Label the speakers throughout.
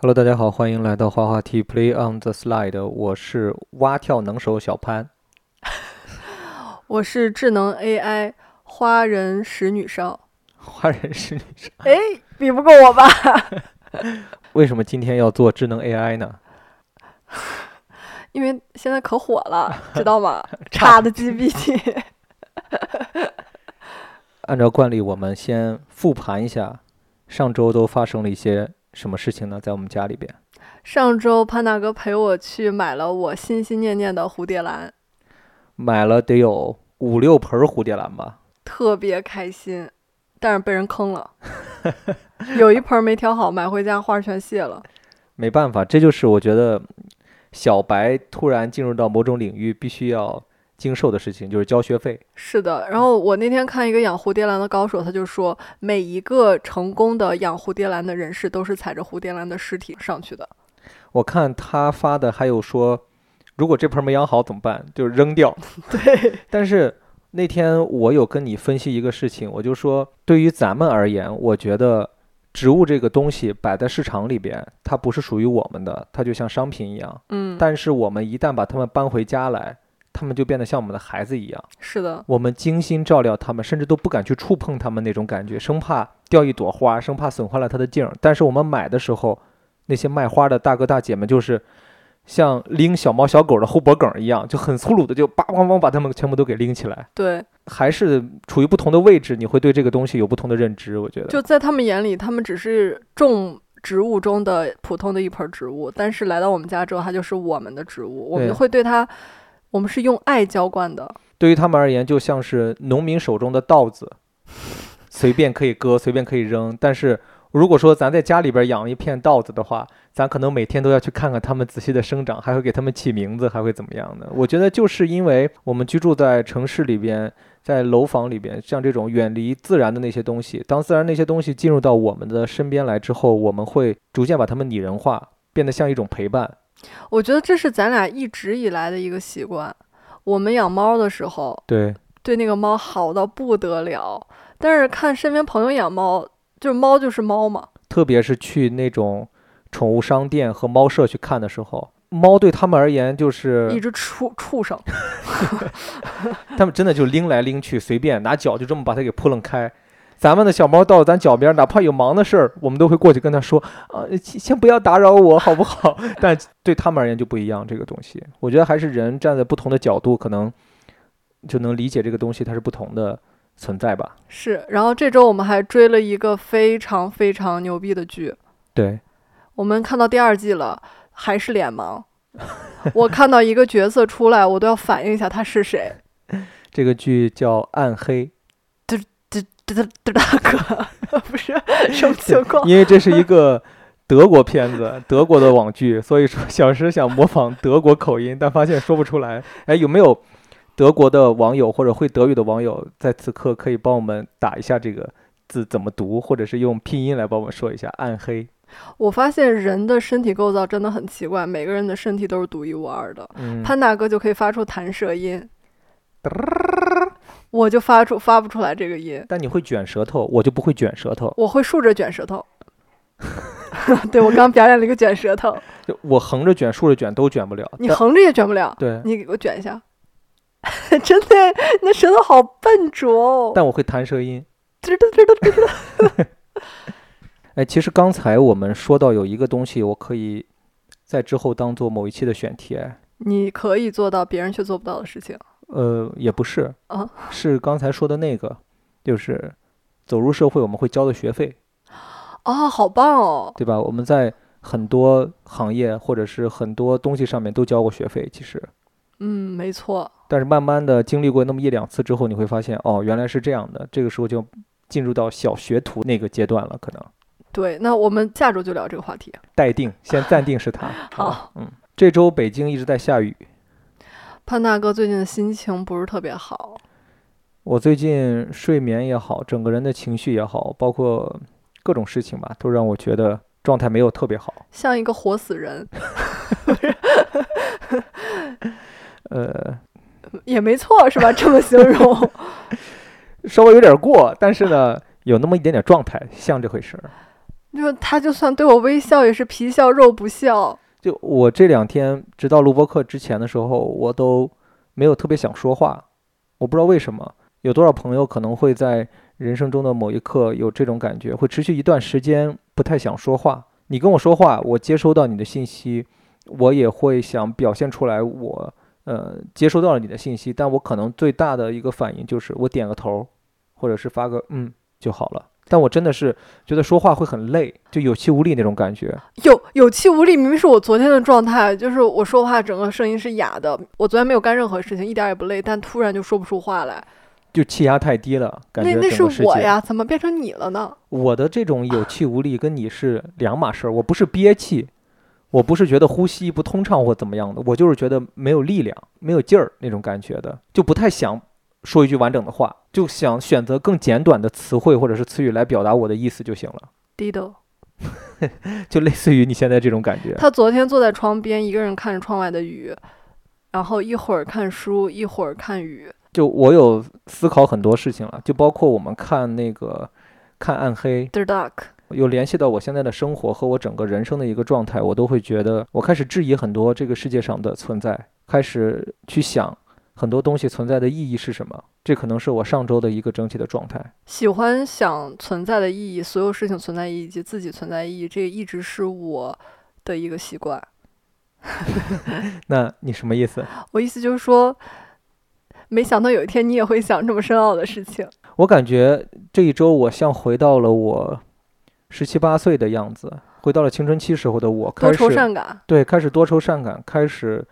Speaker 1: Hello，大家好，欢迎来到滑滑梯 Play on the Slide，我是蛙跳能手小潘。
Speaker 2: 我是智能 AI 花人使女少，
Speaker 1: 花人是女生，
Speaker 2: 哎，比不过我 吧？
Speaker 1: 为什么今天要做智能 AI 呢？
Speaker 2: 因为现在可火了，知道吗？ 差的 GPT，
Speaker 1: 按照惯例，我们先复盘一下上周都发生了一些什么事情呢？在我们家里边，
Speaker 2: 上周潘大哥陪我去买了我心心念念的蝴蝶兰，
Speaker 1: 买了得有五六盆蝴蝶兰吧，
Speaker 2: 特别开心，但是被人坑 了，有一盆没挑好，买回家花全谢了。
Speaker 1: 没办法，这就是我觉得小白突然进入到某种领域必须要经受的事情，就是交学费。
Speaker 2: 是的，然后我那天看一个养蝴蝶兰的高手，他就说，每一个成功的养蝴蝶兰的人士都是踩着蝴蝶兰的尸体上去的。
Speaker 1: 我看他发的还有说，如果这盆没养好怎么办？就是扔掉。
Speaker 2: 对，
Speaker 1: 但是那天我有跟你分析一个事情，我就说，对于咱们而言，我觉得植物这个东西摆在市场里边，它不是属于我们的，它就像商品一样。
Speaker 2: 嗯，
Speaker 1: 但是我们一旦把它们搬回家来，它们就变得像我们的孩子一样，
Speaker 2: 是的，
Speaker 1: 我们精心照料它们，甚至都不敢去触碰它们那种感觉，生怕掉一朵花，生怕损坏了它的茎儿。但是我们买的时候，那些卖花的大哥大姐们就是。像拎小猫小狗的后脖梗儿一样，就很粗鲁的就叭咣咣把它们全部都给拎起来。
Speaker 2: 对，
Speaker 1: 还是处于不同的位置，你会对这个东西有不同的认知。我觉得，
Speaker 2: 就在他们眼里，他们只是种植物中的普通的一盆植物，但是来到我们家之后，它就是我们的植物，我
Speaker 1: 对
Speaker 2: 们会对它，我们是用爱浇灌的，
Speaker 1: 对于他们而言，就像是农民手中的稻子，随便可以割，随便可以扔。但是如果说咱在家里边养一片稻子的话，咱可能每天都要去看看它们仔细的生长，还会给它们起名字，还会怎么样的？我觉得就是因为我们居住在城市里边，在楼房里边，像这种远离自然的那些东西，当自然那些东西进入到我们的身边来之后，我们会逐渐把它们拟人化，变得像一种陪伴。
Speaker 2: 我觉得这是咱俩一直以来的一个习惯。我们养猫的时候，
Speaker 1: 对，
Speaker 2: 对那个猫好到不得了，但是看身边朋友养猫，就是猫就是猫嘛，
Speaker 1: 特别是去那种宠物商店和猫舍去看的时候，猫对他们而言就
Speaker 2: 一
Speaker 1: 是，
Speaker 2: 只畜畜生。
Speaker 1: 他们真的就拎来拎去，随便拿脚就这么把它给扑棱开。咱们的小猫到咱脚边，哪怕有忙的事儿，我们都会过去跟它说：“啊，先先不要打扰我，好不好？” 但对他们而言就不一样，这个东西，我觉得还是人站在不同的角度，可能就能理解这个东西它是不同的存在吧。
Speaker 2: 是，然后这周我们还追了一个非常非常牛逼的剧，
Speaker 1: 对，
Speaker 2: 我们看到第二季了，还是脸盲。 我看到一个角色出来，我都要反应一下他是谁。
Speaker 1: 这个剧叫《暗黑》。
Speaker 2: 这这这大哥，不是什么情况？
Speaker 1: 因为这是一个德国片子，德国的网剧，所以说小时想模仿德国口音，但发现说不出来。哎，有没有德国的网友或者会德语的网友在此刻可以帮我们打一下这个字怎么读，或者是用拼音来帮我们说一下“暗黑
Speaker 2: 我发现人的身体构造真的很奇怪，每个人的身体都是独一无二的”？。
Speaker 1: 嗯，
Speaker 2: 潘大哥就可以发出弹舌音，我就发出发不出来这个音，
Speaker 1: 但你会卷舌头，我就不会卷舌头。
Speaker 2: 我会竖着卷舌头。 对我刚表演了一个卷舌头，
Speaker 1: 就我横着卷、竖着卷都卷不了。
Speaker 2: 你
Speaker 1: 但
Speaker 2: 横着也卷不了。
Speaker 1: 对，
Speaker 2: 你给我卷一下。 真的，那舌头好笨拙哦。
Speaker 1: 但我会弹舌音。
Speaker 2: 吱吱吱吱吱
Speaker 1: 哎，其实刚才我们说到有一个东西，我可以在之后当做某一期的选题。哎，
Speaker 2: 你可以做到别人却做不到的事情。
Speaker 1: 呃，也不是，
Speaker 2: 啊
Speaker 1: 是刚才说的那个，就是走入社会我们会交的学费，
Speaker 2: 哦，好棒哦！
Speaker 1: 对吧？我们在很多行业或者是很多东西上面都交过学费，其实，
Speaker 2: 嗯，没错，
Speaker 1: 但是慢慢的经历过那么一两次之后，你会发现，哦，原来是这样的。这个时候就进入到小学徒那个阶段了，可能
Speaker 2: 对。那我们下周就聊这个话题。
Speaker 1: 待定，先暂定是它。吧
Speaker 2: 好，
Speaker 1: 嗯，这周北京一直在下雨，
Speaker 2: 潘大哥最近的心情不是特别好，
Speaker 1: 我最近睡眠也好，整个人的情绪也好，包括各种事情吧，都让我觉得状态没有特别好。
Speaker 2: 像一个活死人，
Speaker 1: 呃，
Speaker 2: 也没错，是吧？这么形容，
Speaker 1: 稍微有点过，但是呢，有那么一点点状态，像这回事儿。
Speaker 2: 就是他就算对我微笑，也是皮笑肉不笑。
Speaker 1: 就我这两天，直到录播课之前的时候，我都没有特别想说话，我不知道为什么。有多少朋友可能会在人生中的某一刻有这种感觉，会持续一段时间不太想说话。你跟我说话，我接收到你的信息，我也会想表现出来我呃接收到了你的信息，但我可能最大的一个反应就是我点个头，或者是发个嗯就好了。但我真的是觉得说话会很累，就有气无力那种感觉。
Speaker 2: 有有气无力，明明是我昨天的状态，就是我说话整个声音是哑的。我昨天没有干任何事情，一点也不累，但突然就说不出话来。
Speaker 1: 就气压太低了，感
Speaker 2: 那
Speaker 1: 觉整
Speaker 2: 那
Speaker 1: 个
Speaker 2: 是
Speaker 1: 世
Speaker 2: 我
Speaker 1: 界
Speaker 2: 呀，怎么变成你了呢？
Speaker 1: 我的这种有气无力跟你是两码事儿，我不是憋气，我不是觉得呼吸不通畅或怎么样的，我就是觉得没有力量、没有劲儿那种感觉的，就不太想说一句完整的话，就想选择更简短的词汇或者是词语来表达我的意思就行了，
Speaker 2: 低的。
Speaker 1: 就类似于你现在这种感觉。
Speaker 2: 他昨天坐在窗边，一个人看着窗外的雨，然后一会儿看书，一会儿看雨。
Speaker 1: 就我有思考很多事情了，就包括我们看那个看暗黑，
Speaker 2: The Dark，
Speaker 1: 有联系到我现在的生活和我整个人生的一个状态，我都会觉得我开始质疑很多这个世界上的存在，开始去想很多东西存在的意义是什么。这可能是我上周的一个整体的状态。
Speaker 2: 喜欢想存在的意义，所有事情存在意义以及自己存在意义，这一直是我的一个习惯。
Speaker 1: 那你什么意思？
Speaker 2: 我意思就是说，没想到有一天你也会想这么深奥的事情。
Speaker 1: 我感觉这一周我像回到了我十七八岁的样子，回到了青春期时候的我，
Speaker 2: 多
Speaker 1: 开
Speaker 2: 愁
Speaker 1: 始
Speaker 2: 善感，
Speaker 1: 对开始多愁善感，开始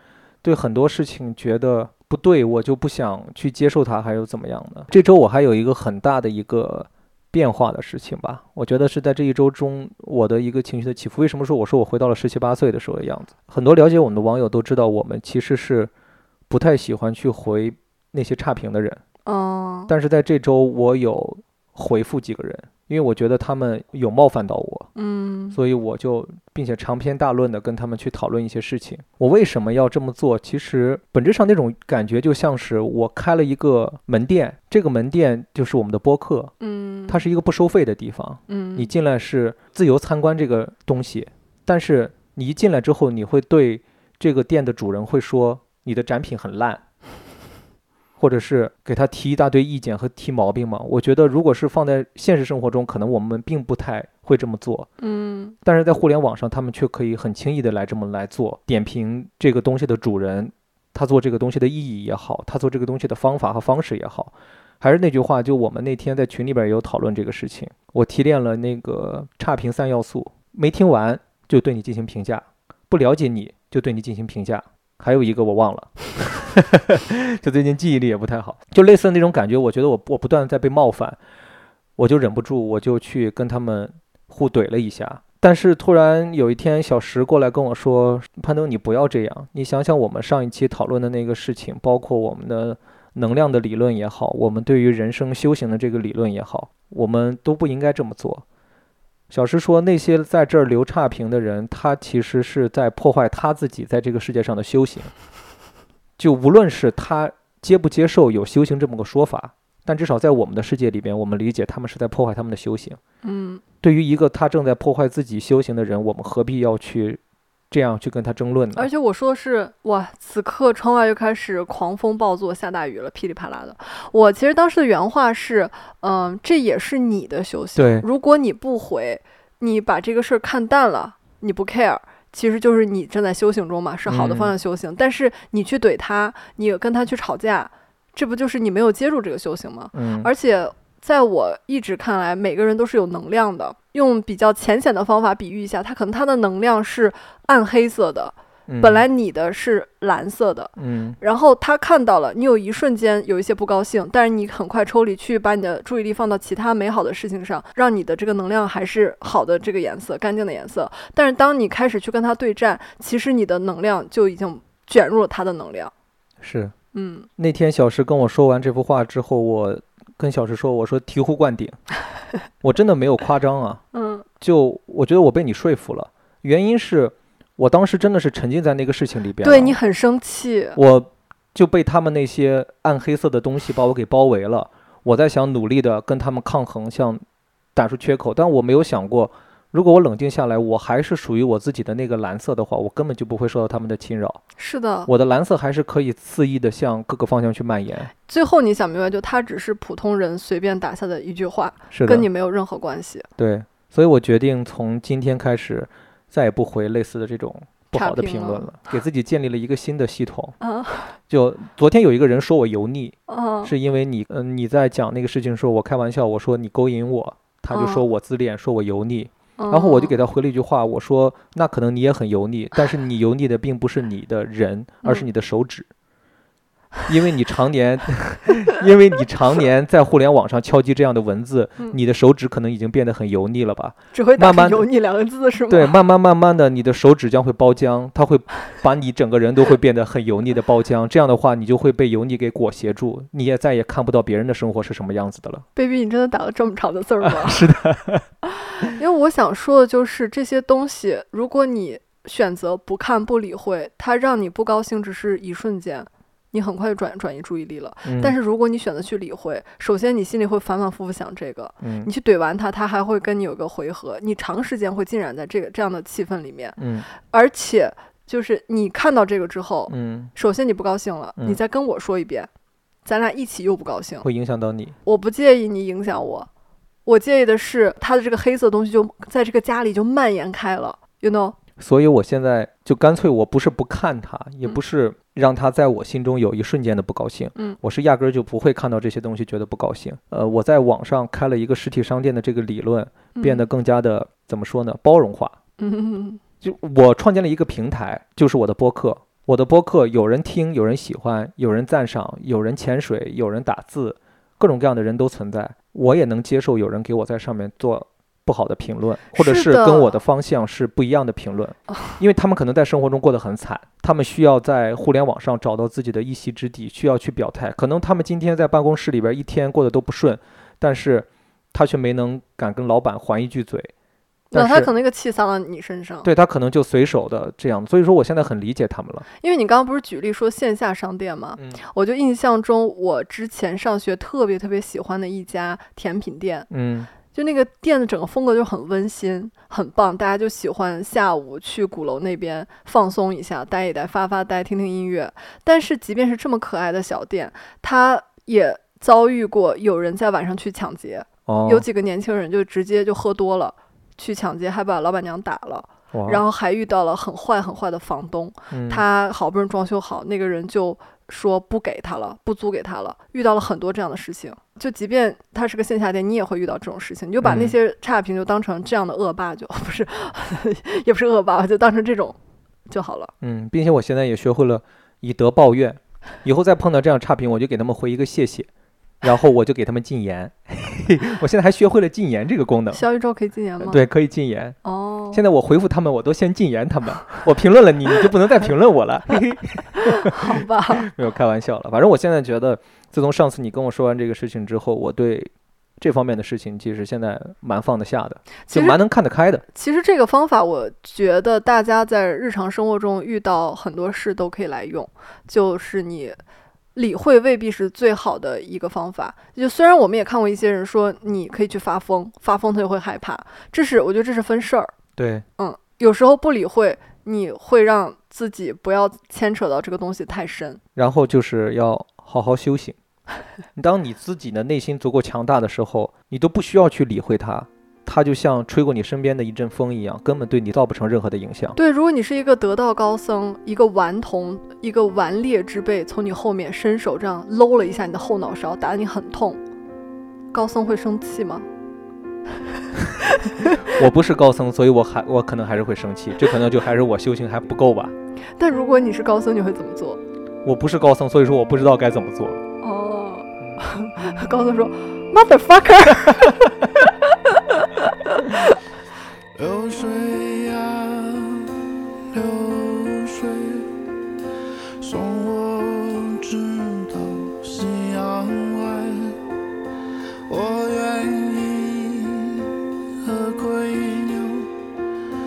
Speaker 1: 对很多事情觉得不对，我就不想去接受它，还有怎么样的？这周我还有一个很大的一个变化的事情吧，我觉得是在这一周中我的一个情绪的起伏。为什么说我说我回到了十七八岁的时候的样子？很多了解我们的网友都知道，我们其实是不太喜欢去回那些差评的人，
Speaker 2: 嗯，
Speaker 1: 但是在这周我有回复几个人，因为我觉得他们有冒犯到我。
Speaker 2: 嗯，
Speaker 1: 所以我就并且长篇大论的跟他们去讨论一些事情。我为什么要这么做？其实本质上那种感觉就像是我开了一个门店，这个门店就是我们的播客，
Speaker 2: 嗯，
Speaker 1: 它是一个不收费的地方，
Speaker 2: 嗯，
Speaker 1: 你进来是自由参观这个东西，但是你一进来之后，你会对这个店的主人会说你的展品很烂。或者是给他提一大堆意见和提毛病嘛？我觉得，如果是放在现实生活中，可能我们并不太会这么做。
Speaker 2: 嗯
Speaker 1: 但是在互联网上，他们却可以很轻易的来这么来做，点评这个东西的主人，他做这个东西的意义也好，他做这个东西的方法和方式也好，还是那句话，就我们那天在群里边也有讨论这个事情，我提炼了那个差评三要素，没听完就对你进行评价，不了解你就对你进行评价，还有一个我忘了， 就最近记忆力也不太好，就类似的那种感觉，我觉得我我不断地在被冒犯，我就忍不住我就去跟他们互怼了一下。但是突然有一天，小石过来跟我说：“潘东，你不要这样，你想想我们上一期讨论的那个事情，包括我们的能量的理论也好，我们对于人生修行的这个理论也好，我们都不应该这么做。”小石说：“那些在这儿留差评的人，他其实是在破坏他自己在这个世界上的修行。就无论是他接不接受有修行这么个说法，但至少在我们的世界里边，我们理解他们是在破坏他们的修行。”
Speaker 2: 嗯
Speaker 1: 对于一个他正在破坏自己修行的人，我们何必要去这样去跟他争论呢？
Speaker 2: 而且我说的是，哇，此刻窗外又开始狂风暴作，下大雨了，噼里啪啦的。我其实当时的原话是，嗯、这也是你的修行。
Speaker 1: 对
Speaker 2: 如果你不回，你把这个事儿看淡了，你不 care。其实就是你正在修行中嘛，是好的
Speaker 1: 嗯
Speaker 2: 方向修行。但是你去怼他，你跟他去吵架，这不就是你没有接住这个修行吗？
Speaker 1: 嗯，
Speaker 2: 而且在我一直看来，每个人都是有能量的。用比较浅显的方法比喻一下，他可能他的能量是暗黑色的，
Speaker 1: 嗯
Speaker 2: 本来你的是蓝色的，
Speaker 1: 嗯
Speaker 2: 然后他看到了，你有一瞬间有一些不高兴，但是你很快抽离去，把你的注意力放到其他美好的事情上，让你的这个能量还是好的这个颜色，干净的颜色。但是当你开始去跟他对战，其实你的能量就已经卷入了他的能量。
Speaker 1: 是
Speaker 2: 嗯，
Speaker 1: 那天小石跟我说完这幅画之后，我跟小石说：“我说醍醐 灌顶，我真的没有夸张啊，
Speaker 2: 嗯
Speaker 1: 就我觉得我被你说服了。原因是我当时真的是沉浸在那个事情里边了，
Speaker 2: 对你很生气，
Speaker 1: 我就被他们那些暗黑色的东西把我给包围了。我在想努力的跟他们抗衡，想打出缺口，但我没有想过，如果我冷静下来，我还是属于我自己的那个蓝色的话，我根本就不会受到他们的侵扰。
Speaker 2: 是的，
Speaker 1: 我的蓝色还是可以肆意的向各个方向去蔓延。
Speaker 2: 最后你想明白，就他只是普通人随便打下的一句话，
Speaker 1: 是的
Speaker 2: 跟，你没有任何关系。
Speaker 1: 对，所以我决定从今天开始，再也不回类似的这种不
Speaker 2: 差
Speaker 1: 好的
Speaker 2: 评
Speaker 1: 评
Speaker 2: 了
Speaker 1: 论了，给自己建立了一个新的系统。
Speaker 2: 啊
Speaker 1: 就昨天有一个人说我油腻，
Speaker 2: 嗯，
Speaker 1: 是因为你，嗯、你在讲那个事情的时候，我开玩笑，我说你勾引我，他就说
Speaker 2: 嗯
Speaker 1: 我自恋，说我油腻，
Speaker 2: 然
Speaker 1: 然后我就给他回了一句话，我说那可能你也很油腻，但是你油腻的并不是你的人，而是
Speaker 2: 嗯
Speaker 1: 你的手指，因为你常年，因为你常年在互联网上敲击这样的文字，
Speaker 2: 嗯
Speaker 1: 你的手指可能已经变得很油腻了吧？
Speaker 2: 只会打
Speaker 1: 慢慢
Speaker 2: 出“油腻”两个字是吗？
Speaker 1: 对，慢慢慢慢的，你的手指将会包浆，它会把你整个人都会变得很油腻的包浆。这样的话，你就会被油腻给裹挟住，你也再也看不到别人的生活是什么样子的了。
Speaker 2: ，baby，你真的打了这么长的字儿
Speaker 1: 啊
Speaker 2: 吗？是的， 因为我想说的就是这些东西，如果你选择不看不理会，它让你不高兴只是一瞬间，你很快就转转移注意力了。
Speaker 1: 嗯、
Speaker 2: 但是如果你选择去理会，首先你心里会反反复复想这个，
Speaker 1: 嗯
Speaker 2: 你去怼完他，他还会跟你有个回合，你长时间会浸染在这个这样的气氛里面，
Speaker 1: 嗯
Speaker 2: 而且就是你看到这个之后，
Speaker 1: 嗯，
Speaker 2: 首先你不高兴了，
Speaker 1: 嗯
Speaker 2: 你再跟我说一遍，咱俩一起又不高 兴，
Speaker 1: 会影响到你。
Speaker 2: 我不介意你影响我，我介意的是他的这个黑色东西就在这个家里就蔓延开了，you know，
Speaker 1: 所以我现在就干脆，我不是不看它，也不是让它在我心中有一瞬间的不高兴。
Speaker 2: 嗯
Speaker 1: 我是压根儿就不会看到这些东西觉得不高兴。呃，我在网上开了一个实体商店的这个理论，变得更加的怎么说呢？包容化。
Speaker 2: 嗯，嗯
Speaker 1: 就我创建了一个平台，就是我的播客。我的播客有人听，有人喜欢，有人赞赏，有人潜水，有人打字，各种各样的人都存在。我也能接受有人给我在上面做不好的评论，或者
Speaker 2: 是
Speaker 1: 是
Speaker 2: 的哦
Speaker 1: 跟我的方向是不一样的评论，因为他们可能在生活中过得很惨，他们需要在互联网上找到自己的一席之地，需要去表态。可能他们今天在办公室里边一天过得都不顺，但是他却没能敢跟老板还一句嘴。
Speaker 2: 那
Speaker 1: 但
Speaker 2: 他
Speaker 1: 是。
Speaker 2: 可能那个气撒到你身上，
Speaker 1: 对他可能就随手的这样，所以说我现在很理解他们了。
Speaker 2: 因为你刚刚不是举例说线下商店吗？
Speaker 1: 嗯
Speaker 2: 我就印象中，我之前上学特别特别喜欢的一家甜品店，
Speaker 1: 嗯
Speaker 2: 就那个店的整个风格就很温馨，很棒，大家就喜欢下午去鼓楼那边放松一下，待一待，发发呆，听听音乐。但是即便是这么可爱的小店，它也遭遇过有人在晚上去抢劫，
Speaker 1: 哦，
Speaker 2: 有几个年轻人就直接就喝多了。去抢劫，还把老板娘打了，
Speaker 1: 哇
Speaker 2: 然后还遇到了很坏很坏的房东，
Speaker 1: 嗯
Speaker 2: 他好不容易装修好，那个人就说不给他了，不租给他了。遇到了很多这样的事情，就即便他是个线下店，你也会遇到这种事情。你就把那
Speaker 1: 嗯
Speaker 2: 些差评就当成这样的恶霸就， 不是，也不是恶霸，就当成这种就好了。
Speaker 1: 嗯，并且我现在也学会了以德报怨，以后再碰到这样差评，我就给他们回一个谢谢，然后我就给他们禁言。我现在还学会了禁言这个功能，
Speaker 2: 小宇宙可以禁言吗？，
Speaker 1: 呃对，可以禁言。
Speaker 2: 哦，
Speaker 1: 现在我回复他们，我都先禁言他们，我评论了你，你就不能再评论我 了。嘿嘿
Speaker 2: 好吧，
Speaker 1: 没有开玩笑了，反正我现在觉得，自从上次你跟我说完这个事情之后，我对这方面的事情其实现在蛮放得下的，
Speaker 2: 其
Speaker 1: 就
Speaker 2: 实
Speaker 1: 蛮能看得开的。
Speaker 2: 其实这个方法，我觉得大家在日常生活中遇到很多事都可以来用，就是你理会未必是最好的一个方法。就虽然我们也看过一些人说你可以去发疯，发疯他就会害怕，这是我觉得这是分事儿，
Speaker 1: 对，
Speaker 2: 嗯，有时候不理会，你会让自己不要牵扯到这个东西太深。
Speaker 1: 然后就是要好好修行。当你自己的内心足够强大的时候，你都不需要去理会它，它就像吹过你身边的一阵风一样，根本对你造不成任何的影 响。
Speaker 2: 对，如果你是一个得道高僧，一个顽童，一个顽劣之辈，从你后面伸手这样搂了一下你的后脑勺，打得你很痛，高僧会生气吗？
Speaker 1: 我不是高僧，所以我还我可能还是会生气，这可能就还是我修行还不够吧。
Speaker 2: 但如果你是高僧，你会怎么做？
Speaker 1: 我不是高僧，所以说我不知道该怎么做。
Speaker 2: 哦， 高僧说，motherfucker，
Speaker 3: 流水呀、流水，送我直到夕阳外。我愿意和归鸟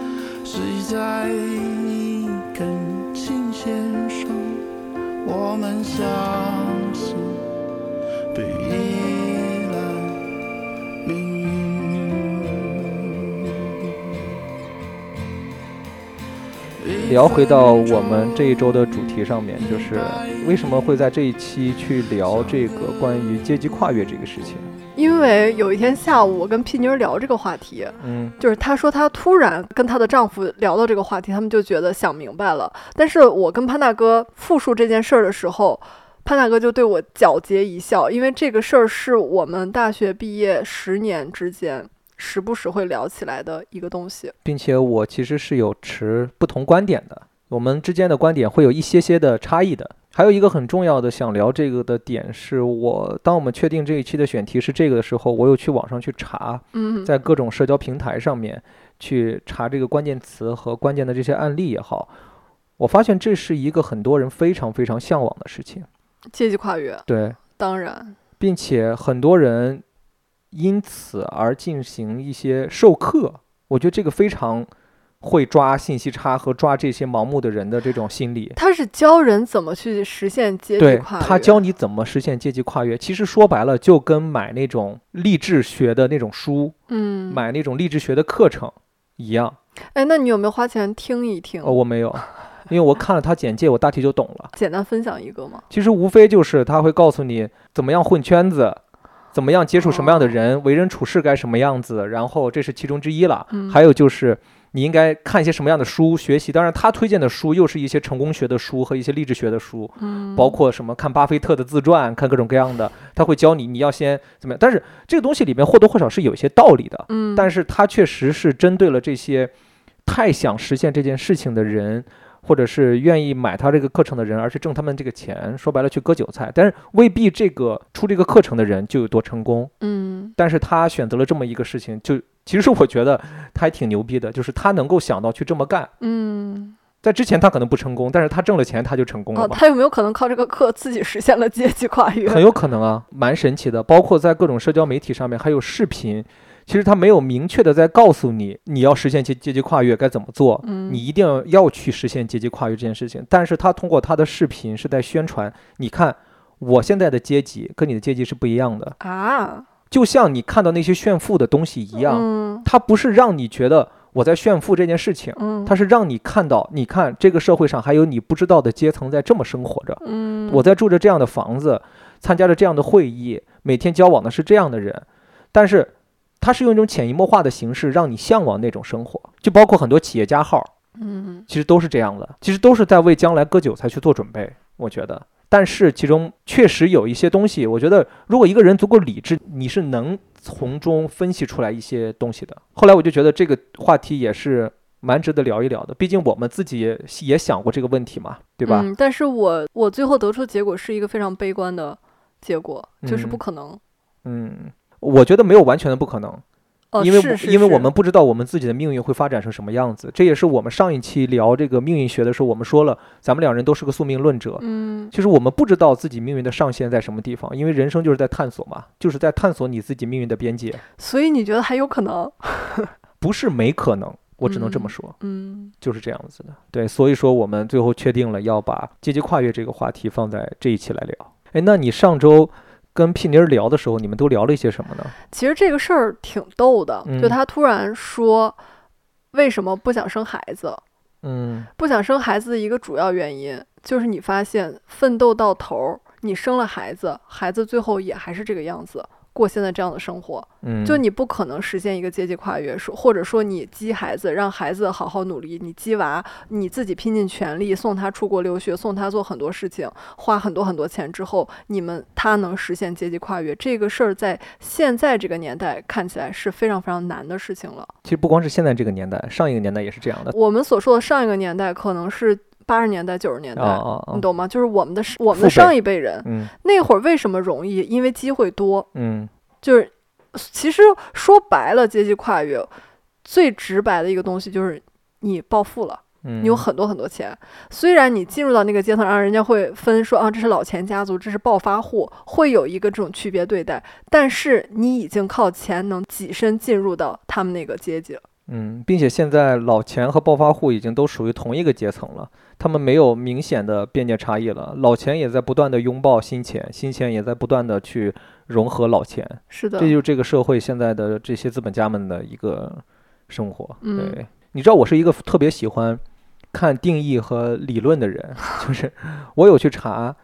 Speaker 3: 睡在一根琴弦上，我们相信不依赖命运。
Speaker 1: 聊回到我们这一周的主题上面，就是为什么会在这一期去聊这个关于阶级跨越这个事情？
Speaker 2: 因为有一天下午，我跟屁妞聊这个话题，
Speaker 1: 嗯，
Speaker 2: 就是她说她突然跟她的丈夫聊到这个话题，他们就觉得想明白了。但是我跟潘大哥复述这件事儿的时候，潘大哥就对我皎洁一笑，因为这个事儿是我们大学毕业十年之间时不时会聊起来的一个东西。
Speaker 1: 并且我其实是有持不同观点的，我们之间的观点会有一些些的差异的。还有一个很重要的想聊这个的点是我，当我们确定这一期的选题是这个的时候，我有去网上去查，
Speaker 2: 嗯，
Speaker 1: 在各种社交平台上面去查这个关键词和关键的这些案例也好，我发现这是一个很多人非常非常向往的事情。
Speaker 2: 阶级跨越，
Speaker 1: 对，
Speaker 2: 当然，
Speaker 1: 并且很多人因此而进行一些授课，我觉得这个非常会抓信息差和抓这些盲目的人的这种心理。
Speaker 2: 他是教人怎么去实现阶级
Speaker 1: 对
Speaker 2: 跨越。
Speaker 1: 他教你怎么实现阶级跨越，其实说白了就跟买那种励志学的那种书、
Speaker 2: 嗯，
Speaker 1: 买那种励志学的课程一样。
Speaker 2: 哎，那你有没有花钱听一听？
Speaker 1: 哦，我没有，因为我看了他简介，我大体就懂了。
Speaker 2: 简单分享一个吗？
Speaker 1: 其实无非就是他会告诉你怎么样混圈子，怎么样接触什么样的
Speaker 2: 哦
Speaker 1: 人，为人处事该什么样子，然后这是其中之一了。
Speaker 2: 嗯
Speaker 1: 还有就是你应该看一些什么样的书学习，当然他推荐的书又是一些成功学的书和一些励志学的书，
Speaker 2: 嗯，
Speaker 1: 包括什么看巴菲特的自传，看各种各样的，他会教你你要先怎么样。但是这个东西里面或多或少是有一些道理的，
Speaker 2: 嗯，
Speaker 1: 但
Speaker 2: 是
Speaker 1: 是它确实是针对了这些太想实现这件事情的人，或者是愿意买他这个课程的人，而去挣他们这个钱，说白了去割韭菜。但是未必这个出这个课程的人就有多成功，
Speaker 2: 嗯，
Speaker 1: 但是他选择了这么一个事情，就其实我觉得他还挺牛逼的，就是他能够想到去这么干。
Speaker 2: 嗯，
Speaker 1: 在之前他可能不成功，但是他挣了钱他就成功
Speaker 2: 哦，
Speaker 1: 了吧？
Speaker 2: 他有没有可能靠这个课自己实现了阶级跨越？
Speaker 1: 很有可能啊，蛮神奇的。包括在各种社交媒体上面，还有视频，其实他没有明确的在告诉你你要实现阶阶级跨越该怎么做，
Speaker 2: 嗯，
Speaker 1: 你一定要要去实现阶级跨越这件事情。但是他通过他的视频是在宣传，你看我现在的阶级跟你的阶级是不一样的，
Speaker 2: 啊
Speaker 1: 就像你看到那些炫富的东西一样，
Speaker 2: 嗯
Speaker 1: 他不是让你觉得我在炫富这件事情，
Speaker 2: 嗯，
Speaker 1: 他是让你看到，你看这个社会上还有你不知道的阶层在这么生活着，
Speaker 2: 嗯，
Speaker 1: 我在住着这样的房子，参加着这样的会议，每天交往的是这样的人，但是。他是用一种潜移默化的形式让你向往那种生活，就包括很多企业家号，
Speaker 2: 嗯
Speaker 1: 其实都是这样的，其实都是在为将来割韭菜去做准备，我觉得。但是其中确实有一些东西，我觉得如果一个人足够理智，你是能从中分析出来一些东西的。后来我就觉得这个话题也是蛮值得聊一聊的，毕竟我们自己也也想过这个问题嘛，对吧？
Speaker 2: 嗯，但是我我最后得出的结果是一个非常悲观的结果，就是
Speaker 1: 嗯
Speaker 2: 不可能。
Speaker 1: 嗯我觉得没有完全的不可能，
Speaker 2: 哦，
Speaker 1: 因为
Speaker 2: 是
Speaker 1: 我
Speaker 2: 是
Speaker 1: 因为我
Speaker 2: 是
Speaker 1: 们不知道我们自己的命运会发展成什么样子。这也是我们上一期聊这个命运学的时候，我们说了，咱们两人都是个宿命论者，
Speaker 2: 嗯
Speaker 1: 其实我们不知道自己命运的上限在什么地方，因为人生就是在探索嘛，就是在探索你自己命运的边界，
Speaker 2: 所以你觉得还有可能？
Speaker 1: 不是没可能，我只能这么
Speaker 2: 嗯
Speaker 1: 说，
Speaker 2: 嗯
Speaker 1: 就是这样子的。对，所以说我们最后确定了要把阶级跨越这个话题放在这一期来聊。哎，那你上周跟屁妮儿聊的时候，你们都聊了一些什么呢？
Speaker 2: 其实这个事儿挺逗的，就
Speaker 1: 嗯
Speaker 2: 他突然说为什么不想生孩子，
Speaker 1: 嗯
Speaker 2: 不想生孩子的一个主要原因就是你发现奋斗到头儿，你生了孩子，孩子最后也还是这个样子，过现在这样的生活，
Speaker 1: 嗯，
Speaker 2: 就你不可能实现一个阶级跨越，说或者说你激孩子，让孩子好好努力，你激娃，你自己拼尽全力送他出国留学，送他做很多事情，花很多很多钱之后，你们他能实现阶级跨越这个事儿，在现在这个年代看起来是非常非常难的事情了。
Speaker 1: 其实不光是现在这个年代，上一个年代也是这样的。
Speaker 2: 我们所说的上一个年代，可能是八十年代、九十年代。
Speaker 1: 啊啊啊
Speaker 2: 你！懂吗？就是我们的我们的
Speaker 1: 父辈
Speaker 2: 上一辈人
Speaker 1: 嗯
Speaker 2: 那会儿为什么容易？因为机会多，
Speaker 1: 嗯
Speaker 2: 就是其实说白了，阶级跨越最直白的一个东西就是你暴富了，
Speaker 1: 嗯，
Speaker 2: 你有很多很多钱。虽然你进入到那个阶层，让人家会分说啊，这是老钱家族，这是暴发户，会有一个这种区别对待，但是你已经靠钱能跻身进入到他们那个阶级了。
Speaker 1: 嗯，并且现在老钱和暴发户已经都属于同一个阶层了，他们没有明显的边界差异了。老钱也在不断的拥抱新钱，新钱也在不断的去融合老钱，
Speaker 2: 是的
Speaker 1: 这，就是这个社会现在的这些资本家们的一个生活。
Speaker 2: 嗯
Speaker 1: 对，你知道我是一个特别喜欢看定义和理论的人， 就是我有去查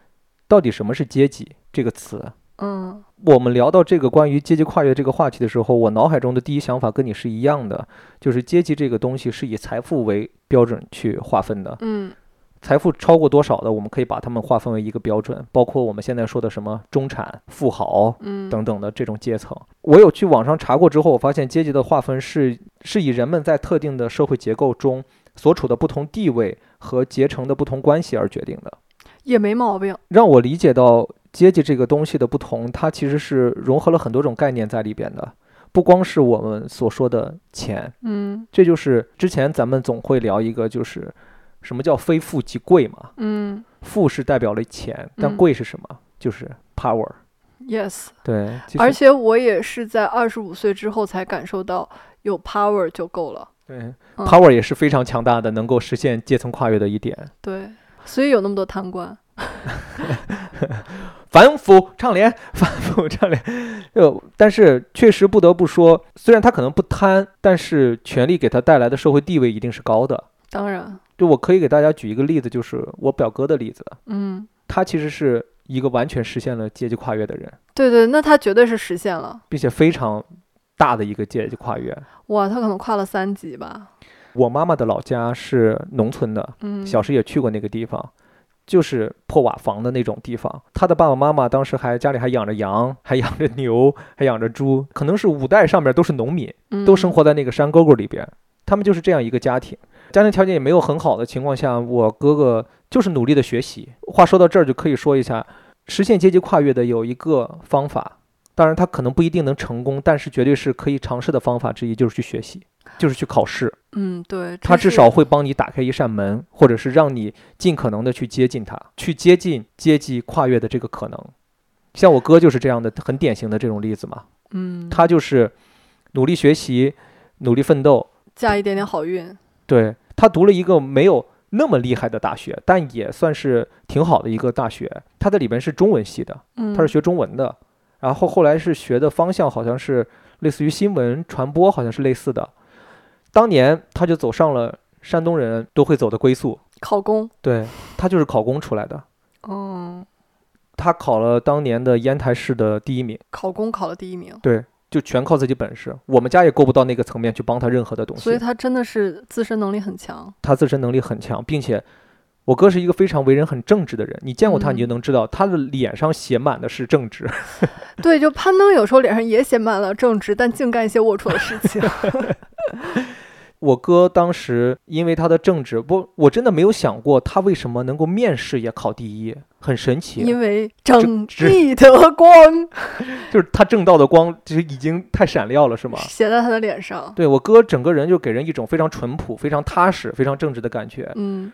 Speaker 1: 到底什么是阶级这个词。
Speaker 2: 嗯
Speaker 1: 我们聊到这个关于阶级跨越这个话题的时候，我脑海中的第一想法跟你是一样的，就是阶级这个东西是以财富为标准去划分的，
Speaker 2: 嗯
Speaker 1: 财富超过多少的，我们可以把它们划分为一个标准，包括我们现在说的什么中产、富豪
Speaker 2: 嗯，
Speaker 1: 等等的这种阶层。我有去网上查过之后，我发现阶级的划分是是以人们在特定的社会结构中所处的不同地位和结成的不同关系而决定的。
Speaker 2: 也没毛病。
Speaker 1: 让我理解到阶级这个东西的不同，它其实是融合了很多种概念在里边的，不光是我们所说的钱，
Speaker 2: 嗯
Speaker 1: 这就是之前咱们总会聊一个，就是什么叫非富即贵嘛，
Speaker 2: 嗯
Speaker 1: 富是代表了钱，但
Speaker 2: 嗯
Speaker 1: 贵是什么？就是 power。
Speaker 2: ，yes。
Speaker 1: 对，其
Speaker 2: 而
Speaker 1: 实
Speaker 2: 且我也是在二十五岁之后才感受到有 power 就够了。
Speaker 1: 对
Speaker 2: 嗯
Speaker 1: power 也是非常强大的，能够实现阶层跨越的一点。
Speaker 2: 对，所以有那么多贪官。
Speaker 1: 反腐倡廉， 反腐倡廉。呃，但是确实不得不说，虽然他可能不贪，但是权力给他带来的社会地位一定是高的。
Speaker 2: 当然，
Speaker 1: 就我可以给大家举一个例子，就是我表哥的例子，
Speaker 2: 嗯，
Speaker 1: 他其实是一个完全实现了阶级跨越的人，
Speaker 2: 对对，那他绝对是实现了。
Speaker 1: 并且非常大的一个阶级跨越。
Speaker 2: 哇，他可能跨了三级吧。
Speaker 1: 我妈妈的老家是农村的，
Speaker 2: 嗯，
Speaker 1: 小时也去过那个地方，就是破瓦房的那种地方。他的爸爸妈妈当时还家里还养着羊，还养着牛，还养着猪，可能是五代上面都是农民，都生
Speaker 2: 活。
Speaker 1: 活在那个山沟沟里边。他们就是这样一个家庭，家庭条件也没有很好的情况下，我哥哥就是努力的学习。话说到这儿，就可以说一下，实现阶级跨越的有一个方法，当然他可能不一定能成功，但是绝对是可以尝试的方法之一，就是去学习，就是去考试。
Speaker 2: 嗯，对，
Speaker 1: 它
Speaker 2: 这
Speaker 1: 至
Speaker 2: 是
Speaker 1: 少会帮你打开一扇门，或者是让你尽可能的去接近它，去接近阶级跨越的这个可能。像我哥就是这样的很典型的这种例子嘛，
Speaker 2: 嗯，
Speaker 1: 他就是努力学习，努力奋斗。
Speaker 2: 加一点点好运。
Speaker 1: 对他读了一个没有那么厉害的大学，但也算是挺好的一个大学。他在里边是中文系的，
Speaker 2: 嗯，
Speaker 1: 他是学中文的，然后后来是学的方向好像是类似于新闻传播，好像是类似的。当年他就走上了山东人都会走的归宿，
Speaker 2: 考公。
Speaker 1: 对他就是考公出来的。
Speaker 2: 嗯，
Speaker 1: 他考了当年的烟台市的第一名，
Speaker 2: 考公考了第一名，
Speaker 1: 对，就全靠自己本事。我们家也够不到那个层面去帮他任何的东
Speaker 2: 所以
Speaker 1: 西。
Speaker 2: 他真的是自身能力很强。
Speaker 1: 他自身能力很强，并且我哥是一个非常为人很正直的人。你见过他，
Speaker 2: 嗯
Speaker 1: 你就能知道他的脸上写满的是正直。
Speaker 2: 对，就攀登有时候脸上也写满了正直，但净干一些龌龊的事情。
Speaker 1: 啊我哥当时因为他的政治，不，我真的没有想过他为什么能够面试也考第一，很神奇。
Speaker 2: 因为正
Speaker 1: 直
Speaker 2: 义的光
Speaker 1: 就是他正道的光，就是已经太闪亮了，是吗？
Speaker 2: 写在他的脸上。
Speaker 1: 对我哥整个人就给人一种非常淳朴、非常踏实、非常正直的感觉，
Speaker 2: 嗯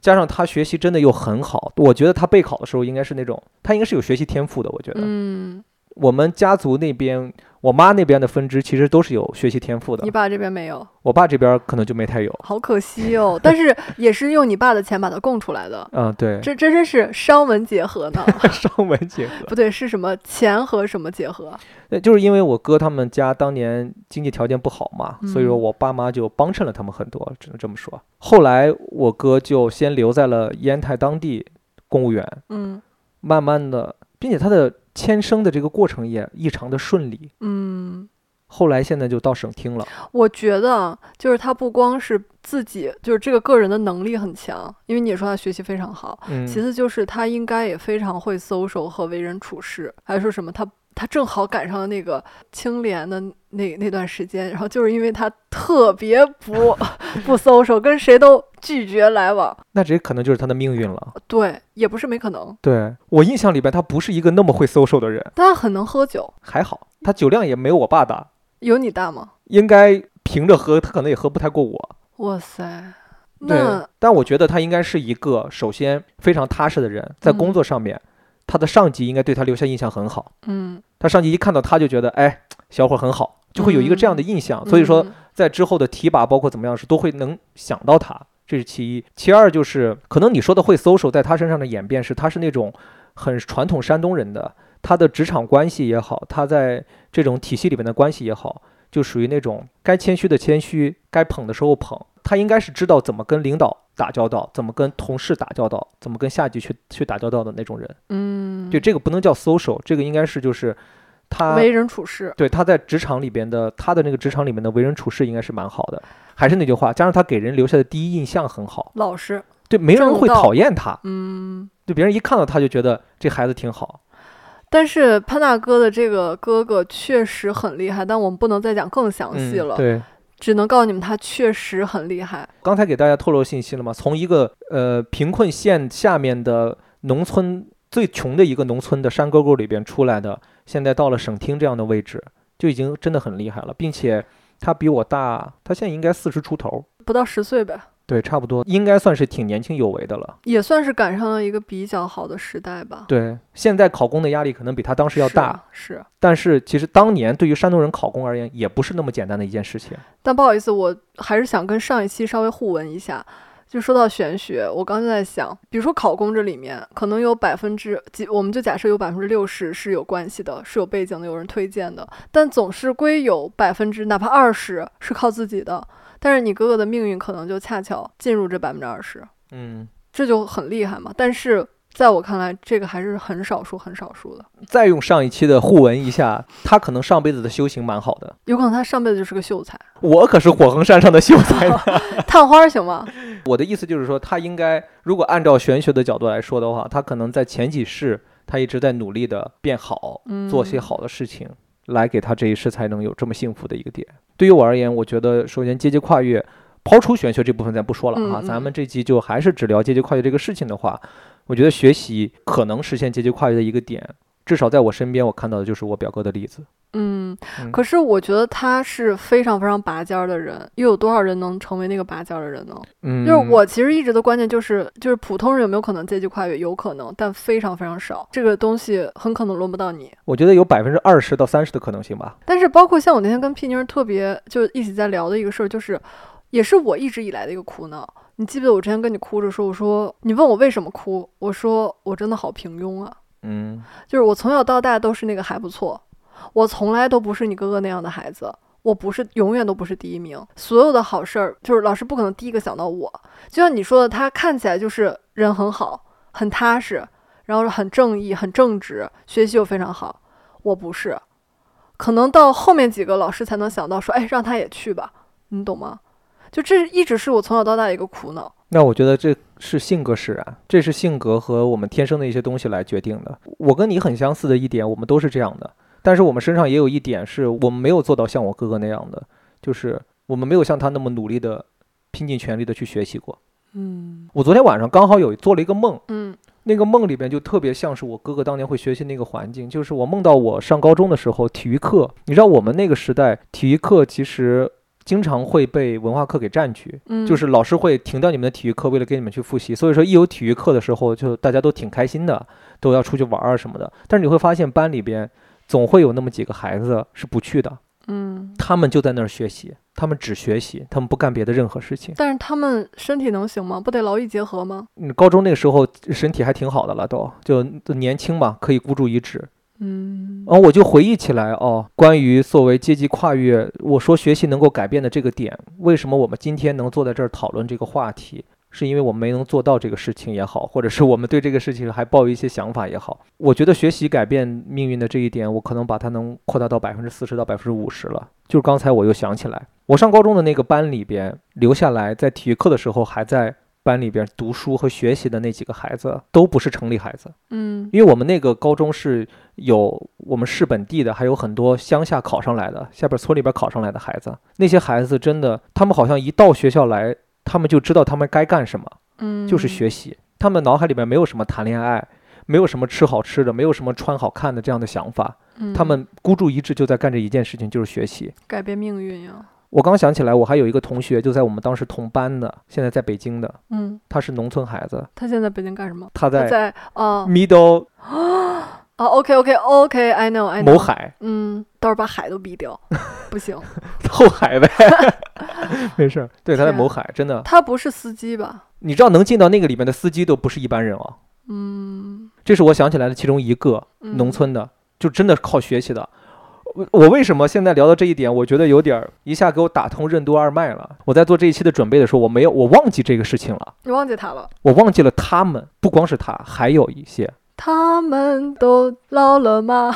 Speaker 1: 加上他学习真的又很好，我觉得他备考的时候应该是那种，他应该是有学习天赋的。我觉得
Speaker 2: 嗯，
Speaker 1: 我们家族那边，我妈那边的分支其实都是有学习天赋的
Speaker 2: 你，爸这边没有，
Speaker 1: 我爸这边可能就没太有。
Speaker 2: 好可惜哦。但是也是用你爸的钱把他供出来的，
Speaker 1: 嗯，对，
Speaker 2: 这这真是商文结合呢。
Speaker 1: 上文结合。
Speaker 2: 不对，是什么钱和什么结合？
Speaker 1: 那呃就是因为我哥他们家当年经济条件不好嘛，所以说
Speaker 2: 嗯
Speaker 1: 我爸妈就帮衬了他们很多，只能这么说。后来我哥就先留在了烟台当地公务员，
Speaker 2: 嗯
Speaker 1: 慢慢的，并且他的迁升的这个过程也异常的顺利。
Speaker 2: 嗯，
Speaker 1: 后来现在就到省厅了，
Speaker 2: 我觉得啊就是他不光是自己，就是这个个人的能力很强，因为你也说他学习非常好，
Speaker 1: 嗯，
Speaker 2: 其次就是他应该也非常会搜手和为人处事，还说什么他他正好赶上了那个清廉的那那段时间，然后就是因为他特别不 不搜手，跟谁都拒绝来往。
Speaker 1: 那这可能就是他的命运了。
Speaker 2: 对，也不是没可能，
Speaker 1: 对我印象里边，他不是一个那么会 social 的人，
Speaker 2: 但他很能喝酒，
Speaker 1: 还好他酒量也没有我爸大，
Speaker 2: 有你大吗？
Speaker 1: 应该凭着喝，他可能也喝不太过我。
Speaker 2: 哇塞，
Speaker 1: 对
Speaker 2: 那，
Speaker 1: 但我觉得他应该是一个首先非常踏实的人，在工
Speaker 2: 嗯
Speaker 1: 作上面，他的上级应该对他留下印象很好。
Speaker 2: 嗯，
Speaker 1: 他上级一看到他就觉得，哎，小伙很好，就会有一个这样的印象。啊所以说，
Speaker 2: 嗯
Speaker 1: 在之后的提拔，包括怎么样是都会能想到他，这是其一。其二就是，可能你说的会 social，在他身上的演变是，他是那种很传统山东人的，他的职场关系也好，他在这种体系里面的关系也好，就属于那种该谦虚的谦虚，该捧的时候捧。他应该是知道怎么跟领导打交道，怎么跟同事打交道，怎么跟下级去去打交道的那种人。
Speaker 2: 嗯，
Speaker 1: 对，这个不能叫 social，这个应该是就是他
Speaker 2: 为人处事，
Speaker 1: 对他在职场里边的他的那个职场里面的为人处事应该是蛮好的。还是那句话，加上他给人留下的第一印象很好，
Speaker 2: 老实，
Speaker 1: 对，没人会
Speaker 2: 正道
Speaker 1: 讨厌他，
Speaker 2: 嗯。
Speaker 1: 对别人一看到他就觉得这孩子挺好。
Speaker 2: 但是潘大哥的这个哥哥确实很厉害，但我们不能再讲更详细
Speaker 1: 嗯
Speaker 2: 了，
Speaker 1: 对，
Speaker 2: 只能告诉你们他确实很厉害。
Speaker 1: 刚才给大家透露信息了嘛，从一个呃贫困县下面的农村最穷的一个农村的山沟沟里边出来的，现在到了省厅这样的位置，就已经真的很厉害了，并且他比我大，他现在应该四十出头，
Speaker 2: 不到十岁呗，
Speaker 1: 对，差不多应该算是挺年轻有为的了。
Speaker 2: 也算是赶上了一个比较好的时代吧。
Speaker 1: 对，现在考公的压力可能比他当时要大，
Speaker 2: 啊是啊
Speaker 1: 但是其实当年对于山东人考公而言，也不是那么简单的一件事情。
Speaker 2: 但不好意思，我还是想跟上一期稍微互文一下。就说到玄学，我刚才在想，比如说考公这里面，可能有百分之几，我们就假设有百分之六十是有关系的，是有背景的，有人推荐的，但总是归有百分之哪怕二十是靠自己的，但是你哥哥的命运可能就恰巧进入这百分之二十，
Speaker 1: 嗯，
Speaker 2: 这就很厉害嘛。但是在我看来，这个还是很少数、很少数的，
Speaker 1: 再用上一期的互文一下，他可能上辈子的修行蛮好的，
Speaker 2: 有可能他上辈子就是个秀才。
Speaker 1: 我可是火横山上的秀才呢。
Speaker 2: 探花行吗？
Speaker 1: 我的意思就是说，他应该如果按照玄学的角度来说的话，他可能在前几世他一直在努力的变好，
Speaker 2: 嗯，
Speaker 1: 做些好的事情，来给他这一世才能有这么幸福的一个点。对于我而言，我觉得首先阶级跨越，抛出玄学这部分咱不说了啊，
Speaker 2: 嗯嗯
Speaker 1: 咱们这期就还是只聊阶级跨越这个事情的话，我觉得学习可能实现阶级跨越的一个点，至少在我身边我看到的就是我表哥的例子。
Speaker 2: 嗯，
Speaker 1: 嗯
Speaker 2: 可是我觉得他是非常非常拔尖儿的人，又有多少人能成为那个拔尖儿的人呢？
Speaker 1: 嗯，
Speaker 2: 就是我其实一直的观念就是，就是普通人有没有可能阶级跨越？有可能，但非常非常少。这个东西很可能轮不到你。
Speaker 1: 我觉得有百分之二十到三十的可能性吧。
Speaker 2: 但是包括像我那天跟屁妮儿特别就一起在聊的一个事儿，就是也是我一直以来的一个苦恼。你记不记得我之前跟你哭着说，我说你问我为什么哭，我说我真的好平庸啊。
Speaker 1: 嗯
Speaker 2: 就是我从小到大都是那个还不错，我从来都不是你哥哥那样的孩子，我不是永远都不是第一名，所有的好事儿就是老师不可能第一个想到我。就像你说的，他看起来就是人很好，很踏实，然后很正义、很正直，学习又非常好，我不是，可能到后面几个老师才能想到说，哎，让他也去吧，你懂吗？就这一直是我从小到大的一个苦恼。
Speaker 1: 那我觉得这是性格使然，这是性格和我们天生的一些东西来决定的。我跟你很相似的一点，我们都是这样的，但是我们身上也有一点是我们没有做到像我哥哥那样的，就是我们没有像他那么努力的、拼尽全力的去学习过。
Speaker 2: 嗯
Speaker 1: 我昨天晚上刚好有做了一个梦，
Speaker 2: 嗯
Speaker 1: 那个梦里边就特别像是我哥哥当年会学习那个环境，就是我梦到我上高中的时候，体育课，你知道我们那个时代体育课其实经常会被文化课给占据，
Speaker 2: 嗯，
Speaker 1: 就是老师会停掉你们的体育课，为了给你们去复习。所以说，一有体育课的时候，就大家都挺开心的，都要出去玩儿啊什么的。但是你会发现，班里边总会有那么几个孩子是不去的，
Speaker 2: 嗯，
Speaker 1: 他们就在那儿学习，他们只学习，他们不干别的任何事情。
Speaker 2: 但是他们身体能行吗？不得劳逸结合吗？
Speaker 1: 嗯，高中那个时候身体还挺好的了，都就就年轻嘛，可以孤注一掷。
Speaker 2: 嗯
Speaker 1: 然后我就回忆起来哦，关于作为阶级跨越，我说学习能够改变的这个点，为什么我们今天能坐在这儿讨论这个话题，是因为我们没能做到这个事情也好，或者是我们对这个事情还抱有一些想法也好。我觉得学习改变命运的这一点，我可能把它能扩大到百分之四十到百分之五十了。就是刚才我又想起来，我上高中的那个班里边留下来，在体育课的时候还在班里边读书和学习的那几个孩子，都不是城里孩子。
Speaker 2: 嗯
Speaker 1: 因为我们那个高中是有我们市本地的，还有很多乡下考上来的，下边村里边考上来的孩子，那些孩子真的，他们好像一到学校来，他们就知道他们该干什么，
Speaker 2: 嗯，
Speaker 1: 就是学习。他们脑海里面没有什么谈恋爱，没有什么吃好吃的，没有什么穿好看的这样的想法，
Speaker 2: 嗯，
Speaker 1: 他们孤注一掷就在干这一件事情，就是学习。
Speaker 2: 改变命运呀。
Speaker 1: 我刚想起来，我还有一个同学就在我们当时同班的，现在在北京的，
Speaker 2: 嗯，
Speaker 1: 他是农村孩子，
Speaker 2: 他现在在北京干什么？
Speaker 1: 他在
Speaker 2: 他
Speaker 1: 嗯
Speaker 2: 在啊
Speaker 1: middle
Speaker 2: 啊，OK OK OK，I know I
Speaker 1: 某
Speaker 2: know。
Speaker 1: 海
Speaker 2: 嗯，到时候把海都 逼掉，不行，
Speaker 1: 后海 呗，没事儿。对，他在
Speaker 2: 天啊
Speaker 1: 某海，真的，
Speaker 2: 他不是司机吧？
Speaker 1: 你知道能进到那个里面的司机都不是一般人哦。
Speaker 2: 嗯，
Speaker 1: 这是我想起来的其中一个
Speaker 2: 嗯
Speaker 1: 农村的，就真的是靠学习的。我我为什么现在聊到这一点，我觉得有点儿一下给我打通任督二脉了。我在做这一期的准备的时候，我没有，我忘记这个事情了，
Speaker 2: 你忘记他了。
Speaker 1: 我忘记了他们，不光是他，还有一些。
Speaker 2: 他们都老了吗？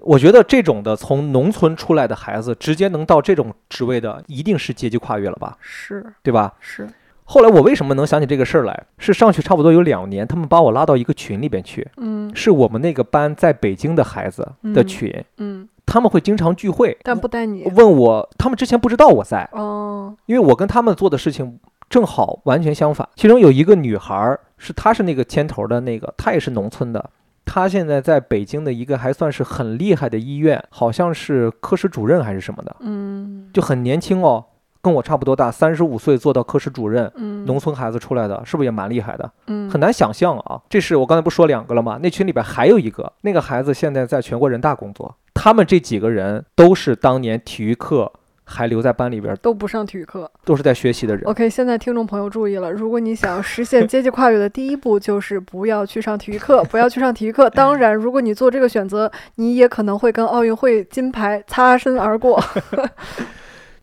Speaker 1: 我觉得这种的从农村出来的孩子，直接能到这种职位的，一定是阶级跨越了吧，
Speaker 2: 是
Speaker 1: 对吧？
Speaker 2: 是，
Speaker 1: 后来我为什么能想起这个事儿来？是上去差不多有两年，他们把我拉到一个群里边去，
Speaker 2: 嗯
Speaker 1: 是我们那个班在北京的孩子的群，
Speaker 2: 嗯，
Speaker 1: 他们会经常聚会，
Speaker 2: 但不带你
Speaker 1: 问我，他们之前不知道我在，
Speaker 2: 哦，
Speaker 1: 因为我跟他们做的事情正好完全相反。其中有一个女孩儿是，她是那个牵头的那个，她也是农村的，她现在在北京的一个还算是很厉害的医院，好像是科室主任还是什么的，
Speaker 2: 嗯
Speaker 1: 就很年轻哦，跟我差不多大，三十五岁做到科室主任。
Speaker 2: 嗯，
Speaker 1: 农村孩子出来的，是不是也蛮厉害的？
Speaker 2: 嗯
Speaker 1: 很难想象啊！这是我刚才不说两个了吗？那群里边还有一个，那个孩子现在在全国人大工作。他们这几个人都是当年体育课还留在班里边，
Speaker 2: 都不上体育课。
Speaker 1: 都是在学习的人。
Speaker 2: OK，现在听众朋友注意了，如果你想实现阶级跨越的第一步，就是不要去上体育课，不要去上体育课。当然，如果你做这个选择，你也可能会跟奥运会金牌擦身而过。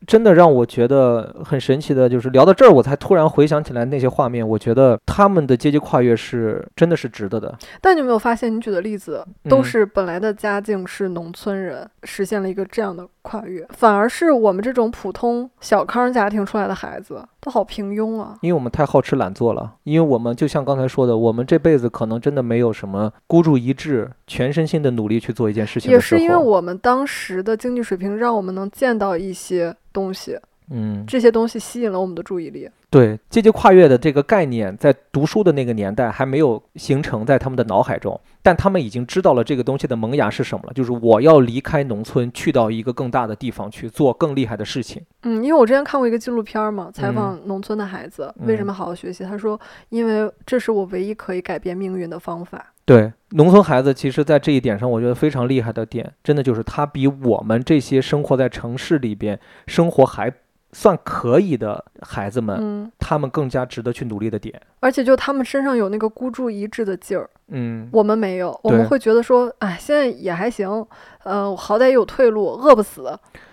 Speaker 1: 真的让我觉得很神奇的，就是聊到这儿，我才突然回想起来那些画面。我觉得他们的阶级跨越是真的是值得的，
Speaker 2: 但你有没有发现，你举的例子都
Speaker 1: 嗯
Speaker 2: 是本来的家境是农村人，实现了一个这样的跨越，反而是我们这种普通小康家庭出来的孩子，都好平庸啊。
Speaker 1: 因为我们太好吃懒做了。因为我们就像刚才说的，我们这辈子可能真的没有什么孤注一掷、全身心的努力去做一件事情
Speaker 2: 也
Speaker 1: 的时
Speaker 2: 是
Speaker 1: 候。
Speaker 2: 因为我们当时的经济水平，让我们能见到一些东西，
Speaker 1: 嗯，
Speaker 2: 这些东西吸引了我们的注意力。
Speaker 1: 对阶级跨越的这个概念，在读书的那个年代还没有形成在他们的脑海中，但他们已经知道了这个东西的萌芽是什么了，就是我要离开农村，去到一个更大的地方去做更厉害的事情。
Speaker 2: 嗯，因为我之前看过一个纪录片儿嘛，采访农村的孩子、为什
Speaker 1: 嗯
Speaker 2: 么好好学习。他说，因为这是我唯一可以改变命运的方法。
Speaker 1: 对，农村孩子其实在这一点上，我觉得非常厉害的点，真的就是他比我们这些生活在城市里边、生活还算可以的孩子们，
Speaker 2: 嗯，
Speaker 1: 他们更加值得去努力的点。
Speaker 2: 而且就他们身上有那个孤注一掷的劲儿，
Speaker 1: 嗯，
Speaker 2: 我们没有，我
Speaker 1: 对
Speaker 2: 们会觉得说，哎，现在也还行，呃，好歹有退路，饿不死，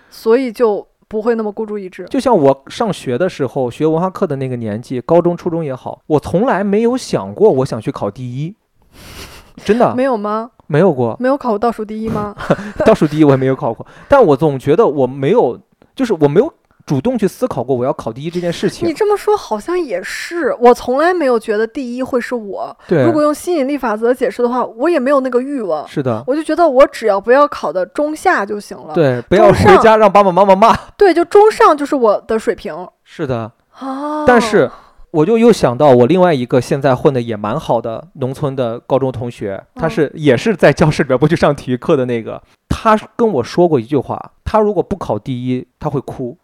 Speaker 2: 所以就不会那么孤注一掷。
Speaker 1: 就像我上学的时候学文化课的那个年纪，高中、初中也好，我从来没有想过我想去考第一， 真的
Speaker 2: 没有吗？
Speaker 1: 没有过，
Speaker 2: 没有考过倒数第一 吗？
Speaker 1: 倒数第一我也没有考过，但我总觉得我没有，就是我没有主动去思考过我要考第一这件事
Speaker 2: 你
Speaker 1: 情。
Speaker 2: 这么说好像也是，我从来没有觉得第一会是我。
Speaker 1: 对
Speaker 2: 如，果用吸引力法则解释的话，我也没有那个欲望，
Speaker 1: 是的。
Speaker 2: 我就觉得我只要不要考的中下就行了。
Speaker 1: 对，不要
Speaker 2: 中
Speaker 1: 回
Speaker 2: 上
Speaker 1: 家让爸爸妈妈骂。
Speaker 2: 对就中上就是我的水平
Speaker 1: 是的，
Speaker 2: 啊。
Speaker 1: 但是我就又想到我另外一个现在混的也蛮好的农村的高中同学，他
Speaker 2: 嗯
Speaker 1: 是也是在教室里边不去上体育课的那个，他跟我说过一句话，他如果不考第一，他会 哭，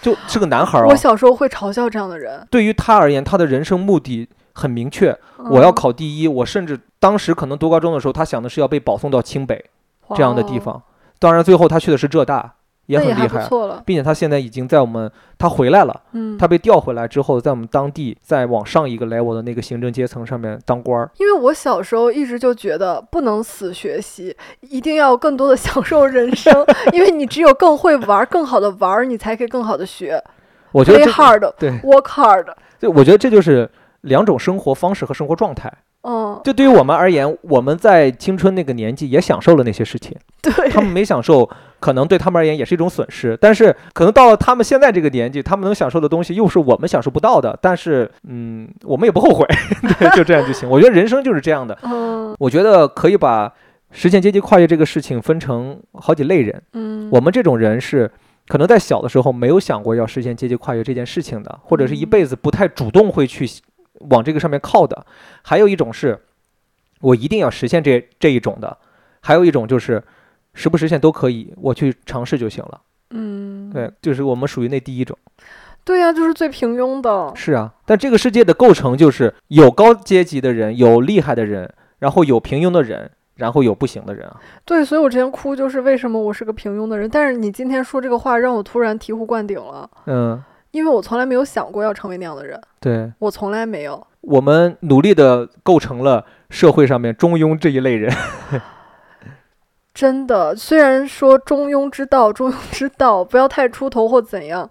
Speaker 1: 就是个男孩儿
Speaker 2: 我
Speaker 1: 啊。
Speaker 2: 小时候会嘲笑这样的人。
Speaker 1: 对于他而言，他的人生目的很明确，
Speaker 2: 嗯
Speaker 1: 我要考第一。我甚至当时可能读高中的时候，他想的是要被保送到清北
Speaker 2: 嗯
Speaker 1: 这样的地，方。当然，最后他去的是浙大，也
Speaker 2: 哇那
Speaker 1: 很
Speaker 2: 也
Speaker 1: 厉
Speaker 2: 还不
Speaker 1: 害，啊
Speaker 2: 错了。
Speaker 1: 并且他现在已经在我们他回来了。
Speaker 2: 嗯，
Speaker 1: 他被调回来之后，在我们当地再往上一个 level 的那个行政阶层上面当官儿。
Speaker 2: 因为我小时候一直就觉得不能死学习，一定要更多的享受人生，因为你只有更会玩儿、更好的玩儿，你才可以更好的学。
Speaker 1: 我觉得
Speaker 2: Play
Speaker 1: 这
Speaker 2: hard,
Speaker 1: 对，
Speaker 2: work hard。
Speaker 1: 就我觉得这就是两种生活方式和生活状态。
Speaker 2: 嗯，
Speaker 1: 就对于我们而言，我们在青春那个年纪也享受了那些事情，
Speaker 2: 对。
Speaker 1: 他们没享受，可能对他们而言也是一种损失。但是可能到了他们现在这个年纪，他们能享受的东西又是我们享受不到的。但是，嗯，我们也不后悔，对，就这样就行。我觉得人生就是这样的。
Speaker 2: 嗯
Speaker 1: 我觉得可以把实现阶级跨越这个事情分成好几类人。
Speaker 2: 嗯，
Speaker 1: 我们这种人是可能在小的时候没有想过要实现阶级跨越这件事情的，或者是一
Speaker 2: 嗯
Speaker 1: 辈子不太主动会去往这个上面靠的。还有一种是，我一定要实现这这一种的。还有一种就是，实不实现都可以，我去尝试就行了。
Speaker 2: 嗯，
Speaker 1: 对，就是我们属于那第一种。
Speaker 2: 对呀、就是最平庸的。
Speaker 1: 是啊，但这个世界的构成就是有高阶级的人，有厉害的人，然后有平庸的人，然后有不行的人啊。
Speaker 2: 对，所以我之前哭就是为什么我是个平庸的人，但是你今天说这个话让我突然醍醐灌顶了，
Speaker 1: 嗯，
Speaker 2: 因为我从来没有想过要成为那样的人，
Speaker 1: 对。
Speaker 2: 我从来没有。
Speaker 1: 我们努力的构成了社会上面中庸这一类人。
Speaker 2: 真的，虽然说中庸之道，中庸之道，不要太出头或怎样，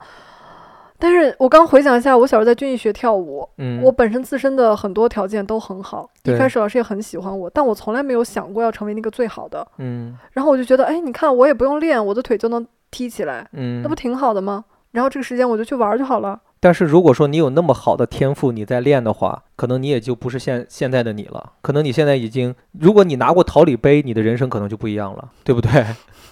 Speaker 2: 但是我刚回想一下，我小时候在军艺学跳舞，
Speaker 1: 嗯，
Speaker 2: 我本身自身的很多条件都很好，一
Speaker 1: 对
Speaker 2: 开始老师也很喜欢我，但我从来没有想过要成为那个最好的。
Speaker 1: 嗯
Speaker 2: 然后我就觉得，哎，你看我也不用练，我的腿就能踢起来，
Speaker 1: 嗯，
Speaker 2: 那不挺好的吗？然后这个时间我就去玩儿就好了。
Speaker 1: 但是如果说你有那么好的天赋，你在练的话，可能你也就不是现现在的你了。可能你现在已经，如果你拿过桃李杯，你的人生可能就不一样了，对不对？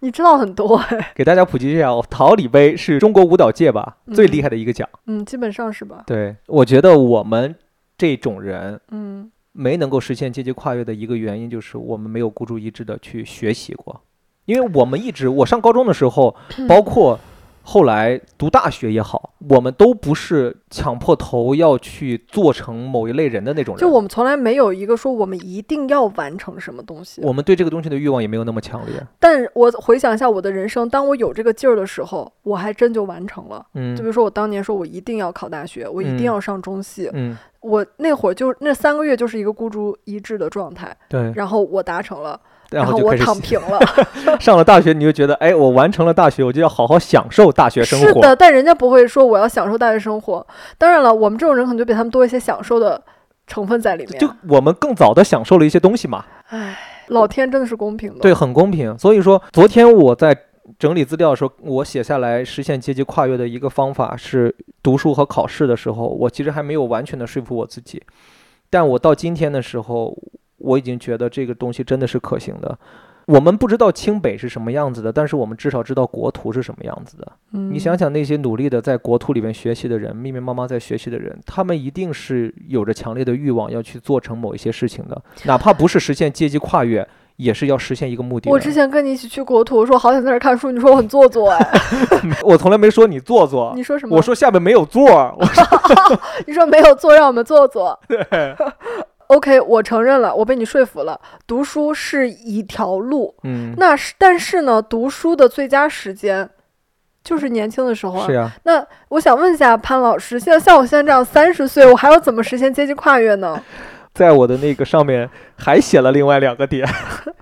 Speaker 2: 你知道很多 哎，
Speaker 1: 给大家普及一下，哦，桃李杯是中国舞蹈界吧最厉害的一个奖。
Speaker 2: 嗯，基本上是吧？
Speaker 1: 对，我觉得我们这种人
Speaker 2: 嗯
Speaker 1: 没能够实现阶级跨越的一个原因，就是我们没有孤注一掷的去学习过。因为我们一直，我上高中的时候，
Speaker 2: 嗯
Speaker 1: 包括后来读大学也好，我们都不是抢破头要去做成某一类人的那种人。
Speaker 2: 就我们从来没有一个说我们一定要完成什么东西。
Speaker 1: 我们对这个东西的欲望也没有那么强烈。
Speaker 2: 但我回想一下我的人生，当我有这个劲儿的时候，我还真就完成了。
Speaker 1: 嗯
Speaker 2: 就比如说我当年说我一定要考大学，我一定
Speaker 1: 嗯
Speaker 2: 要上中戏，
Speaker 1: 嗯，
Speaker 2: 我那会儿就那三个月就是一个孤注一掷的状态，
Speaker 1: 对。
Speaker 2: 然后我达成了，
Speaker 1: 嗯然后
Speaker 2: 后
Speaker 1: 就
Speaker 2: 我
Speaker 1: 开始
Speaker 2: 躺平了。
Speaker 1: 上了大学，你就觉得，哎，我完成了大学，我就要好好享受大学生
Speaker 2: 是
Speaker 1: 活。
Speaker 2: 的，但人家不会说我要享受大学生活。当然了，我们这种人可能就比他们多一些享受的成分在里面。
Speaker 1: 就我们更早的享受了一些东西嘛，
Speaker 2: 老天真的是公平的。
Speaker 1: 对，，很公平。所以说，昨天我在整理资料的时候，我写下来实现阶级跨越的一个方法是读书和考试的时候，我其实还没有完全的说服我自己，但我到今天的时候，我已经觉得这个东西真的是可行的。我们不知道清北是什么样子的，但是我们至少知道国图是什么样子的。
Speaker 2: 嗯、
Speaker 1: 你想，想那些努力的在国土里面学习的人，密密麻麻在学习的人，他们一定是有着强烈的欲望要去做成某一些事情的，哪怕不是实现阶级跨越，也是要实现一个目的的。
Speaker 2: 我之前跟你一起去国图，我说好想在这儿看书，你说我很做作 哎，
Speaker 1: 我从来没说你做作
Speaker 2: 你，说什么？
Speaker 1: 我说下面没有座儿。 我说
Speaker 2: 你说没有做，让我们做做。OK，我承认了，我被你说服了。读书是一条路，
Speaker 1: 嗯，
Speaker 2: 那是但是呢，读书的最佳时间就是年轻的时候啊。
Speaker 1: 是呀、
Speaker 2: 那我想问一下潘老师，现在像我现在这样三十岁，我还要怎么实现阶级跨越呢？
Speaker 1: 在我的那个上面还写了另外两个点，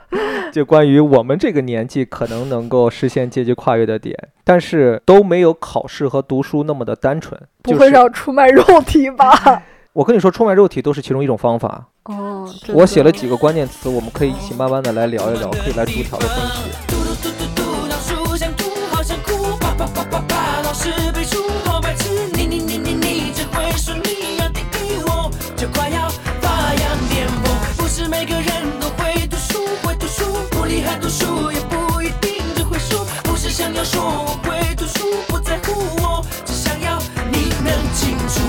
Speaker 1: 就关于我们这个年纪可能能够实现阶级跨越的点，但是都没有考试和读书那么的单纯。
Speaker 2: 不
Speaker 1: 就
Speaker 2: 会
Speaker 1: 是
Speaker 2: 让出卖肉体吧？
Speaker 1: 我跟你说，出卖肉体都是其中一种方法。
Speaker 2: 哦，真
Speaker 1: 我
Speaker 2: 的
Speaker 1: 写了几个关键词，我们可以一起慢慢的来聊一聊，可以来逐条的分析。
Speaker 4: 嘟嘟嘟嘟嘟，老鼠想吐，好想哭，啪啪啪啪啪，老师背书，好白痴，你你你你你只会说你要滴滴我，就快要发扬颠簸。不是每个人都会读书，会读书不厉害，读书也不一定只会说。不是想要说我会读书，不在乎我，只想要你能清楚。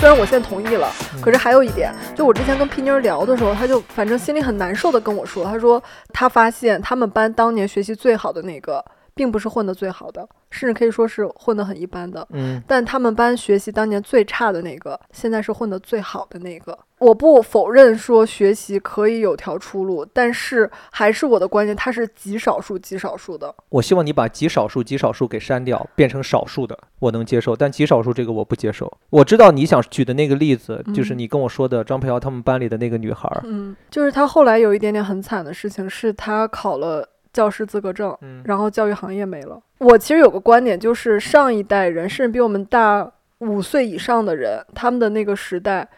Speaker 2: 虽然我现在同意了，可是还有一点，就我之前跟皮妮儿聊的时候，她就反正心里很难受的跟我说，她说她发现他们班当年学习最好的那个，并不是混得最好的，甚至可以说是混得很一般的。
Speaker 1: 嗯，
Speaker 2: 但他们班学习当年最差的那个，现在是混得最好的那个。我不否认说学习可以有条出路，但是还是我的观念，它是极少数、极少数的。
Speaker 1: 我希望你把极少数、极少数给删掉，变成少数的，我能接受，但极少数这个我不接受。我知道你想举的那个例子，就是
Speaker 2: 嗯
Speaker 1: 你跟我说的张佩瑶他们班里的那个女孩儿。
Speaker 2: 嗯，就是他后来有一点点很惨的事情，是他考了教师资格证，
Speaker 1: 嗯
Speaker 2: 然后教育行业没了。我其实有个观点，就是上一代人，甚至比我们大五岁以上的人，他们的那个时代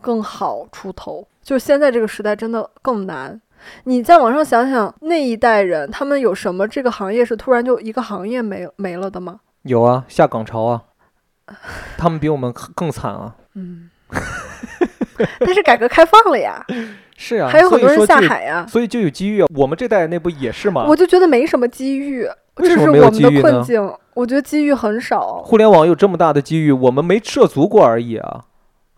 Speaker 2: 更好出头，就现在这个时代真的更难。你再往上想想，那一代人他们有什么这个行业是突然就一个行业没没了的吗？
Speaker 1: 有啊，下岗潮 啊，他们比我们更惨啊。
Speaker 2: 嗯， 但是改革开放了呀，
Speaker 1: 是啊，
Speaker 2: 还有
Speaker 1: 所
Speaker 2: 很
Speaker 1: 以
Speaker 2: 多人
Speaker 1: 说
Speaker 2: 下
Speaker 1: 就，
Speaker 2: 海呀，
Speaker 1: 所以就有机遇啊。我们这代人那不也是吗？
Speaker 2: 我就觉得没什么机遇，
Speaker 1: 为
Speaker 2: 这
Speaker 1: 什么
Speaker 2: 是我
Speaker 1: 没有
Speaker 2: 们
Speaker 1: 机遇
Speaker 2: 的困
Speaker 1: 呢
Speaker 2: 境。我觉得机遇很少，
Speaker 1: 互联网有这么大的机遇，我们没涉足过而已啊。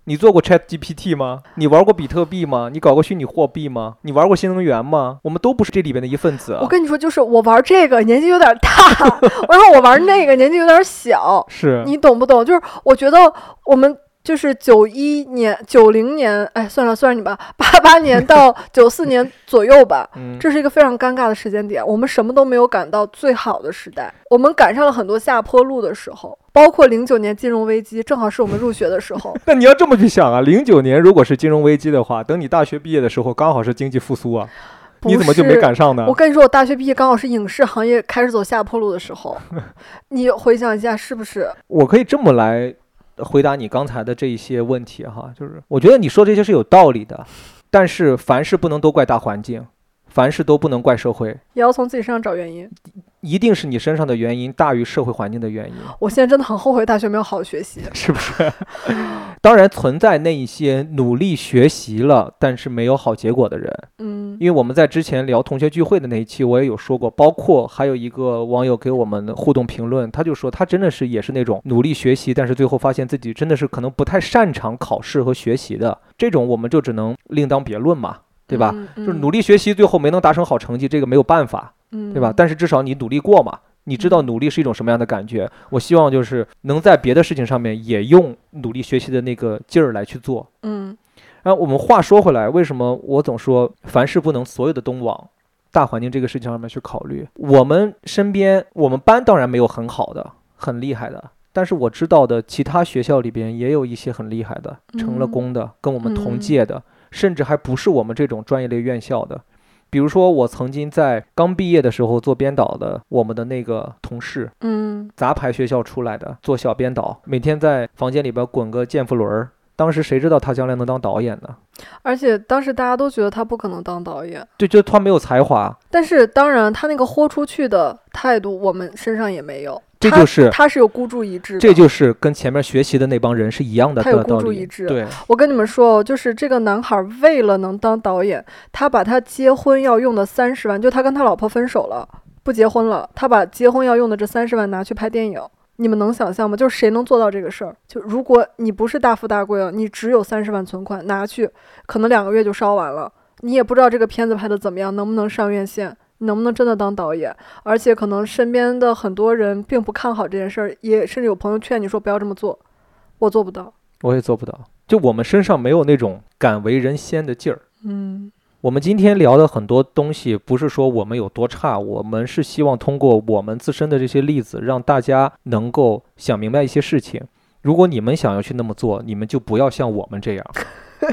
Speaker 1: 你做过 Chat GPT 吗？你玩过比特币吗？你搞过虚拟货币吗？你玩过新能源吗？我们都不是这里边的一份子啊
Speaker 2: 我。跟你说，就是我玩这个年纪有点 大，然后我玩那个年纪有点小，
Speaker 1: 是，
Speaker 2: 你懂不懂？就是我觉得我们就是九一年、九零年，哎，算了算了你吧，八八年到九四年左右吧。
Speaker 1: 嗯，。
Speaker 2: 这是一个非常尴尬的时间点，我们什么都没有赶到最好的时代，我们赶上了很多下坡路的时候，包括零九年金融危机，正好是我们入学的时候
Speaker 1: 那你要这么去想啊，零九年如果是金融危机的话，等你大学毕业的时候，刚好是经济复苏啊， 你怎么就没
Speaker 2: 不是
Speaker 1: 赶上啊呢
Speaker 2: 我？跟你说，我大学毕业刚好是影视行业开始走下坡路的时候，你回想一下是不是？
Speaker 1: 我可以这么来回答你刚才的这一些问题哈，就是我觉得你说这些是有道理的，但是凡事不能都怪大环境，凡事都不能怪社会，
Speaker 2: 也要从自己身上找原因。
Speaker 1: 一定是你身上的原因大于社会环境的原因，
Speaker 2: 我现在真的很后悔大学没有好好学习。
Speaker 1: 是不是？当然存在那一些努力学习了，但是没有好结果的人，
Speaker 2: 嗯
Speaker 1: 因为我们在之前聊同学聚会的那一期，我也有说过，包括还有一个网友给我们互动评论，他就说他真的是也是那种努力学习，但是最后发现自己真的是可能不太擅长考试和学习的这种，我们就只能另当别论嘛，对吧？
Speaker 2: 嗯
Speaker 1: 就是努力学习，最后没能达成好成绩，这个没有办法，
Speaker 2: 嗯
Speaker 1: 对吧？但是至少你努力过嘛，你知道努力是一种什么样的感觉。我希望就是能在别的事情上面也用努力学习的那个劲儿来去做，
Speaker 2: 嗯
Speaker 1: 然后我们话说回来，为什么我总说凡事不能所有的都往大环境这个事情上面去考虑？我们身边，我们班当然没有很好的、很厉害的，但是我知道的其他学校里边也有一些很厉害的，成了
Speaker 2: 嗯
Speaker 1: 功的，跟我们同
Speaker 2: 嗯
Speaker 1: 届的，甚至还不是我们这种专业类院校的。比如说，我曾经在刚毕业的时候做编导的，我们的那个同事，
Speaker 2: 嗯
Speaker 1: 杂牌学校出来的，做小编导，每天在房间里边滚个健腹轮儿。当时谁知道他将来能当导演呢？
Speaker 2: 而且当时大家都觉得他不可能当导演，
Speaker 1: 对，就他没有才华，
Speaker 2: 但是当然他那个豁出去的态度，我们身上也没有。
Speaker 1: 这
Speaker 2: 他
Speaker 1: 就是
Speaker 2: 他是有孤注一掷的，
Speaker 1: 这就是跟前面学习的那帮人是一样的
Speaker 2: 他有
Speaker 1: 道道
Speaker 2: 孤注
Speaker 1: 理
Speaker 2: 一掷
Speaker 1: 对，
Speaker 2: 我跟你们说哦，就是这个男孩为了能当导演，他把他结婚要用的三十万，就他跟他老婆分手了，不结婚了，他把结婚要用的这三十万拿去拍电影。你们能想象吗？就是谁能做到这个事儿？就如果你不是大富大贵啊，你只有三十万存款，拿去可能两个月就烧完了，你也不知道这个片子拍的怎么样，能不能上院线，你能不能真的当导演？而且可能身边的很多人并不看好这件事儿，也甚至有朋友劝你说不要这么做，我做不到。
Speaker 1: 我也做不到。就我们身上没有那种敢为人先的劲儿。
Speaker 2: 嗯
Speaker 1: 我们今天聊的很多东西，不是说我们有多差，我们是希望通过我们自身的这些例子，让大家能够想明白一些事情。如果你们想要去那么做，你们就不要像我们这 样，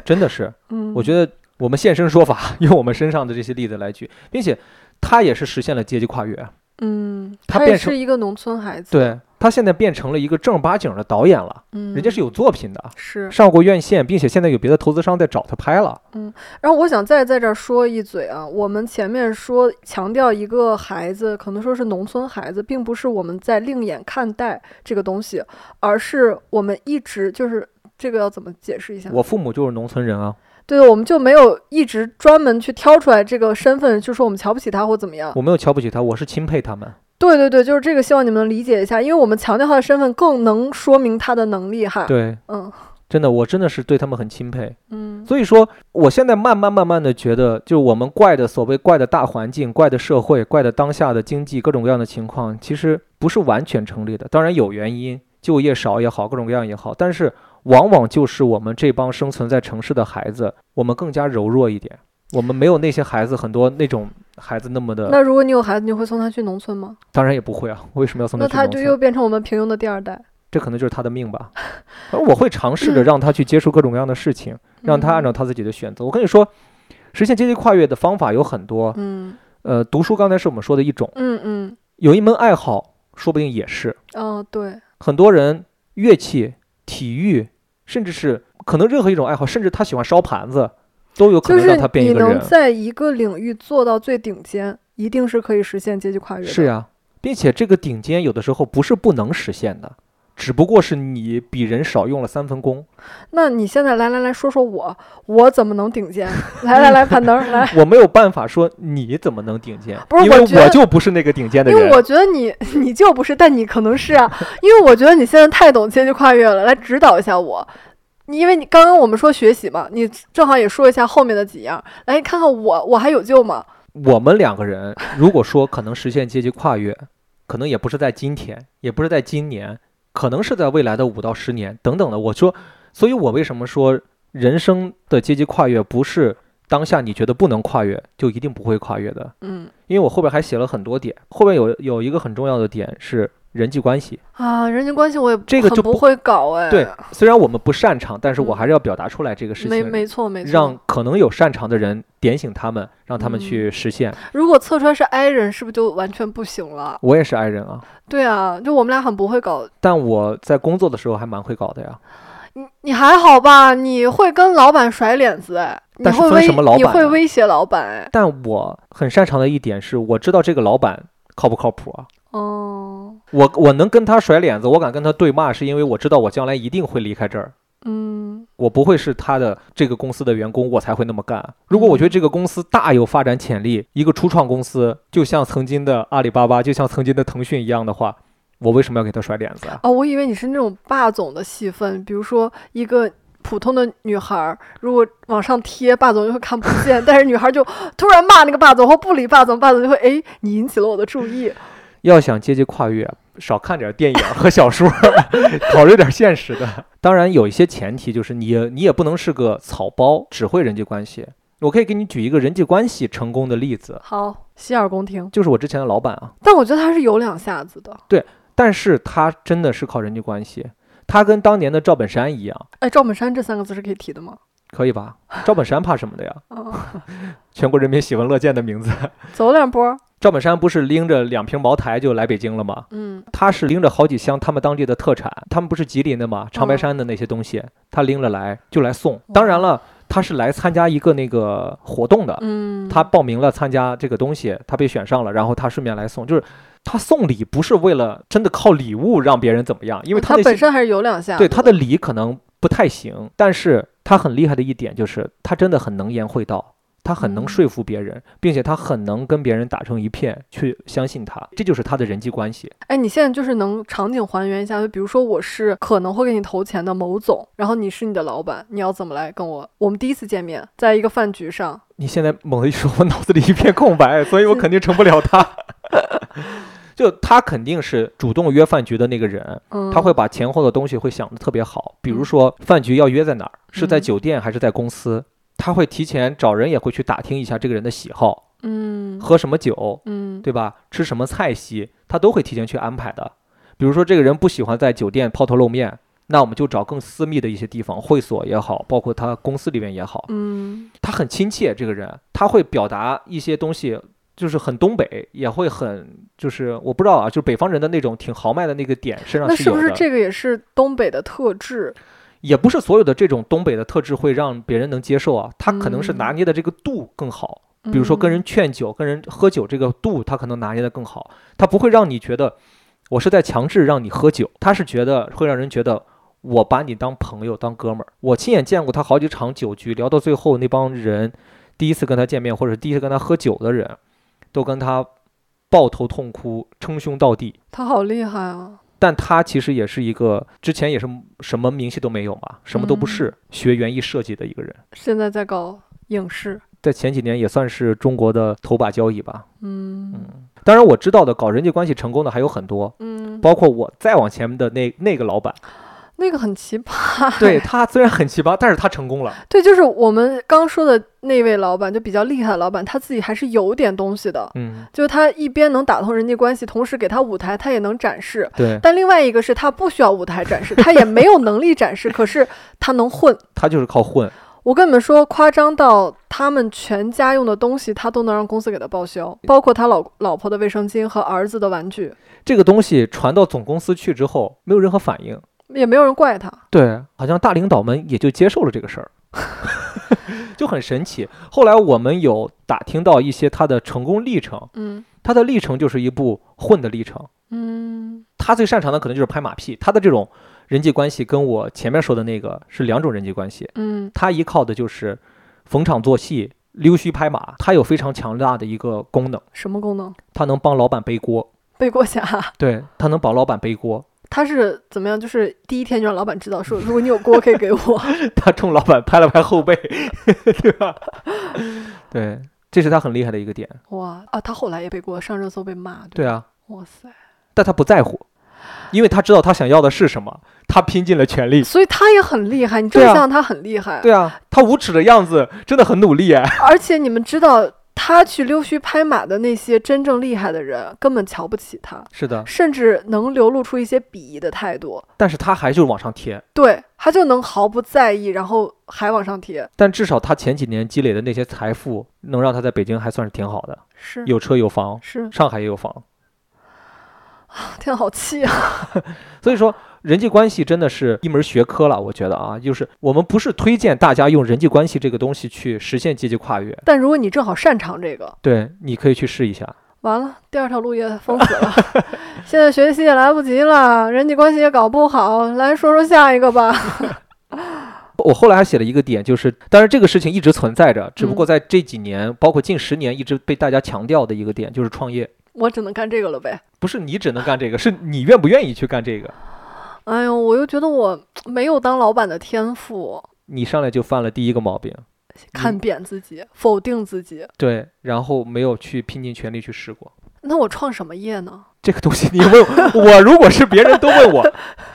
Speaker 1: 真的是。
Speaker 2: 嗯，
Speaker 1: 我觉得我们现身说法， 用我们身上的这些例子来举，并且他也是实现了阶级跨越。
Speaker 2: 嗯，
Speaker 1: 他
Speaker 2: 他也
Speaker 1: 变成
Speaker 2: 是一个农村孩子，，
Speaker 1: 对他现在变成了一个正儿八经的导演了，
Speaker 2: 嗯，
Speaker 1: 人家是有作品的，
Speaker 2: 是。
Speaker 1: 上过院线，并且现在有别的投资商在找他拍了。
Speaker 2: 然后我想再在这儿说一嘴啊，我们前面说强调一个孩子，可能说是农村孩子，并不是我们在另眼看待这个东西，而是我们一直就是这个要怎么解释一下？
Speaker 1: 我父母就是农村人啊，
Speaker 2: 对，我们就没有一直专门去挑出来这个身份，就说我们瞧不起他或怎么样。
Speaker 1: 我没有瞧不起他，我是钦佩他们。
Speaker 2: 对对对，就是这个，希望你们能理解一下，因为我们强调他的身份，更能说明他的能力哈。，
Speaker 1: 对，
Speaker 2: 嗯
Speaker 1: 真的，我真的是对他们很钦佩。
Speaker 2: 嗯
Speaker 1: 所以说，我现在慢慢慢慢的觉得，就是我们怪的所谓怪的大环境、怪的社会、怪的当下的经济各种各样的情况，其实不是完全成立的。当然有原因，就业少也好，各种各样也好，但是往往就是我们这帮生存在城市的孩子，我们更加柔弱一点。我们没有那些孩子很多那种孩子那么的，
Speaker 2: 那如果你有孩子，你会送他去农村吗？
Speaker 1: 当然也不会啊。为什么要送
Speaker 2: 那
Speaker 1: 去
Speaker 2: 他
Speaker 1: 农
Speaker 2: 就
Speaker 1: 村？
Speaker 2: 又变成我们平庸的第二代，
Speaker 1: 这可能就是他的命吧。而我会尝试着让他去接触各种各样的事情，让他
Speaker 2: 嗯
Speaker 1: 按照他自己的选择。我跟你说，实现阶级跨越的方法有很多。
Speaker 2: 嗯
Speaker 1: 呃，读书刚才是我们说的一种，
Speaker 2: 嗯嗯
Speaker 1: 有一门爱好，说不定也是
Speaker 2: 嗯，哦对，
Speaker 1: 很多人乐器、体育，甚至是可能任何一种爱好，甚至他喜欢烧盘子，都有可
Speaker 2: 就
Speaker 1: 能
Speaker 2: 是
Speaker 1: 让他变
Speaker 2: 你
Speaker 1: 一个
Speaker 2: 能
Speaker 1: 人。
Speaker 2: 在一个领域做到最顶尖，一定是可以实现阶级跨越的。
Speaker 1: 是呀、并且这个顶尖有的时候不是不能实现的，只不过是你比人少用了三分功。
Speaker 2: 那你现在来来来说说我，我怎么能顶尖？来 来来，板凳儿来，
Speaker 1: 我没有办法说你怎么能顶尖，
Speaker 2: 不是
Speaker 1: 因为
Speaker 2: 我觉得
Speaker 1: 我就不是那个顶尖的
Speaker 2: 因为
Speaker 1: 人。
Speaker 2: 我觉得你你就不是，但你可能是啊，因为我觉得你现在太懂阶级跨越了，来指导一下我。你因为你刚刚我们说学习嘛，你正好也说一下后面的几样，来看看我我还有救吗？
Speaker 1: 我们两个人如果说可能实现阶级跨越，可能也不是在今天，也不是在今年，可能是在未来的五到十年等等的。我说，所以我为什么说人生的阶级跨越不是当下你觉得不能跨越就一定不会跨越的？
Speaker 2: 嗯
Speaker 1: 因为我后边还写了很多点，后边有有一个很重要的点是人际关系。
Speaker 2: 啊，人际关系我也
Speaker 1: 这个
Speaker 2: 很
Speaker 1: 就
Speaker 2: 不
Speaker 1: 不
Speaker 2: 会搞哎，
Speaker 1: 对，虽然我们不擅长，但是我
Speaker 2: 嗯
Speaker 1: 还是要表达出来这个事
Speaker 2: 没
Speaker 1: 情，
Speaker 2: 没错没错。
Speaker 1: 让可能有擅长的人点醒他们，让他们去实现。
Speaker 2: 如果测出来是 I 人，是不是就完全不行了？
Speaker 1: 我也是 I 人啊，
Speaker 2: 对啊，就我们俩很不会搞。
Speaker 1: 但我在工作的时候还蛮会搞的呀。
Speaker 2: 你你还好吧？你会跟老板甩脸子哎，你
Speaker 1: 但是
Speaker 2: 会
Speaker 1: 分
Speaker 2: 威
Speaker 1: 什么老
Speaker 2: 你
Speaker 1: 板
Speaker 2: 会
Speaker 1: 呢
Speaker 2: 威胁老板哎，
Speaker 1: 但我很擅长的一点是，我知道这个老板靠不靠谱啊。
Speaker 2: 哦，
Speaker 1: 我我能跟他甩脸子，我敢跟他对骂，是因为我知道我将来一定会离开这儿，
Speaker 2: 嗯
Speaker 1: 我不会是他的这个公司的员工，我才会那么干。如果我觉得这个公司大有发展潜力，一个初创公司，就像曾经的阿里巴巴，就像曾经的腾讯一样的话，我为什么要给他甩脸子啊？
Speaker 2: 哦，我以为你是那种霸总的戏份，比如说一个。普通的女孩儿如果往上贴，霸总就会看不见， 但是女孩儿就突然骂那个霸总或不理霸总，霸总就会哎，你引起了我的注意，
Speaker 1: 要想阶级跨越，少看点电影和小说， 考虑点现实的。当然，有一些前提就是你也你也不能是个草包，只会人际关系。我可以给你举一个人际关系成功的例子，
Speaker 2: 好洗耳恭听。
Speaker 1: 就是我之前的老板啊，
Speaker 2: 但我觉得他是有两下子的。
Speaker 1: 但是他真的是靠人际关系，他跟当年的赵本山一样，
Speaker 2: 哎，赵本山这三个字是可以提的吗？
Speaker 1: 可以吧？赵本山怕什么的呀？
Speaker 2: 啊，
Speaker 1: 全国人民喜闻乐见的名字。
Speaker 2: 走两波。
Speaker 1: 赵本山不是拎着两瓶茅台就来北京了吗？
Speaker 2: 嗯
Speaker 1: 他是拎着好几箱他们当地的特产，他们不是吉林的
Speaker 2: 嗯
Speaker 1: 吗？长白山的那些东西，他拎了来就来送。当然了，他是来参加一个那个活动的，
Speaker 2: 嗯，
Speaker 1: 他报名了参加这个东西，他被选上了，然后他顺便来送，就是他送礼不是为了真的靠礼物让别人怎么样，因为
Speaker 2: 嗯他
Speaker 1: 那
Speaker 2: 本
Speaker 1: 些
Speaker 2: 身还是有两下子。
Speaker 1: 对他的礼可能不太行，但是他很厉害的一点就是他真的很能言会道。他很能
Speaker 2: 嗯
Speaker 1: 说服别人，并且他很能跟别人打成一片，去相信他，这就是他的人际关系。
Speaker 2: 哎，你现在就是能场景还原一下，就比如说我是可能会给你投钱的某总，然后你是你的老板，你要怎么来跟我？我们第一次见面，在一个饭局上，
Speaker 1: 你现在猛地一说，我脑子里一片空白，所以我肯定成不了他。 就他肯定是主动约饭局的那个人，
Speaker 2: 嗯，
Speaker 1: 他会把前后的东西会想得特别好。比如说饭局要约在哪儿，是在
Speaker 2: 嗯
Speaker 1: 酒店还是在公司？他会提前找人，也会去打听一下这个人的喜好，
Speaker 2: 嗯
Speaker 1: 喝什么酒，
Speaker 2: 嗯
Speaker 1: 对吧？吃什么菜系，他都会提前去安排的。比如说这个人不喜欢在酒店抛头露面，那我们就找更私密的一些地方，会所也好，包括他公司里面也好，
Speaker 2: 嗯
Speaker 1: 他很亲切，这个人他会表达一些东西，就是很东北，也会很就是我不知道啊，就是北方人的那种挺豪迈的那个点身上
Speaker 2: 那
Speaker 1: 是
Speaker 2: 是
Speaker 1: 有
Speaker 2: 不
Speaker 1: 的。
Speaker 2: 是这个也是东北的特质？
Speaker 1: 也不是所有的这种东北的特质会让别人能接受啊，他可能是
Speaker 2: 嗯
Speaker 1: 拿捏的这个度更好。比如说跟人劝酒、跟人喝酒这个度，他可能拿捏的更好，他不会让你觉得我是在强制让你喝酒，他是觉得会让人觉得。我把你当朋友当哥们儿，我亲眼见过他好几场酒局，聊到最后那帮人，第一次跟他见面或者第一次跟他喝酒的人，都跟他抱头痛哭，称兄道弟。
Speaker 2: 嗯，他好厉害啊！
Speaker 1: 但他其实也是一个之前也是什么名气都没有嘛，什么都不是，学园艺设计的一个人，
Speaker 2: 现在在搞影视，
Speaker 1: 在前几年也算是中国的头把交椅吧。
Speaker 2: 嗯
Speaker 1: 嗯，当然我知道的搞人际关系成功的还有很多，
Speaker 2: 嗯，
Speaker 1: 包括我再往前的那那个老板，
Speaker 2: 那个很奇葩。
Speaker 1: 对他虽然很奇葩，但是他成功了。
Speaker 2: 对，就是我们刚说的那位老板，就比较厉害的老板，他自己还是有点东西的，
Speaker 1: 嗯，
Speaker 2: 就是他一边能打通人际关系，同时给他舞台，他也能展示。
Speaker 1: 对，
Speaker 2: 但另外一个是他不需要舞台展示，他也没有能力展示，可是他能混。
Speaker 1: 他就是靠混。
Speaker 2: 我跟你们说，夸张到他们全家用的东西，他都能让公司给他报销，包括他老老婆的卫生巾和儿子的玩具，
Speaker 1: 这个东西传到总公司去之后，没有任何反应。
Speaker 2: 也没有人怪他。
Speaker 1: 对，好像大领导们也就接受了这个事儿， 就很神奇。后来我们有打听到一些他的成功历程，
Speaker 2: 嗯
Speaker 1: 他的历程就是一部混的历程。
Speaker 2: 嗯
Speaker 1: 他最擅长的可能就是拍马屁，他的这种人际关系跟我前面说的那个是两种人际关系。
Speaker 2: 嗯
Speaker 1: 他依靠的就是逢场作戏、溜须拍马，他有非常强大的一个功能，
Speaker 2: 什么功能？
Speaker 1: 他能帮老板背锅，
Speaker 2: 背锅侠。
Speaker 1: 对他能帮老板背锅，
Speaker 2: 他是怎么样？就是第一天就让老板知道说，如果你有锅可以给 我。
Speaker 1: 他冲老板拍了拍后背， 对吧？对，这是他很厉害的一个点。
Speaker 2: 哇啊！他后来也被锅上热搜被骂，对
Speaker 1: 对啊，
Speaker 2: 哇塞！
Speaker 1: 但他不在乎，因为他知道他想要的是什么，他拼尽了全力。
Speaker 2: 所以他也很厉害，你这
Speaker 1: 对
Speaker 2: 么
Speaker 1: 啊
Speaker 2: 想，他很厉害。
Speaker 1: 对啊，他无耻的样子真的很努力哎。
Speaker 2: 而且你们知道，他去溜须拍马的那些真正厉害的人，根本瞧不起他，
Speaker 1: 是的，
Speaker 2: 甚至能流露出一些鄙夷的态度。
Speaker 1: 但是他还就往上贴，
Speaker 2: 对他就能毫不在意，然后还往上贴。
Speaker 1: 但至少他前几年积累的那些财富，能让他在北京还算是挺好的，
Speaker 2: 是
Speaker 1: 有车有房，
Speaker 2: 是，
Speaker 1: 上海也有房。
Speaker 2: 天，好气啊！
Speaker 1: 所以说，人际关系真的是一门学科了，我觉得啊，就是我们不是推荐大家用人际关系这个东西去实现阶级跨越，
Speaker 2: 但如果你正好擅长这个，
Speaker 1: 对，你可以去试一下。
Speaker 2: 完了，第二条路也封死了。 现在学习也来不及了，人际关系也搞不好。来说说下一个吧。
Speaker 1: 我后来还写了一个点，就是当然这个事情一直存在着，只不过在这几年，包括近十年，一直被大家强调的一个点就是创业，
Speaker 2: 我只能干这个了呗。
Speaker 1: 不是你只能干这 个，是你愿不愿意去干这个。
Speaker 2: 哎呦，我又觉得我没有当老板的天赋，
Speaker 1: 你上来就犯了第一个毛病，
Speaker 2: 看扁自己，否定自己。
Speaker 1: 对，然后没有去拼尽全力去试过
Speaker 2: 那我创什么业呢？
Speaker 1: 这个东西。你问 我我，如果是别人都问我，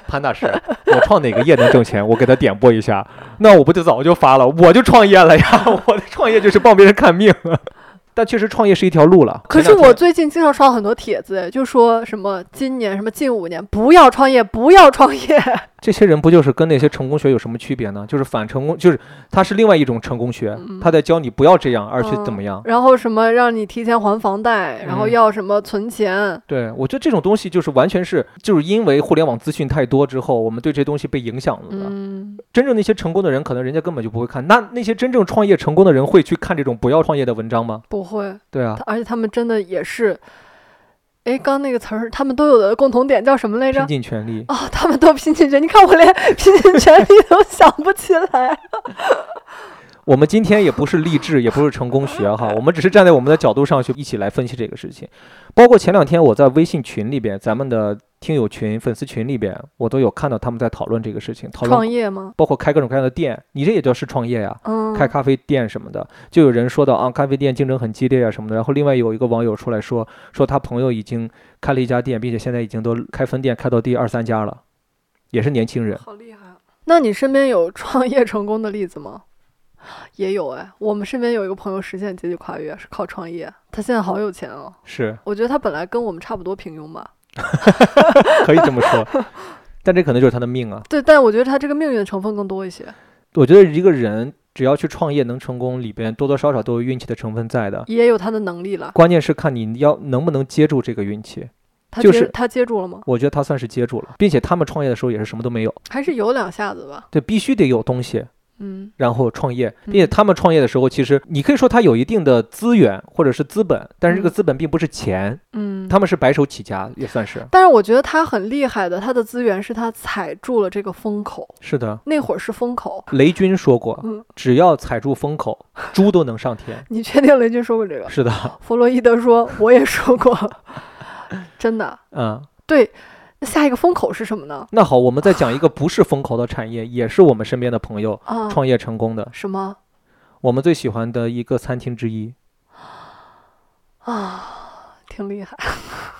Speaker 1: 潘大师，我创哪个业能挣钱？我给他点拨一下，那我不就早就发了？我就创业了呀！ 我的创业就是帮别人看命，但确实创业是一条路了。
Speaker 2: 可
Speaker 1: 前
Speaker 2: 是
Speaker 1: 两天
Speaker 2: 我最近经常刷到很多帖子，哎就说什么今年什么近五年不要创业，不要创业。
Speaker 1: 这些人不就是跟那些成功学有什么区别呢？就是反成功，就是它是另外一种成功学，
Speaker 2: 嗯哦
Speaker 1: 他在教你不要这样，而去怎么样？
Speaker 2: 然后什么让你提前还房贷，然后
Speaker 1: 嗯
Speaker 2: 要什么存钱，
Speaker 1: 对我觉得这种东西就是完全是，就是因为互联网资讯太多之后，我们对这些东西被影响了的。
Speaker 2: 嗯，
Speaker 1: 真正那些成功的人，可能人家根本就不会看。那那些真正创业成功的人会去看这种不要创业的文章吗？
Speaker 2: 不会。
Speaker 1: 对啊，
Speaker 2: 而且他们真的也是，哎，刚那个词儿，他们都有的共同点叫什么来着
Speaker 1: 拼？尽全力。
Speaker 2: 哦，他们都拼尽全力，你看我连 拼尽全力都想不起来。
Speaker 1: 我们今天也不是励志，也不是成功学哈，我们只是站在我们的角度上去一起来分析这个事情。包括前两天我在微信群里边，咱们的听友群、粉丝群里边，我都有看到他们在讨论这个事情，讨
Speaker 2: 创
Speaker 1: 论
Speaker 2: 业吗？
Speaker 1: 包括开各种各样的店，你这也叫是创业呀、
Speaker 2: 嗯，
Speaker 1: 开咖啡店什么的，就有人说到啊，咖啡店竞争很激烈啊什么的。然后另外有一个网友出来说，说他朋友已经开了一家店，并且现在已经都开分店，开到第二三家了，也是年轻 人。
Speaker 2: 好厉害！啊那你身边有创业成功的例子吗？也有哎，我们身边有一个朋友实现阶级跨越是靠创业，他现在好有钱哦。
Speaker 1: 是
Speaker 2: 我觉得他本来跟我们差不多平庸吧，
Speaker 1: 可以这么说，但这可能就是他的命啊。
Speaker 2: 对，但我觉得他这个命运成分更多一些，
Speaker 1: 我觉得一个人只要去创业能成功，里边多多少少都有运气的成分在的，
Speaker 2: 也有他的能力了。
Speaker 1: 关键是看你要能不能接住这个运气。
Speaker 2: 他接、
Speaker 1: 就是
Speaker 2: 他接住了吗？
Speaker 1: 我觉得他算是接住了，并且他们创业的时候也是什么都没有，
Speaker 2: 还是有两下子吧。
Speaker 1: 对，必须得有东西，
Speaker 2: 嗯，
Speaker 1: 然后创业，
Speaker 2: 嗯
Speaker 1: 并且他们创业的时候，其实你可以说他有一定的资源或者是资本，但是这个
Speaker 2: 嗯
Speaker 1: 资本并不是钱，
Speaker 2: 嗯，
Speaker 1: 他们是白手起家，也算是。
Speaker 2: 但是我觉得他很厉害的，他的资源是他踩住了这个风口，
Speaker 1: 是的，
Speaker 2: 那会儿是风口。
Speaker 1: 雷军说过，
Speaker 2: 嗯
Speaker 1: 只要踩住风口，猪都能上天。
Speaker 2: 你确定雷军说过这个？
Speaker 1: 是的，
Speaker 2: 弗洛伊德说，我也说过， 真的。
Speaker 1: 嗯，
Speaker 2: 对，那下一个风口是什么呢？
Speaker 1: 那好，我们再讲一个不是风口的产
Speaker 2: 嗯
Speaker 1: 业，也是我们身边的朋友
Speaker 2: 啊，
Speaker 1: 创业成功的，
Speaker 2: 什么
Speaker 1: 我们最喜欢的一个餐厅之一。
Speaker 2: 啊？挺厉害，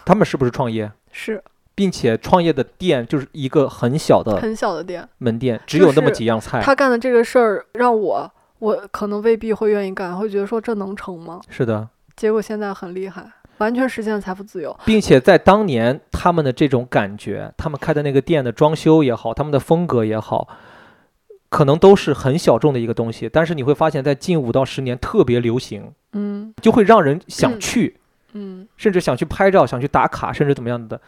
Speaker 1: 他们是不是创业？
Speaker 2: 是
Speaker 1: 并且创业的店就是一个很小的
Speaker 2: 很小的店。
Speaker 1: 门店，只
Speaker 2: 就
Speaker 1: 有那么
Speaker 2: 是
Speaker 1: 几样菜。
Speaker 2: 他干的这个事儿让我，我可能未必会愿意干，会觉得说这能成吗？
Speaker 1: 是的，
Speaker 2: 结果现在很厉害，完全实现了财富自由。
Speaker 1: 并且在当年他们的这种感觉，他们开的那个店的装修也好，他们的风格也好，可能都是很小众的一个东西，但是你会发现在近五到十年特别流行，
Speaker 2: 嗯
Speaker 1: 就会让人想
Speaker 2: 嗯
Speaker 1: 去，
Speaker 2: 嗯，
Speaker 1: 甚至想去拍照、想去打卡，甚至怎么样的。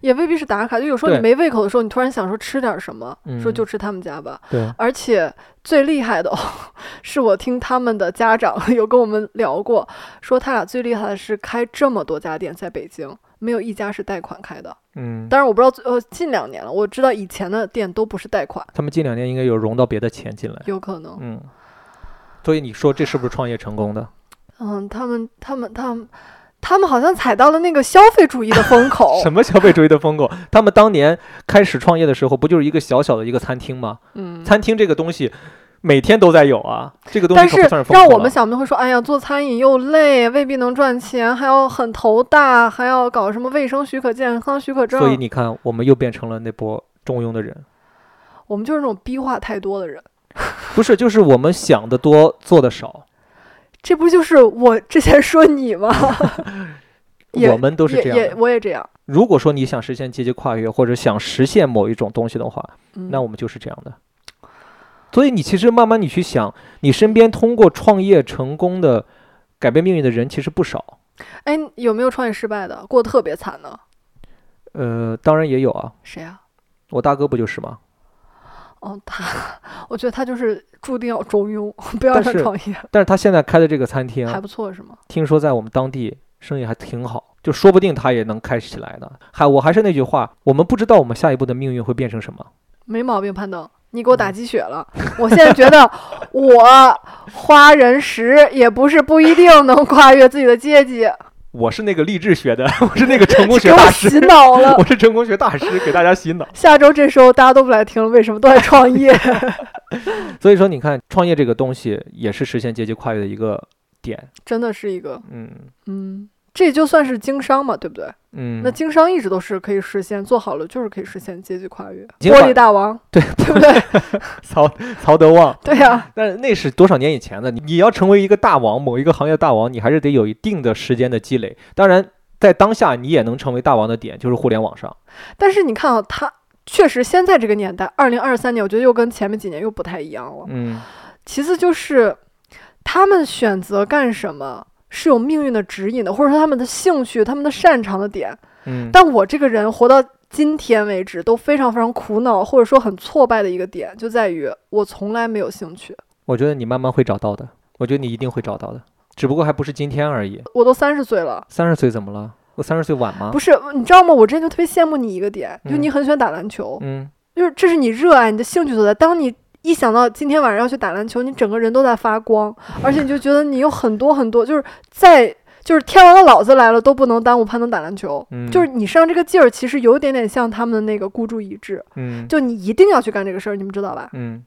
Speaker 2: 也未必是打卡，就有时候你
Speaker 1: 对
Speaker 2: 没胃口的时候，你突然想说吃点什么，说
Speaker 1: 嗯
Speaker 2: 就吃他们家吧。
Speaker 1: 对，
Speaker 2: 而且最厉害的、哦， 是我听他们的家长 有跟我们聊过，说他俩最厉害的是开这么多家店在北京，没有一家是贷款开的。
Speaker 1: 嗯，
Speaker 2: 当然我不知道最，呃，近两年了，我知道以前的店都不是贷款，
Speaker 1: 他们近两年应该有融到别的钱进来。
Speaker 2: 有可能。
Speaker 1: 嗯，所以你说这是不是创业成功的？
Speaker 2: 嗯，他们他们他们他们好像踩到了那个消费主义的风口
Speaker 1: 什。么消费主义的风口？他们当年开始创业的时候，不就是一个小小的一个餐厅吗？
Speaker 2: 嗯。
Speaker 1: 餐厅这个东西每天都在有啊，这个东西
Speaker 2: 但
Speaker 1: 可不
Speaker 2: 是
Speaker 1: 算风口
Speaker 2: 让我
Speaker 1: 了
Speaker 2: 们想的会说，哎呀，做餐饮又累，未必能赚钱，还要很头大，还要搞什么卫生许可、健康许可证。
Speaker 1: 所以你看，我们又变成了那波中庸的人，
Speaker 2: 我们就是那种逼话太多的人。
Speaker 1: 不是，就是我们想的多，做的少。
Speaker 2: 这不就是我之前说你吗？ 也
Speaker 1: 我们都是这样
Speaker 2: 也
Speaker 1: 的
Speaker 2: 也我也这样。
Speaker 1: 如果说你想实现阶级跨越，或者想实现某一种东西的话，
Speaker 2: 嗯、
Speaker 1: 那我们就是这样的。所以你其实慢慢你去想，你身边通过创业成功的改变命运的人其实不少。
Speaker 2: 哎，有没有创业失败的，过得特别惨的？
Speaker 1: 呃，当然也有啊，
Speaker 2: 谁啊？
Speaker 1: 我大哥不就是吗？
Speaker 2: 哦，他，我觉得他就是注定要中庸， 不要
Speaker 1: 但
Speaker 2: 让
Speaker 1: 是
Speaker 2: 创业，
Speaker 1: 但是他现在开的这个餐
Speaker 2: 还
Speaker 1: 厅，
Speaker 2: 不错是吗？
Speaker 1: 听说在我们当地生意还挺好，就说不定他也能开起来呢。还我还是那句话，我们不知道我们下一步的命运会变成什么。
Speaker 2: 没毛病，攀登，你给
Speaker 1: 嗯
Speaker 2: 我打鸡血了。我现在觉得我花人时也不是不一定能跨越自己的阶级，
Speaker 1: 我是那个励志学的， 我是那个成功
Speaker 2: 给
Speaker 1: 学
Speaker 2: 我
Speaker 1: 大 师，
Speaker 2: 洗脑了
Speaker 1: 我。是成功学大师，给大家洗脑。
Speaker 2: 下周这时候大家都不来听了，为什么都在创业？
Speaker 1: 所以说，你看创业这个东西也是实现阶级跨越的一个点。
Speaker 2: 真的是一个，
Speaker 1: 嗯
Speaker 2: 嗯，这就算是经商嘛，对不对？
Speaker 1: 嗯，
Speaker 2: 那经商一直都是可以实现，做好了就是可以实现阶级跨越。
Speaker 1: 尽
Speaker 2: 玻
Speaker 1: 管
Speaker 2: 璃大王，
Speaker 1: 对
Speaker 2: 对不对？
Speaker 1: 曹曹德旺，
Speaker 2: 对呀、
Speaker 1: 但是那是多少年以前的？你你要成为一个大王，某一个行业的大王，你还是得有一定的时间的积累。当然，在当下你也能成为大王的点就是互联网上。
Speaker 2: 但是你看啊，他确实现在这个年代，二零二三年，我觉得又跟前面几年又不太一样了。
Speaker 1: 嗯，
Speaker 2: 其次就是他们选择干什么是有命运的指引的，或者说他们的兴趣、他们的擅长的点。
Speaker 1: 嗯，
Speaker 2: 但我这个人活到今天为止，都非常非常苦恼，或者说很挫败的一个点，就在于我从来没有兴趣。
Speaker 1: 我觉得你慢慢会找到的，我觉得你一定会找到的，只不过还不是今天而已。
Speaker 2: 我都三十岁了。
Speaker 1: 三十岁怎么了？我三十岁晚吗
Speaker 2: 不？是，呃你知道吗？我之前就特别羡慕你一个点，就
Speaker 1: 啊嗯
Speaker 2: 你很喜欢打篮球，
Speaker 1: 嗯，
Speaker 2: 就是这是你热爱你的兴趣所在。当你一想到今天晚上要去打篮球，你整个人都在发光，而且你就觉得你有很多很多，就是在就是天王老子来了都不能耽误攀登打篮球。
Speaker 1: 嗯
Speaker 2: 就是你身上这个劲儿，其实有一点点像他们的那个孤注一掷，
Speaker 1: 嗯
Speaker 2: 就你一定要去干这个事儿，你们知道吧？
Speaker 1: 嗯，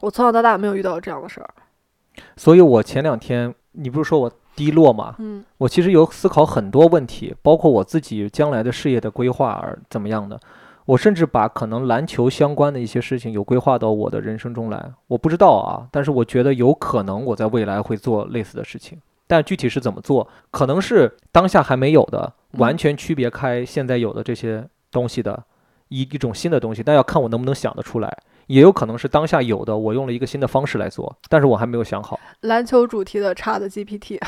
Speaker 2: 我从小到大没有遇到这样的事儿。
Speaker 1: 所以我前两天你不是说我低落吗？
Speaker 2: 嗯
Speaker 1: 我其实有思考很多问题，包括我自己将来的事业的规划而怎么样的。我甚至把可能篮球相关的一些事情有规划到我的人生中来。我不知道啊，但是我觉得有可能我在未来会做类似的事情，但具体是怎么做，可能是当下还没有的，完
Speaker 2: 嗯
Speaker 1: 全区别开现在有的这些东西的一一种新的东西，但要看我能不能想得出来。也有可能是当下有的，我用了一个新的方式来做，但是我还没有想好。
Speaker 2: 篮球主题的差的 GPT，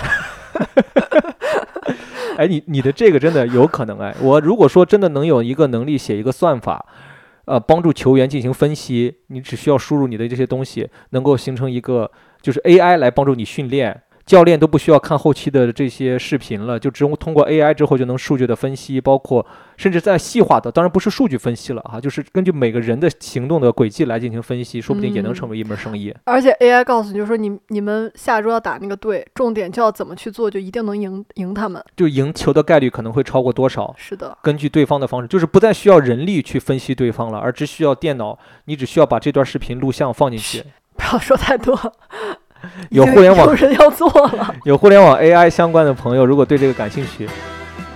Speaker 1: 哎，你你的这个真的有可能哎，我如果说真的能有一个能力写一个算法，呃，帮助球员进行分析，你只需要输入你的这些东西，能够形成一个就是 AI 来帮助你训练，教练都不需要看后期的这些视频了，就只用通过 AI 之后就能数据的分析，包括甚至在细化的，当然不是数据分析了啊，就是根据每个人的行动的轨迹来进行分析，说不定也能成为一门生意。
Speaker 2: 而且 AI 告诉你就说你你们下周要打那个队，重点就要怎么去做，就一定能赢赢他们。
Speaker 1: 就赢球的概率可能会超过多少？
Speaker 2: 是的，
Speaker 1: 根据对方的方式，就是不再需要人力去分析对方了，而只需要电脑，你只需要把这段视频录像放进去。
Speaker 2: 不要说太多，已
Speaker 1: 有
Speaker 2: 经
Speaker 1: 互联网
Speaker 2: 有人要做了。
Speaker 1: 有互联网 AI 相关的朋友，如果对这个感兴趣，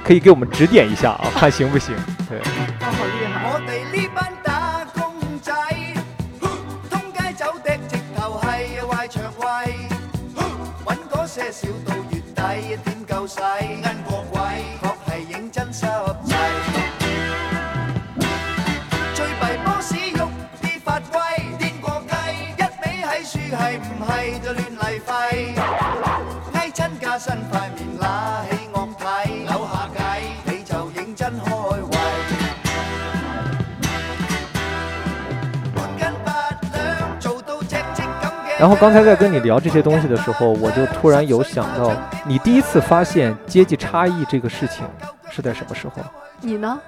Speaker 1: 可以给我们指点一下啊，看行不行？对，
Speaker 2: 啊，好厉害！
Speaker 5: 我哋呢班打工仔，通街走的直頭係壞腸胃，揾嗰些少到月底，點夠使？銀過位，確係認真濕滯。最弊 boss 喐啲法規，癲過雞，一味喺樹係唔係就亂嚟吠。挨親加薪塊面揦起昂睇，扭下計，你就認真開胃。
Speaker 1: 然后刚才在跟你聊这些东西的时候，我就突然有想到，你第一次发现阶级差异这个事情是在什么时候？
Speaker 2: 你呢？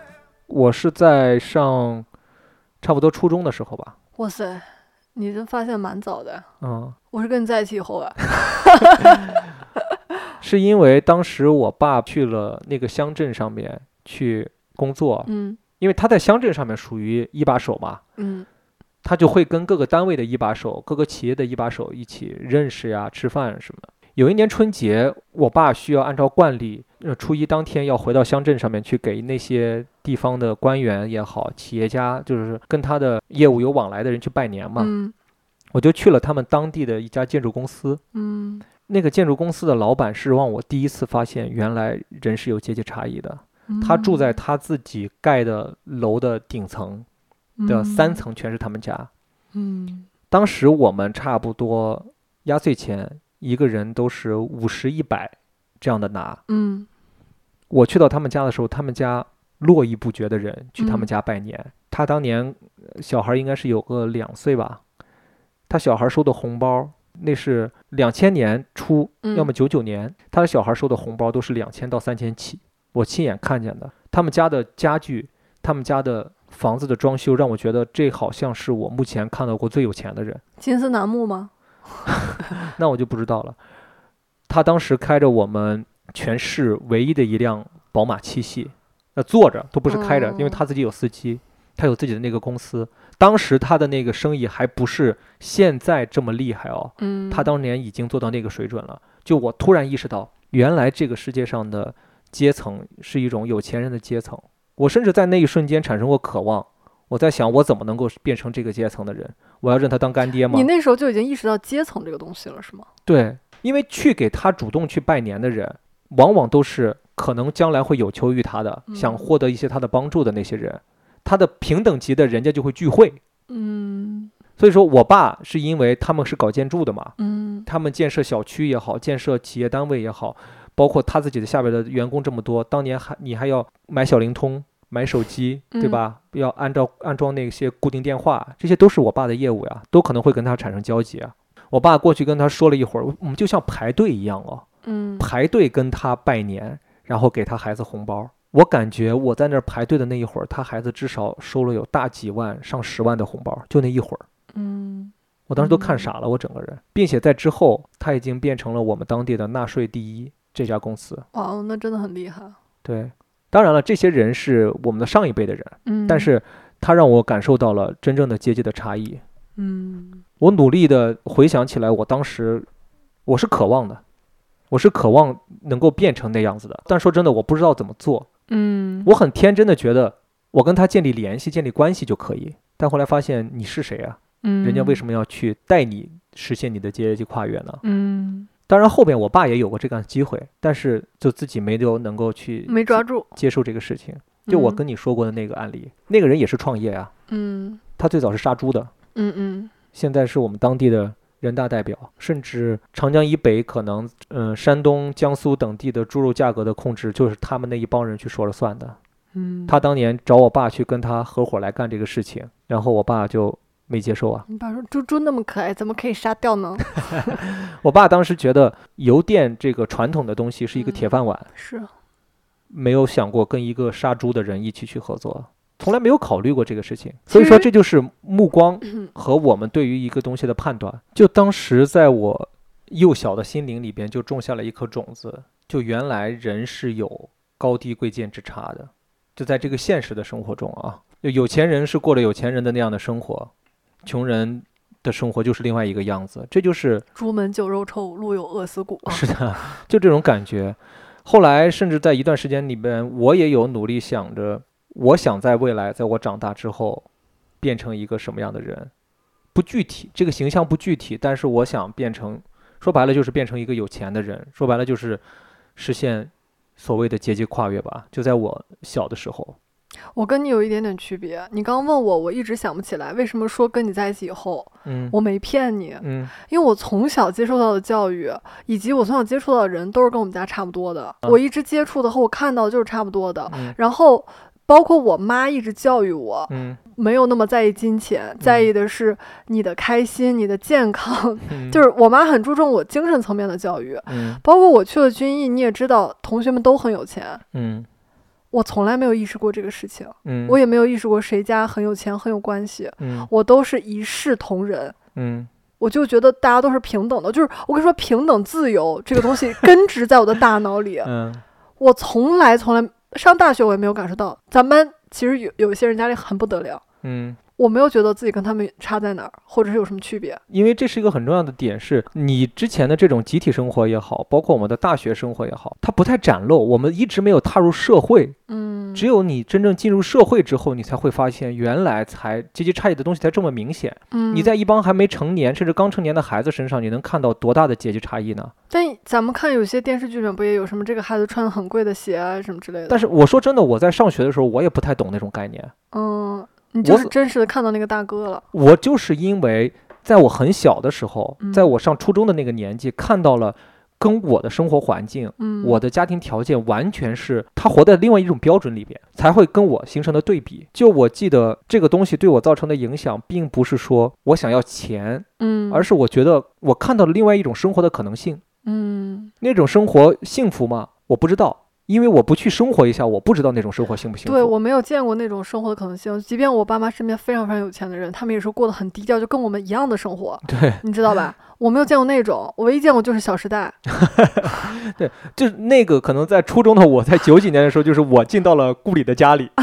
Speaker 1: 我是在上差不多初中的时候吧，
Speaker 2: 哇塞，你真发现蛮早的。
Speaker 1: 嗯，
Speaker 2: 我是跟你在一起以后 啊，
Speaker 1: 是因为当时我爸去了那个乡镇上面去工作，
Speaker 2: 嗯
Speaker 1: 因为他在乡镇上面属于一把手嘛，
Speaker 2: 嗯
Speaker 1: 他就会跟各个单位的一把手、各个企业的一把手一起认识呀、吃饭什么的。有一年春节，我爸需要按照惯例，呃，初一当天要回到乡镇上面去给那些地方的官员也好、企业家，就是跟他的业务有往来的人去拜年嘛。
Speaker 2: 嗯
Speaker 1: 我就去了他们当地的一家建筑公司。
Speaker 2: 嗯
Speaker 1: 那个建筑公司的老板是让我第一次发现，原来人是有阶级差异的。
Speaker 2: 嗯
Speaker 1: 他住在他自己盖的楼的顶层的三层，全是他们家。
Speaker 2: 嗯，
Speaker 1: 当时我们差不多压岁钱一个人都是五十一百这样的拿。
Speaker 2: 嗯
Speaker 1: 我去到他们家的时候，他们家络绎不绝的人去他
Speaker 2: 嗯
Speaker 1: 们家拜年。他当年呃小孩应该是有个两岁吧，他小孩收的红包那是两千年初
Speaker 2: 嗯，
Speaker 1: 要么九九年，他的小孩收的红包都是两千到三千起，我亲眼看见的。他们家的家具，他们家的房子的装修，让我觉得这好像是我目前看到过最有钱的人。
Speaker 2: 金丝楠木吗？
Speaker 1: 那我就不知道了。他当时开着我们全市唯一的一辆宝马七系，那坐着都不是开着，因为
Speaker 2: 哦
Speaker 1: 他自己有司机，他有自己的那个公司。当时他的那个生意还不是现在这么厉害哦，
Speaker 2: 嗯，
Speaker 1: 他当年已经做到那个水准了。就我突然意识到，原来这个世界上的阶层是一种有钱人的阶层。我甚至在那一瞬间产生过渴望，我在想，我怎么能够变成这个阶层的人？我要认他当干爹吗
Speaker 2: 你？那时候就已经意识到阶层这个东西了，是吗？
Speaker 1: 对，因为去给他主动去拜年的人，往往都是可能将来会有求于他的，想
Speaker 2: 嗯
Speaker 1: 获得一些他的帮助的那些人。他的平等级的人家就会聚会，
Speaker 2: 嗯
Speaker 1: 所以说我爸是因为他们是搞建筑的嘛，
Speaker 2: 嗯
Speaker 1: 他们建设小区也好，建设企业单位也好，包括他自己的下边的员工这么多，当年还你还要买小灵通、买手机，对
Speaker 2: 嗯
Speaker 1: 吧？要安照安装那些固定电话，这些都是我爸的业务呀，都可能会跟他产生交集啊。我爸过去跟他说了一会儿，我们就像排队一样哦，
Speaker 2: 嗯，
Speaker 1: 排队跟他拜年，然后给他孩子红包。我感觉我在那儿排队的那一会儿，他孩子至少收了有大几万、上十万的红包，就那一会儿。
Speaker 2: 嗯
Speaker 1: 我当时都看
Speaker 2: 嗯
Speaker 1: 傻了，我整个人，并且在之后，他已经变成了我们当地的纳税第一这家公司。
Speaker 2: 哇哦，那真的很厉害。
Speaker 1: 对，当然了，这些人是我们的上一辈的人，
Speaker 2: 嗯，
Speaker 1: 但是他让我感受到了真正的阶级的差异。
Speaker 2: 嗯
Speaker 1: 我努力的回想起来，我当时我是渴望的，我是渴望能够变成那样子的。但说真的，我不知道怎么做，
Speaker 2: 嗯，
Speaker 1: 我很天真的觉得我跟他建立联系、建立关系就可以。但后来发现，你是谁啊？人家为什
Speaker 2: 么
Speaker 1: 么要去带你实现你的阶级跨越呢？
Speaker 2: 嗯
Speaker 1: 当然，后边我爸也有过这样的机会，但是就自己没有能够去
Speaker 2: 没抓住？
Speaker 1: 接受这个事情。嗯就我
Speaker 2: 嗯
Speaker 1: 跟你说过的那个案例，那个人也是创业啊，
Speaker 2: 嗯
Speaker 1: 他最早是杀猪的，
Speaker 2: 嗯嗯
Speaker 1: 现在是我们当地的人大代表，甚至长江以北可能，嗯、山东、江苏等地的猪肉价格的控制，就是他们那一帮人去说了算的。
Speaker 2: 嗯，
Speaker 1: 他当年找我爸去跟他合伙来干这个事情，然后我爸就没接受啊。
Speaker 2: 你爸说猪猪那么可爱，怎么可以杀掉呢？
Speaker 1: 我爸当时觉得邮电这个传统的东西是一个铁
Speaker 2: 嗯
Speaker 1: 饭碗，
Speaker 2: 是，
Speaker 1: 没有想过跟一个杀猪的人一起去合作，从来没有考虑过这个事情。所以说，
Speaker 2: 其实
Speaker 1: 这就是目光
Speaker 2: 嗯
Speaker 1: 和我们对于一个东西的判断。就当时在我幼小的心灵里边，就种下了一颗种子，就原来人是有高低贵贱之差的。就在这个现实的生活中啊，就有钱人是过着有钱人的那样的生活，穷人的生活就是另外一个样子。这就是
Speaker 2: 朱门酒肉臭，路有饿死骨。啊
Speaker 1: 是的，就这种感觉。后来甚至在一段时间里边，我也有努力想着，我想在未来，在我长大之后，变成一个什么样的人，不具体，这个形象不具体，但是我想变成，说白了就是变成一个有钱的人，说白了就是实现所谓的阶级跨越吧。就在我小的时候，
Speaker 2: 我跟你有一点点区别。你刚问我，我一直想不起来为什么说跟你在一起以后，
Speaker 1: 嗯
Speaker 2: 我没骗你，
Speaker 1: 嗯
Speaker 2: 因为我从小接受到的教育，以及我从小接触到的人，都是跟我们家差不多
Speaker 1: 啊
Speaker 2: 的。我一直接触的和我看到的就是差不多的，
Speaker 1: 嗯
Speaker 2: 然后。包括我妈一直教育我，
Speaker 1: 嗯
Speaker 2: 没有那么在意金钱，在意的是你的开心、你的健 康。
Speaker 1: 嗯，
Speaker 2: 就是我妈很注重我精神层面的教育，
Speaker 1: 嗯
Speaker 2: 包括我去了军艺，你也知道，同学们都很有钱，
Speaker 1: 嗯
Speaker 2: 我从来没有意识过这个事情，
Speaker 1: 嗯，
Speaker 2: 我也没有意识过谁家很有钱、很有关系，
Speaker 1: 嗯
Speaker 2: 我都是一视同仁。
Speaker 1: 嗯
Speaker 2: 我就觉得大家都是平等的，就是我跟你说，平等自由这个东 西根植在我的大脑里，
Speaker 1: 嗯
Speaker 2: 我从来从来上大学我也没有感受到。咱们班其实有有一些人家里很不得了，
Speaker 1: 嗯
Speaker 2: 我没有觉得自己跟他们差在哪儿，或者是有什么区别。
Speaker 1: 因为这是一个很重要的点，是你之前的这种集体生活也好，包括我们的大学生活也好，它不太展露，我们一直没有踏入社会。
Speaker 2: 嗯，
Speaker 1: 只有你真正进入社会之后，你才会发现，原来才阶级差异的东西才这么明显。
Speaker 2: 嗯
Speaker 1: 你在一帮还没成年甚至刚成年的孩子身上，你能看到多大的阶级差异呢？
Speaker 2: 但咱们看有些电视剧里面不也有什么这个孩子穿的很贵的鞋啊什么之类的？
Speaker 1: 但是我说真的，我在上学的时候，我也不太懂那种概念。
Speaker 2: 嗯，你
Speaker 1: 我
Speaker 2: 就是
Speaker 1: 所
Speaker 2: 真实的看到那个大哥了。
Speaker 1: 我就是因为在我很小的时候，
Speaker 2: 嗯
Speaker 1: 在我上初中的那个年纪，看到了跟我的生活环境、
Speaker 2: 嗯，
Speaker 1: 我的家庭条件完全是他活在另外一种标准里边，才会跟我形成的对比。就我记得这个东西对我造成的影响，并不是说我想要钱，
Speaker 2: 嗯，
Speaker 1: 而是我觉得我看到了另外一种生活的可能性。
Speaker 2: 嗯，
Speaker 1: 那种生活幸福吗？我不知道，因为我不去生活一下，我不知道那种生活幸不幸福。
Speaker 2: 对我没有见过那种生活的可能性。即便我爸妈身边非常非常有钱的人，他们也是过得很低调，就跟我们一样的生活，
Speaker 1: 对，
Speaker 2: 你知道吧？我没有见过那种，我唯一见过就是《小时代》。
Speaker 1: 就是那个可能在初中的我，在九几年的时候，就是我进到了顾里的 家里，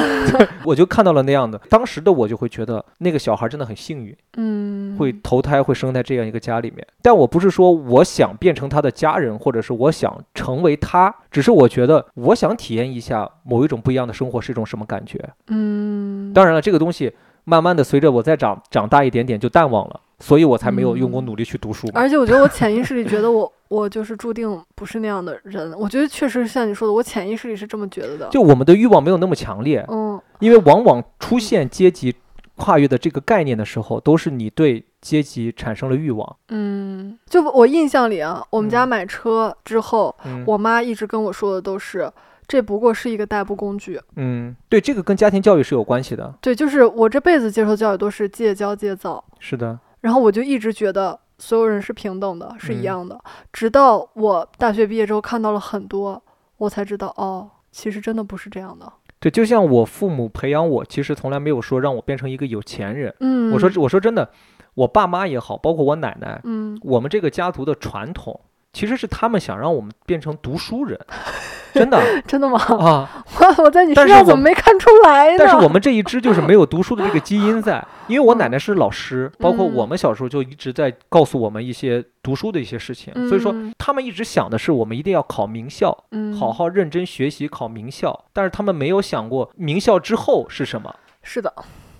Speaker 1: 我就看到了那样的。当时的我就会觉得那个小孩真的很幸运，
Speaker 2: 嗯，
Speaker 1: 会投胎会生在这样一个家里面。但我不是说我想变成他的家人，或者是我想成为他，只是我觉得我想体验一下某一种不一样的生活是一种什么感觉。
Speaker 2: 嗯，
Speaker 1: 当然了，这个东西慢慢的随着我再长长大一点点就淡忘了，所以我才没有用功努力去读书嘛。
Speaker 2: 嗯而且我觉得我潜意识里觉得我我就是注定不是那样的人。我觉得确实像你说的，我潜意识里是这么觉得的。
Speaker 1: 就我们的欲望没有那么强烈，
Speaker 2: 嗯
Speaker 1: 因为往往出现阶级跨越的这个概念的时候，都是你对阶级产生了欲望。
Speaker 2: 嗯，就我印象里啊，我们家
Speaker 1: 嗯
Speaker 2: 买车之后，
Speaker 1: 嗯
Speaker 2: 我妈一直跟我说的都是，这不过是一个代步工具。
Speaker 1: 嗯，对，这个跟家庭教育是有关系的。
Speaker 2: 对，就是我这辈子接受教育都是戒骄戒躁，
Speaker 1: 是的，
Speaker 2: 然后我就一直觉得所有人是平等的，是一
Speaker 1: 嗯
Speaker 2: 样的。直到我大学毕业之后看到了很多，我才知道哦，其实真的不是这样的。
Speaker 1: 对，就像我父母培养我，其实从来没有说让我变成一个有钱人。
Speaker 2: 嗯，
Speaker 1: 我说，我说真的，我爸妈也好，包括我奶奶，
Speaker 2: 嗯
Speaker 1: 我们这个家族的传统。其实是他们想让我们变成读书人，真的
Speaker 2: 真的吗？
Speaker 1: 啊！
Speaker 2: 我我在你身
Speaker 1: 但是
Speaker 2: 上
Speaker 1: 我
Speaker 2: 怎么没看出来呢？
Speaker 1: 但是我们这一支就是没有读书的这个基因在，因为我奶奶是老师，包括
Speaker 2: 嗯
Speaker 1: 我们小时候就一直在告诉我们一些读书的一些事情，所以说
Speaker 2: 嗯
Speaker 1: 他们一直想的是我们一定要考名校，
Speaker 2: 嗯，
Speaker 1: 好好认真学习考名校，但是他们没有想过名校之后是什么，
Speaker 2: 是的，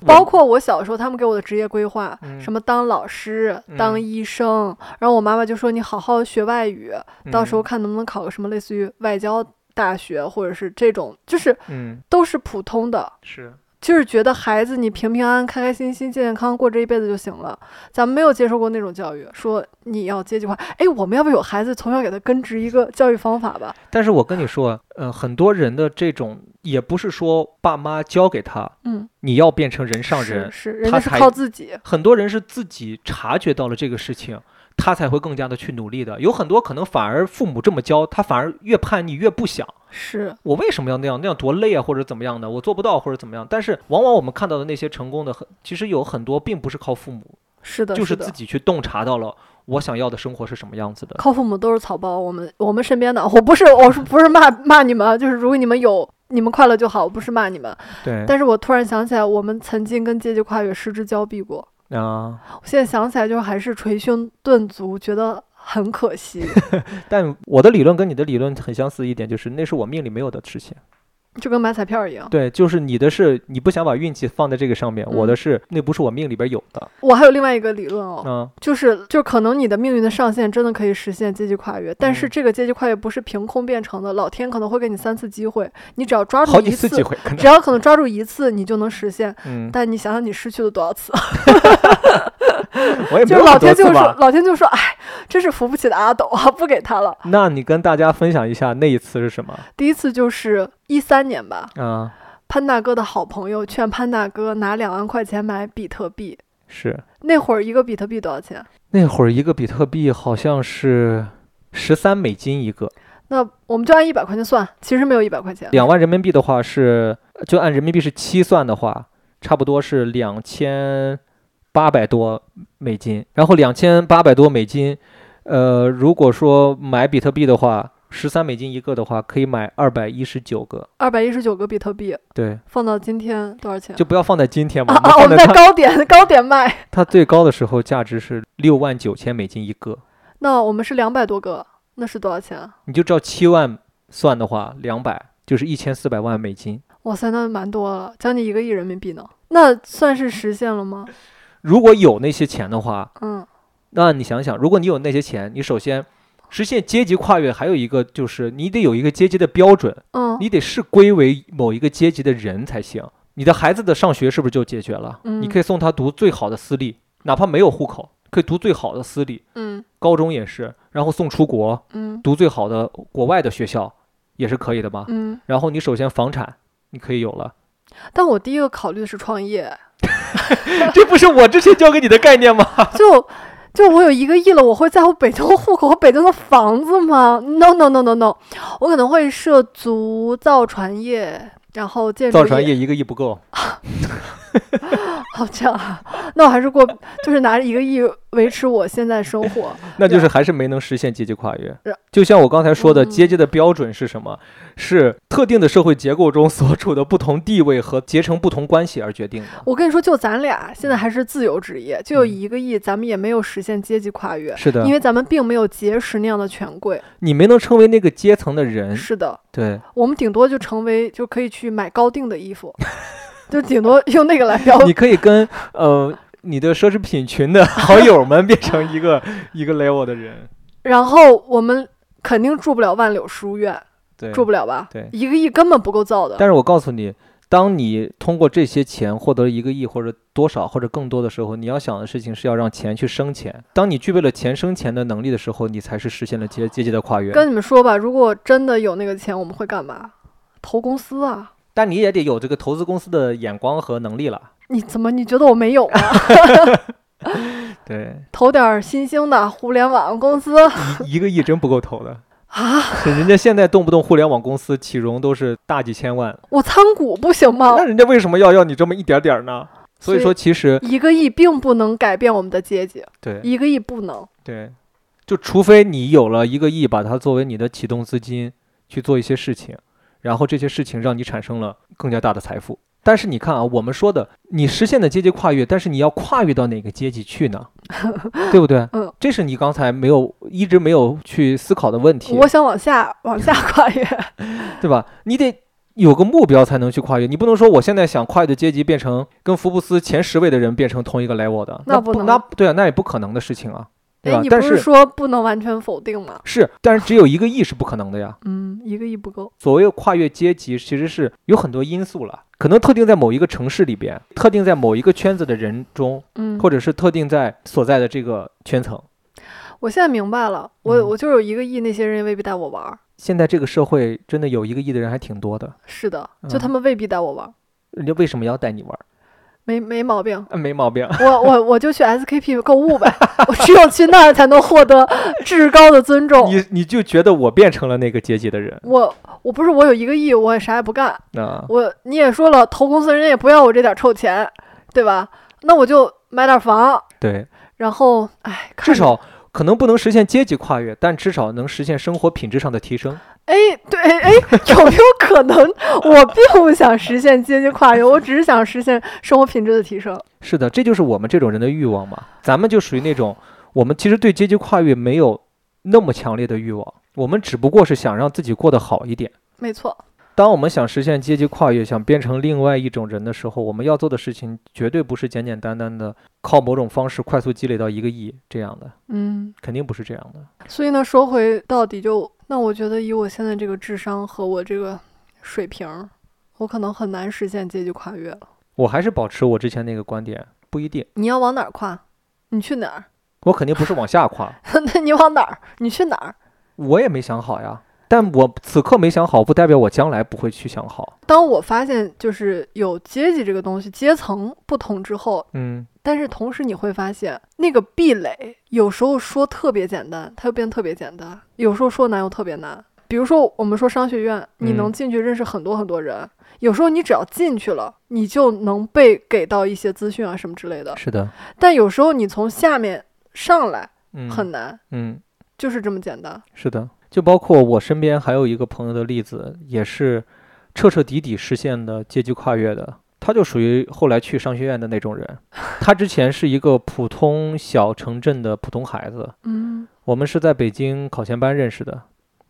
Speaker 1: 我
Speaker 2: 包括我小时候他们给我的职业规划，
Speaker 1: 嗯
Speaker 2: 什么当老师、当
Speaker 1: 嗯
Speaker 2: 医生，然后我妈妈就说你好好学外语，到时候
Speaker 1: 嗯
Speaker 2: 看能不能考个什么类似于外交大学或者是这种，就是
Speaker 1: 嗯
Speaker 2: 都是普通的，
Speaker 1: 是
Speaker 2: 就是觉得孩子你平平安安、开开心心、健健康康过这一辈子就行了。咱们没有接受过那种教育，说你要阶级化。哎，我们要不要有孩子从小给他根植一个教育方法吧？
Speaker 1: 但是我跟你说，呃，很多人的这种也不是说爸妈教给他
Speaker 2: 嗯，
Speaker 1: 你要变成人上人，
Speaker 2: 是是，人
Speaker 1: 他
Speaker 2: 家是
Speaker 1: 才
Speaker 2: 靠自己。
Speaker 1: 很多人是自己察觉到了这个事情，他才会更加的去努力的。有很多可能反而父母这么教，他反而越叛逆越不想。
Speaker 2: 是，
Speaker 1: 我为什么要那样？那样多累啊，或者怎么样的？我做不到，或者怎么样？但是往往我们看到的那些成功的，很其实有很多并不是靠父母，
Speaker 2: 是的，
Speaker 1: 就是是
Speaker 2: 的
Speaker 1: 自己去洞察到了我想要的生活是什么样子的。
Speaker 2: 靠父母都是草包，我们我们身边的，我不是我是不是骂骂你们啊，就是如果你们有你们快乐就好，我不是骂你们。
Speaker 1: 对，
Speaker 2: 但是我突然想起来，我们曾经跟阶级跨越失之交臂过，
Speaker 1: 啊，
Speaker 2: 我现在想起来就还是捶胸顿足，觉得很可惜。
Speaker 1: 但我的理论跟你的理论很相似一点，就是那是我命里没有的事情。
Speaker 2: 就跟买彩票一样。
Speaker 1: 对，就是你的是你不想把运气放在这个上
Speaker 2: 嗯
Speaker 1: 面，我的是那不是我命里边有的。
Speaker 2: 我还有另外一个理论哦，
Speaker 1: 嗯，
Speaker 2: 就是就是可能你的命运的上限真的可以实现阶级跨越，但是
Speaker 1: 嗯
Speaker 2: 这个阶级跨越不是凭空变成的，老天可能会给你三次机会，你只要抓住
Speaker 1: 好
Speaker 2: 一
Speaker 1: 几次机会，可能
Speaker 2: 只要可能抓住一次，你就能实现。
Speaker 1: 嗯，
Speaker 2: 但你想想，你失去了多少次？
Speaker 1: 我也没
Speaker 2: 就是
Speaker 1: 有
Speaker 2: 老
Speaker 1: 很多
Speaker 2: 天就
Speaker 1: 次
Speaker 2: 是说，
Speaker 1: 吧。
Speaker 2: 老天就说，哎，真是扶不起的阿斗啊，不给他了。
Speaker 1: 那你跟大家分享一下那一次是什么？
Speaker 2: 第一次就是一三年吧，
Speaker 1: 啊，
Speaker 2: 潘大哥的好朋友劝潘大哥拿两万块钱买比特币。
Speaker 1: 是
Speaker 2: 那会儿一个比特币多少钱？
Speaker 1: 那会儿一个比特币好像是十三美金一个，
Speaker 2: 那我们就按一百块钱算，其实没有一百块钱。
Speaker 1: 两万人民币的话是，就按人民币是七算的话，差不多是两千八百多美金。然后两千八百多美金，呃，如果说买比特币的话，十三美金一个的话，可以买二百一十九个。
Speaker 2: 二百一十九个比特币
Speaker 1: 对，
Speaker 2: 放到今天多少钱？
Speaker 1: 就不要放在今天嘛， 我
Speaker 2: 啊
Speaker 1: 们
Speaker 2: 啊！我
Speaker 1: 放
Speaker 2: 们
Speaker 1: 在
Speaker 2: 在
Speaker 1: 它
Speaker 2: 高点高点卖，
Speaker 1: 它最高的时候价值是六万九千美金一个，
Speaker 2: 那我们是两百多个，那是多少钱啊？
Speaker 1: 你就照七万算的话，两百就是一千四百万美金。
Speaker 2: 哇塞，那蛮多了，将近一个亿人民币呢。那算是实现了吗？
Speaker 1: 如果有那些钱的话，
Speaker 2: 嗯，
Speaker 1: 那你想想，如果你有那些钱，你首先实现阶级跨越，还有一个就是你得有一个阶级的标准，
Speaker 2: 嗯，
Speaker 1: 你得是归为某一个阶级的人才行。你的孩子的上学是不是就解决了？你
Speaker 2: 嗯
Speaker 1: 可以送他读最好的私立，哪怕没有户口，可以读最好的私立，
Speaker 2: 嗯
Speaker 1: 高中也是，然后送出国
Speaker 2: 嗯
Speaker 1: 读最好的国外的学校也是可以的嘛。
Speaker 2: 嗯。
Speaker 1: 然后你首先房产你可以有了，
Speaker 2: 但我第一个考虑的是创业，
Speaker 1: 这不是我之前教给你的概念吗？
Speaker 2: 就就我有一个亿了，我会在乎北京户口和北京的房子吗？No No No No No，我可能会涉足造船业，然后建筑
Speaker 1: 造船业一个亿不够，
Speaker 2: 好这样啊，那我还是过，就是拿着一个亿维持我现在生活。
Speaker 1: 那就是还是没能实现阶级跨越
Speaker 2: 是。
Speaker 1: 就像我刚才说的，
Speaker 2: 嗯
Speaker 1: 阶级的标准是什么？是特定的社会结构中所处的不同地位和结成不同关系而决定的。
Speaker 2: 我跟你说，就咱俩现在还是自由职业，就有
Speaker 1: 嗯
Speaker 2: 一个亿，咱们也没有实现阶级跨越，
Speaker 1: 是的
Speaker 2: 因，为咱们并没有结识那样的权贵。
Speaker 1: 你没能成为那个阶层的人，
Speaker 2: 是的，
Speaker 1: 对，
Speaker 2: 我们顶多就成为就可以去买高定的衣服，就顶多用那个来标。
Speaker 1: 你可以跟呃你的奢侈品群的 好友们变成一个一个 level 的人，
Speaker 2: 然后我们肯定住不了万柳书院，
Speaker 1: 对。
Speaker 2: 住不了吧？
Speaker 1: 对
Speaker 2: 一个亿根本不够造的。
Speaker 1: 但是我告诉你，当你通过这些钱获得一个亿或者多少或者更多的时候，你要想的事情是要让钱去生钱。当你具备了钱生钱的能力的时候，你才是实现了阶阶级的跨越。
Speaker 2: 跟你们说吧，如果真的有那个钱，我们会干嘛？投公司啊。
Speaker 1: 但你也得有这个投资公司的眼光和能力了。
Speaker 2: 你怎么你觉得我没有啊？
Speaker 1: 对，
Speaker 2: 投点儿新兴的互联网公司
Speaker 1: 一一个亿真不够投的，
Speaker 2: 啊？
Speaker 1: 是人家现在动不动互联网公司起融都是大几千万，
Speaker 2: 我参股不行吗
Speaker 1: 那？人家为什么要要你这么一点点儿呢？所以
Speaker 2: 哦所以嗯
Speaker 1: 说，其实
Speaker 2: 一个亿并不能改变我们的阶级，
Speaker 1: 对
Speaker 2: 一个亿不能。
Speaker 1: 对，就除非你有了一个亿，把它作为你的启动资金去做一些事情，然后这些事情让你产生了更加大的财富。但是你看啊，我们说的，你实现的阶级跨越，但是你要跨越到哪个阶级去 呢？对不对？
Speaker 2: 嗯，
Speaker 1: 这是你刚才没有一直没有去思考的问题，
Speaker 2: 我想往下往下跨越，哎
Speaker 1: 对吧？你得有个目标才能去跨越，你不能说我现在想跨越的阶级变成跟福布斯前十位的人变成同一个 level 的，
Speaker 2: 那
Speaker 1: 不
Speaker 2: 不能
Speaker 1: 那对啊，那也不可能的事情啊，对
Speaker 2: 哎，
Speaker 1: 吧
Speaker 2: 你？不
Speaker 1: 但
Speaker 2: 是
Speaker 1: 是
Speaker 2: 说不能完全否定吗？
Speaker 1: 是，但是只有一个亿是不可能的呀。
Speaker 2: 嗯，一个亿不够。
Speaker 1: 所谓跨越阶级，其实是有很多因素了，可能特定在某一个城市里边，特定在某一个圈子的人中，
Speaker 2: 嗯，
Speaker 1: 或者是特定在所在的这个圈层。
Speaker 2: 我现在明白了，我、
Speaker 1: 嗯
Speaker 2: 我就是有一个亿，那些人也未必带我玩儿。
Speaker 1: 现在这个社会真的有一个亿的人还挺多的，
Speaker 2: 是的，
Speaker 1: 嗯
Speaker 2: 就他们未必带我玩儿，
Speaker 1: 人家为什么要带你玩儿？
Speaker 2: 没没毛病。
Speaker 1: 啊没毛病。
Speaker 2: 我我我就去 SKP 购物呗，我只有去那儿才能获得至高的尊重。
Speaker 1: 你你就觉得我变成了那个阶级的人，
Speaker 2: 我我不是我有一个亿，我也啥也不干。
Speaker 1: 那
Speaker 2: 我你也说了，投公司人家也不要我这点臭钱，对吧？那我就买点房，
Speaker 1: 对，
Speaker 2: 然后哎，看
Speaker 1: 至
Speaker 2: 着
Speaker 1: 少可能不能实现阶级跨越，但至少能实现生活品质上的提升。
Speaker 2: 哎对哎哎，有没有可能我并不想实现阶级跨越，我只是想实现生活品质的提升。
Speaker 1: 是的，这就是我们这种人的欲望嘛。咱们就属于那种，我们其实对阶级跨越没有那么强烈的欲望，我们只不过是想让自己过得好一点。
Speaker 2: 没错，
Speaker 1: 当我们想实现阶级跨越，想变成另外一种人的时候，我们要做的事情绝对不是简简单单的靠某种方式快速积累到一个亿这样的，
Speaker 2: 嗯，
Speaker 1: 肯定不是这样的。
Speaker 2: 所以呢，说回到底就那，我觉得以我现在这个智商和我这个水平儿，我可能很难实现阶级跨越了。
Speaker 1: 我还是保持我之前那个观点，不一定，
Speaker 2: 你要往哪儿跨？你去哪儿？
Speaker 1: 我肯定不是往下跨，
Speaker 2: 那你往哪儿？你去哪儿？
Speaker 1: 我也没想好呀。但我此刻没想好，不代表我将来不会去想好。
Speaker 2: 当我发现就是有阶级这个东西，阶层不同之后，
Speaker 1: 嗯，
Speaker 2: 但是同时你会发现那个壁垒，有时候说特别简单，它又变得特别简单；有时候说难又特别难。比如说我们说商学院，你能
Speaker 1: 嗯
Speaker 2: 进去认识很多很多人，有时候你只要进去了，你就能被给到一些资讯啊什么之类的。
Speaker 1: 嗯是的，
Speaker 2: 但有时候你从下面上来
Speaker 1: 嗯，
Speaker 2: 很难，
Speaker 1: 嗯，
Speaker 2: 就是这么简单。
Speaker 1: 是的，就包括我身边还有一个朋友的例子，也是彻彻底底实现了阶级跨越的。他就属于后来去商学院的那种人，他之前是一个普通小城镇的普通孩子，
Speaker 2: 嗯
Speaker 1: 我们是在北京考前班认识的，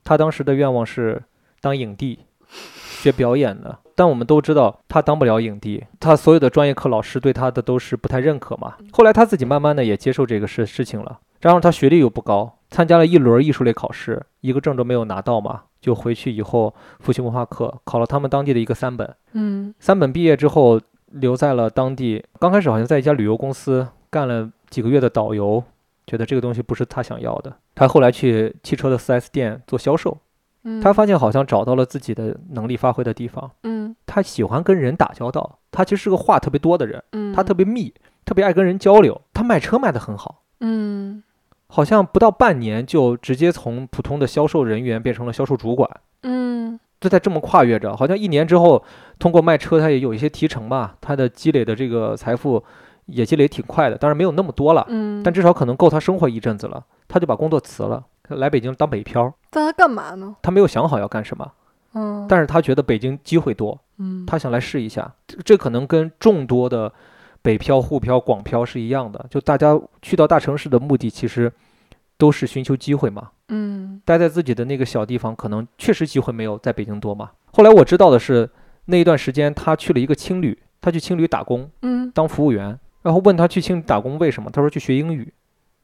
Speaker 1: 他当时的愿望是当影帝，学表演的。但我们都知道他当不了影帝，他所有的专业课老师对他的都是不太认可嘛。后来他自己慢慢的也接受这个事事情了，然后他学历又不高，参加了一轮艺术类考试，一个证都没有拿到嘛，就回去以后复习文化课，考了他们当地的一个三本。
Speaker 2: 嗯
Speaker 1: 三本毕业之后留在了当地，刚开始好像在一家旅游公司干了几个月的导游，觉得这个东西不是他想要的。他后来去汽车的 4S 店做销售，
Speaker 2: 嗯，
Speaker 1: 他发现好像找到了自己的能力发挥的地方。
Speaker 2: 嗯
Speaker 1: 他喜欢跟人打交道，他其实是个话特别多的人，
Speaker 2: 嗯，
Speaker 1: 他特别密，特别爱跟人交流。他卖车卖得很好，
Speaker 2: 嗯
Speaker 1: 好像不到半年就直接从普通的销售人员变成了销售主管。
Speaker 2: 嗯
Speaker 1: 就在这么跨越着，好像一年之后，通过卖车，他也有一些提成吧，他的积累的这个财富也积累挺快的，当然没有那么多了，
Speaker 2: 嗯，
Speaker 1: 但至少可能够他生活一阵子了。他就把工作辞了，来北京当北漂。
Speaker 2: 但他干嘛呢？
Speaker 1: 他没有想好要干什么，
Speaker 2: 嗯，
Speaker 1: 但是他觉得北京机会多，
Speaker 2: 嗯
Speaker 1: 他想来试一下。这这可能跟众多的北漂、沪漂、广漂是一样的，就大家去到大城市的目的其实都是寻求机会嘛。
Speaker 2: 嗯
Speaker 1: 待在自己的那个小地方，可能确实机会没有在北京多嘛。后来我知道的是，那一段时间他去了一个青旅，他去青旅打工
Speaker 2: 嗯
Speaker 1: 当服务员，然后问他去青旅打工为什么，他说去学英语，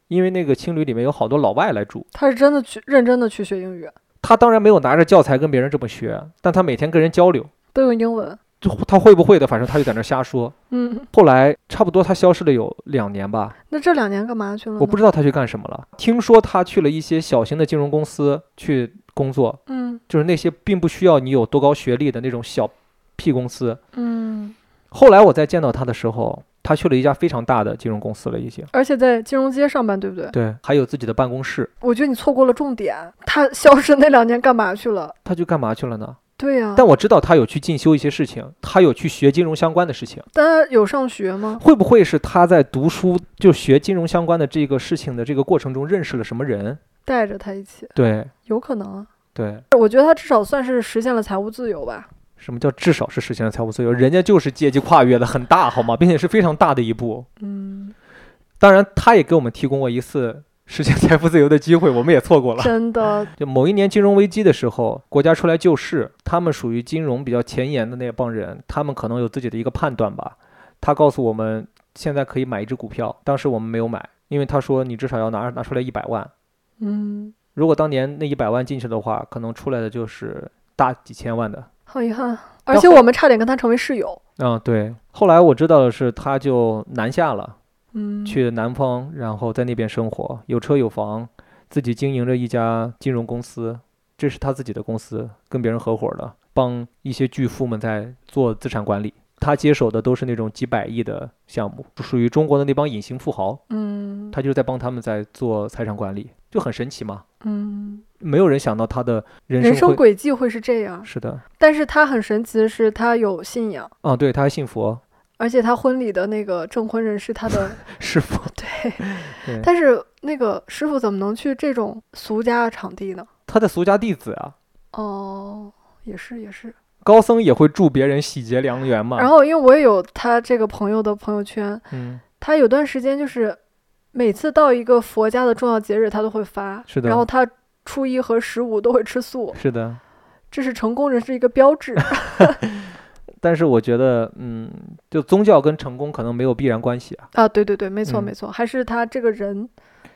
Speaker 1: 因为那个青旅里面有好多老外来住。
Speaker 2: 他是真的去认真的去学英语，
Speaker 1: 他当然没有拿着教材跟别人这么学，但他每天跟人交流，
Speaker 2: 都用英文。
Speaker 1: 就他会不会的，反正他就在那儿瞎说。
Speaker 2: 嗯，
Speaker 1: 后来差不多他消失了有两年吧，
Speaker 2: 那这两年干嘛去了呢？
Speaker 1: 我不知道他去干什么了。听说他去了一些小型的金融公司去工作，
Speaker 2: 嗯
Speaker 1: 就是那些并不需要你有多高学历的那种小屁公司。
Speaker 2: 嗯，
Speaker 1: 后来我再见到他的时候，他去了一家非常大的金融公司了，已经。
Speaker 2: 而且在金融街上班，对不对？
Speaker 1: 对，还有自己的办公室。
Speaker 2: 我觉得你错过了重点。他消失那两年干嘛去了？
Speaker 1: 他去干嘛去了呢？
Speaker 2: 对呀、
Speaker 1: 但我知道他有去进修一些事情，他有去学金融相关的事情。
Speaker 2: 但他有上学吗？
Speaker 1: 会不会是他在读书就学金融相关的这个事情的这个过程中认识了什么人？
Speaker 2: 带着他一起，
Speaker 1: 对
Speaker 2: 有可能啊。
Speaker 1: 对，
Speaker 2: 我觉得他至少算是实现了财务自由吧。
Speaker 1: 什么叫至少是实现了财务自由？人家就是阶级跨越的很大，好吗？并且是非常大的一步。
Speaker 2: 嗯，
Speaker 1: 当然，他也给我们提供过一次实现财富自由的机会，我们也错过了。
Speaker 2: 真的，
Speaker 1: 就某一年金融危机的时候，国家出来救市，他们属于金融比较前沿的那帮人，他们可能有自己的一个判断吧。他告诉我们，现在可以买一只股票，当时我们没有买，因为他说你至少要拿拿出来一百万，
Speaker 2: 嗯，
Speaker 1: 如果当年那一百万进去的话，可能出来的就是大几千万的。
Speaker 2: 好遗憾。啊而且我们差点跟他成为室友。
Speaker 1: 嗯，对。后来我知道的是，他就南下了，
Speaker 2: 嗯，
Speaker 1: 去南方，然后在那边生活，有车有房，自己经营着一家金融公司，这是他自己的公司，跟别人合伙的，帮一些巨富们在做资产管理。他接手的都是那种几百亿的项目，属于中国的那帮隐形富豪，
Speaker 2: 嗯
Speaker 1: 他就是在帮他们在做财产管理，就很神奇嘛。
Speaker 2: 嗯，
Speaker 1: 没有人想到他的人生
Speaker 2: 人
Speaker 1: 会
Speaker 2: 生轨迹会是这样。
Speaker 1: 是的，
Speaker 2: 但是他很神奇的是，他有信仰，
Speaker 1: 啊，对，他还信佛，
Speaker 2: 而且他婚礼的那个证婚人是他的
Speaker 1: 是佛，
Speaker 2: 对。
Speaker 1: 对
Speaker 2: 但是那个师傅怎么能去这种俗家的场地呢？
Speaker 1: 他的俗家弟子啊，
Speaker 2: 哦，也是也是。
Speaker 1: 高僧也会助别人喜结良缘嘛。
Speaker 2: 然，后因为我也有他这个朋友的朋友圈，
Speaker 1: 嗯，
Speaker 2: 他有段时间就是每次到一个佛家的重要节日，他都会发。
Speaker 1: 是的
Speaker 2: 然后他初一和十五都会吃素，
Speaker 1: 是的，
Speaker 2: 这是成功人士一个标 志。
Speaker 1: 但是我觉得，嗯，就宗教跟成功可能没有必然关系啊，
Speaker 2: 啊，对对对，没错
Speaker 1: 嗯
Speaker 2: 没错，还是他这个人，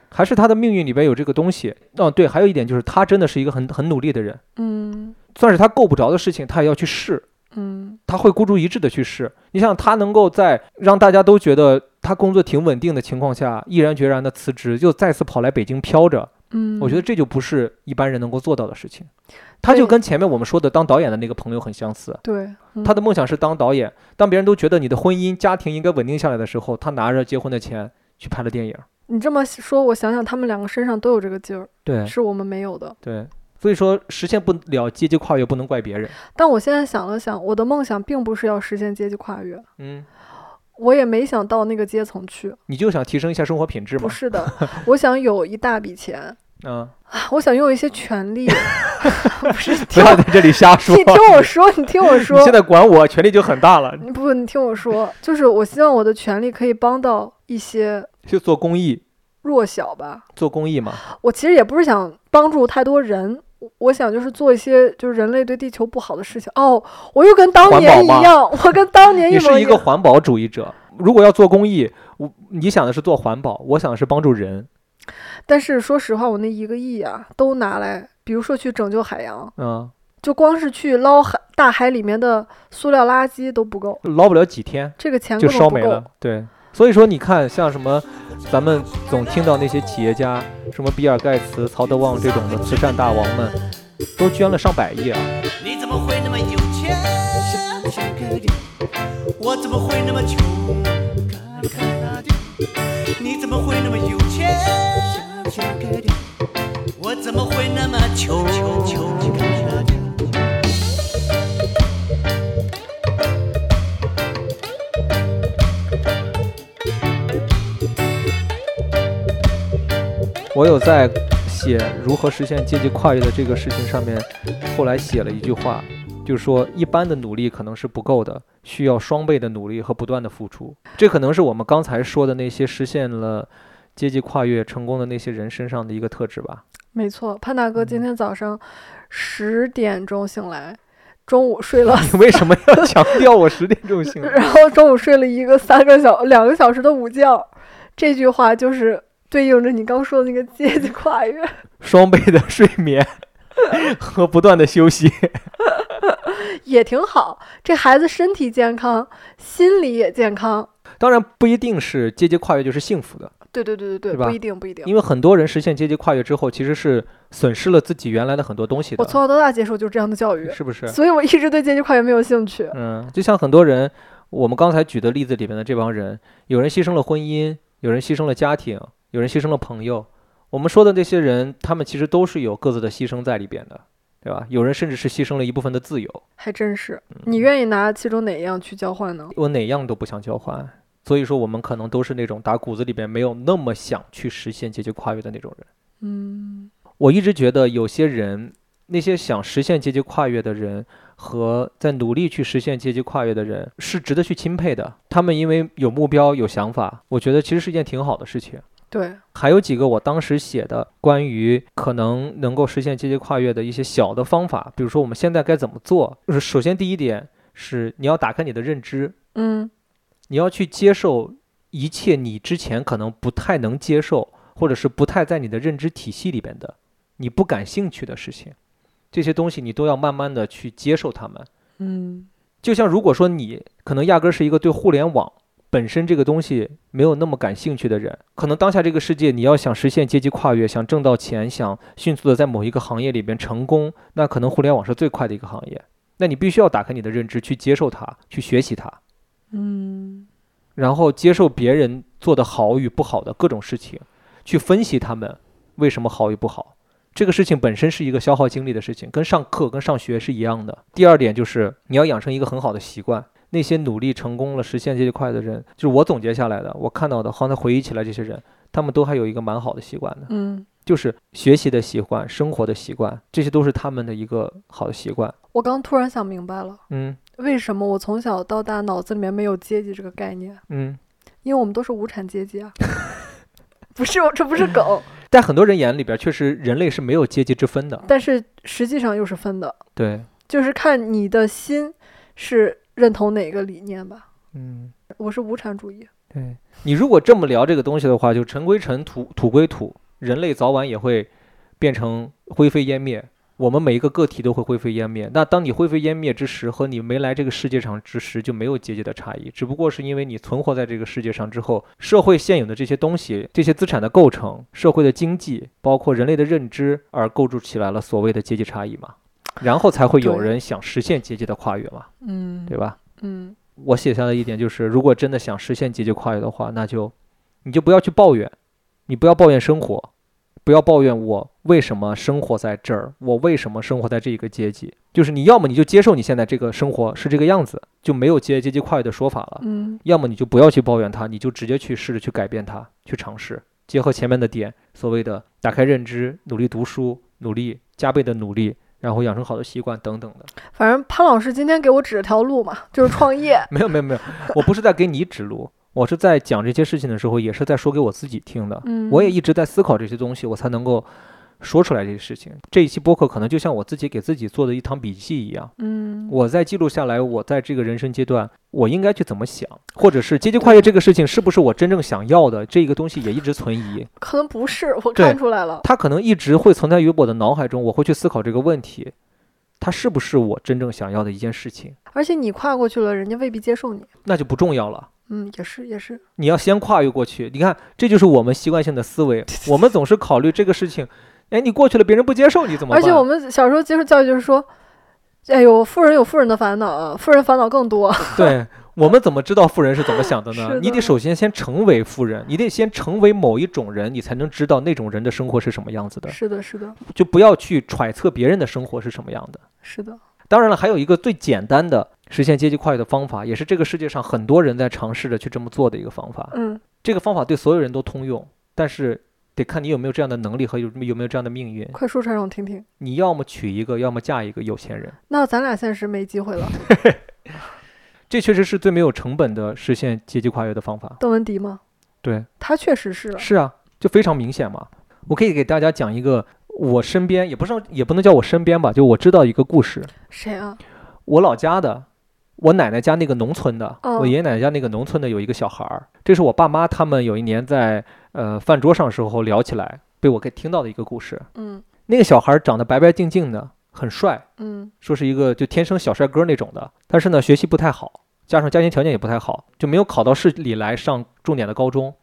Speaker 1: 还是他的命运里边有这个东西。哦，对，还有一点就是他真的是一个很很努力的人，
Speaker 2: 嗯
Speaker 1: 算是他够不着的事情，他也要去试。
Speaker 2: 嗯
Speaker 1: 他会孤注一掷的去试。你想，他能够在让大家都觉得他工作挺稳定的情况下，毅然决然的辞职，又再次跑来北京飘着，
Speaker 2: 嗯，
Speaker 1: 我觉得这就不是一般人能够做到的事情。他就
Speaker 2: 对
Speaker 1: 跟前面我们说的当导演的那个朋友很相似，
Speaker 2: 对，嗯
Speaker 1: 他的梦想是当导演。当别人都觉得你的婚姻家庭应该稳定下来的时候，他拿着结婚的钱去拍了电影。
Speaker 2: 你这么说，我想想，他们两个身上都有这个劲儿，
Speaker 1: 对
Speaker 2: 是我们没有的。
Speaker 1: 对，所以说实现不了阶级跨越，不能怪别人。
Speaker 2: 但我现在想了想，我的梦想并不是要实现阶级跨越，
Speaker 1: 嗯，
Speaker 2: 我也没想到那个阶层去，
Speaker 1: 你就想提升一下生活品质嘛
Speaker 2: 不？是的，我想有一大笔钱，
Speaker 1: 嗯，
Speaker 2: 我想用一些 权利，不是你
Speaker 1: 不
Speaker 2: 听
Speaker 1: 要
Speaker 2: 我，
Speaker 1: 在这里瞎说。
Speaker 2: 你听我说，你听我说
Speaker 1: 你，现在管我权力就很大了，
Speaker 2: 不，你听我说，就是我希望我的权利可以帮到一些
Speaker 1: 就做公益，
Speaker 2: 弱小吧。
Speaker 1: 做公益嘛。
Speaker 2: 我其实也不是想帮助太多人，我我想就是做一些就是人类对地球不好的事情。哦，我又跟当
Speaker 1: 环保
Speaker 2: 年一
Speaker 1: 吗
Speaker 2: 样，我跟当年一
Speaker 1: 你
Speaker 2: 模
Speaker 1: 是
Speaker 2: 一
Speaker 1: 一个
Speaker 2: 样。
Speaker 1: 环保主义者，如果要做公益，我你想的是做环保，我想的是帮助人。
Speaker 2: 但是说实话，我那一个亿啊，都拿来，比如说去拯救海洋，
Speaker 1: 嗯，
Speaker 2: 就光是去捞海大海里面的塑料垃圾都不够，
Speaker 1: 捞不了几天
Speaker 2: 这个钱
Speaker 1: 就
Speaker 2: 根本
Speaker 1: 烧
Speaker 2: 不
Speaker 1: 没
Speaker 2: 够
Speaker 1: 了。。对，所以说你看，像什么，咱们总听到那些企业家，什么比尔盖茨、曹德旺这种的慈善大王们，都捐了上百亿啊。
Speaker 4: 你怎么会那么有钱？我怎么会那么穷？你怎么会那么有钱？我怎么会那么穷？
Speaker 1: 我有在写如何实现阶级跨越的这个事情上面，后来写了一句话，就是说一般的努力可能是不够的，需要双倍的努力和不断的付出。这可能是我们刚才说的那些实现了阶级跨越成功的那些人身上的一个特质吧。
Speaker 2: 没错，潘大哥
Speaker 1: 嗯
Speaker 2: 今天早上十点钟醒来，中午睡了
Speaker 1: 你为什么要强调我十点钟醒来？
Speaker 2: 然后中午睡了一个三个小两个小时的午觉，这句话就是对应着你刚说的那个 阶级跨越。
Speaker 1: 双倍的睡 眠和不断的休息。
Speaker 2: 也挺好，这孩子身体健康，心理也健康。
Speaker 1: 当然不一定是阶级跨越就是幸福的，
Speaker 2: 对对对对
Speaker 1: 是
Speaker 2: 对，
Speaker 1: 吧
Speaker 2: 不一定不一定。
Speaker 1: 因为很多人实现阶级跨越之后，其实是损失了自己原来的很多东西
Speaker 2: 我
Speaker 1: 的。
Speaker 2: 从小到大接受就是这样的教育，
Speaker 1: 是不是？
Speaker 2: 所以我一直对阶级跨越没有兴趣。
Speaker 1: 嗯，就像很多人，我们刚才举的例子里面的这帮人，有人牺牲了婚姻，有人牺牲了家庭，有人牺牲了朋友。我们说的这些人，他们其实都是有各自的牺牲在里边的，对吧？有人甚至是牺牲了一部分的自由。
Speaker 2: 还真是，你愿意拿其中哪一样去交换呢？
Speaker 1: 我哪样都不想交换，所以说我们可能都是那种打骨子里边没有那么想去实现阶级跨越的那种人。
Speaker 2: 嗯，
Speaker 1: 我一直觉得有些人，那些想实现阶级跨越的人和在努力去实现阶级跨越的人是值得去钦佩的。他们因为有目标、有想法，我觉得其实是一件挺好的事情。
Speaker 2: 对，
Speaker 1: 还有几个我当时写的关于可能能够实现阶级跨越的一些小的方法，比如说我们现在该怎么做。就是首先第一点是你要打开你的认知，
Speaker 2: 嗯，
Speaker 1: 你要去接受一切你之前可能不太能接受，或者是不太在你的认知体系里边的，你不感兴趣的事情，这些东西你都要慢慢的去接受它们。
Speaker 2: 嗯，
Speaker 1: 就像如果说你可能压根儿是一个对互联网本身这个东西没有那么感兴趣的人，可能当下这个世界你要想实现阶级跨越，想挣到钱，想迅速的在某一个行业里边成功，那可能互联网是最快的一个行业。那你必须要打开你的认知，去接受它，去学习它。
Speaker 2: 嗯，
Speaker 1: 然后接受别人做的好与不好的各种事情，去分析他们为什么好与不好。这个事情本身是一个消耗精力的事情，跟上课、跟上学是一样的。第二点就是你要养成一个很好的习惯。那些努力成功了、实现这一块的人，就是我总结下来的，我看到的，刚才回忆起来这些人，他们都还有一个蛮好的习惯的，
Speaker 2: 嗯。
Speaker 1: 就是学习的习惯、生活的习惯，这些都是他们的一个好的习惯。
Speaker 2: 我刚突然想明白了，
Speaker 1: 嗯
Speaker 2: 为什么我从小到大脑子里面没有阶级这个概念？
Speaker 1: 嗯，
Speaker 2: 因为我们都是无产阶 级啊。不是，这不是 梗，
Speaker 1: 在很多人眼里边，确实人类是没有阶级之分的。
Speaker 2: 但是实际上又是分的，
Speaker 1: 对，
Speaker 2: 就是看你的心是认同哪个理念吧。
Speaker 1: 嗯。
Speaker 2: 我是无产主义，
Speaker 1: 对你如果这么聊这个东西的话，就尘归尘，土土归土，人类早晚也会变成灰飞烟灭。我们每一个个体都会灰飞烟灭。那当你灰飞烟灭之时，和你没来这个世界上之时就没有阶级的差异，只不过是因为你存活在这个世界上之后，社会现有的这些东西、这些资产的构成、社会的经济，包括人类的认知，而构筑起来了所谓的阶级差异嘛。然后才会有
Speaker 2: 对
Speaker 1: 人想实现阶级的跨越嘛，
Speaker 2: 嗯
Speaker 1: 对吧？
Speaker 2: 嗯，
Speaker 1: 我写下的一点就是，如果真的想实现阶级跨越的话，那就你就不要去抱怨，你不要抱怨生活，不要抱怨我为什么生活在这儿，我为什么生活在这一个阶级。就是你要么你就接受你现在这个生活是这个样子，就没有阶阶级跨越的说法了；
Speaker 2: 嗯，
Speaker 1: 要么你就不要去抱怨它，你就直接去试着去改变它，去尝试。结合前面的点，所谓的打开认知、努力读书、努力加倍的努力，然后养成好的习惯等等的。
Speaker 2: 反正潘老师今天给我指了条路嘛， 就是创业
Speaker 1: 没有没有没有，我不是在给你指路，我是在讲这些事情的时候，也是在说给我自己听的。
Speaker 2: 嗯
Speaker 1: 我也一直在思考这些东西，我才能够说出来这些事情。这一期播客可能就像我自己给自己做的一堂笔记一样，
Speaker 2: 嗯，
Speaker 1: 我在记录下来，我在这个人生阶段，我应该去怎么想，或者是阶级跨越这个事情是不是我真正想要的，这个东西也一直存疑。
Speaker 2: 可能不是，我
Speaker 1: 对
Speaker 2: 看出来了。
Speaker 1: 它可能一直会存在于我的脑海中，我会去思考这个问题，它是不是我真正想要的一件事情，
Speaker 2: 而且你跨过去了，人家未必接受你。
Speaker 1: 那就不重要了。
Speaker 2: 嗯，也是也是，
Speaker 1: 你要先跨越过去。你看，这就是我们习惯性的思 维，我们总是考虑这个事情，哎，你过去了，别人不接受你怎么
Speaker 2: 而
Speaker 1: 办？
Speaker 2: 且我们小时候接受教育就是说，哎呦，富人有富人的烦恼啊，富人烦恼更多。
Speaker 1: 对我们怎么知道富人是怎么想的呢？
Speaker 2: 是
Speaker 1: 你得
Speaker 2: 的
Speaker 1: 首先先成为富人，你得先成为某一种人，你才能知道那种人的生活是什么样子的，
Speaker 2: 是 的，是的，
Speaker 1: 就不要去揣测别人的生活是什么样的。
Speaker 2: 是的，
Speaker 1: 当然了，还有一个最简单的实现阶级跨越的方法，也是这个世界上很多人在尝试着去这么做的一个方法。
Speaker 2: 嗯
Speaker 1: 这个方法对所有人都通用，但是得看你有没有这样的能力和有有没有这样的命运。
Speaker 2: 快说出来让我听听。
Speaker 1: 你要么娶一个，要么嫁一个有钱人，
Speaker 2: 那咱俩现实没机会了。
Speaker 1: 这确实是最没有成本的实现阶级跨越的方法。
Speaker 2: 邓文迪吗？
Speaker 1: 对，
Speaker 2: 他确实是了。
Speaker 1: 是啊，就非常明显嘛。我可以给大家讲一个我身边，也不是也不能叫我身边吧，就我知道一个故事，
Speaker 2: 谁啊？
Speaker 1: 我老家的。我奶奶家那个农村的，
Speaker 2: 嗯
Speaker 1: 我爷爷奶奶家那个农村的有一个小孩儿，这是我爸妈他们有一年在呃饭桌上时候聊起来，被我给听到的一个故事。
Speaker 2: 嗯
Speaker 1: 那个小孩儿长得白白净净的，很帅，
Speaker 2: 嗯
Speaker 1: 说是一个就天生小帅哥那种的，但是呢学习不太好，加上家庭条件也不太好，就没有考到市里来上重点的高中。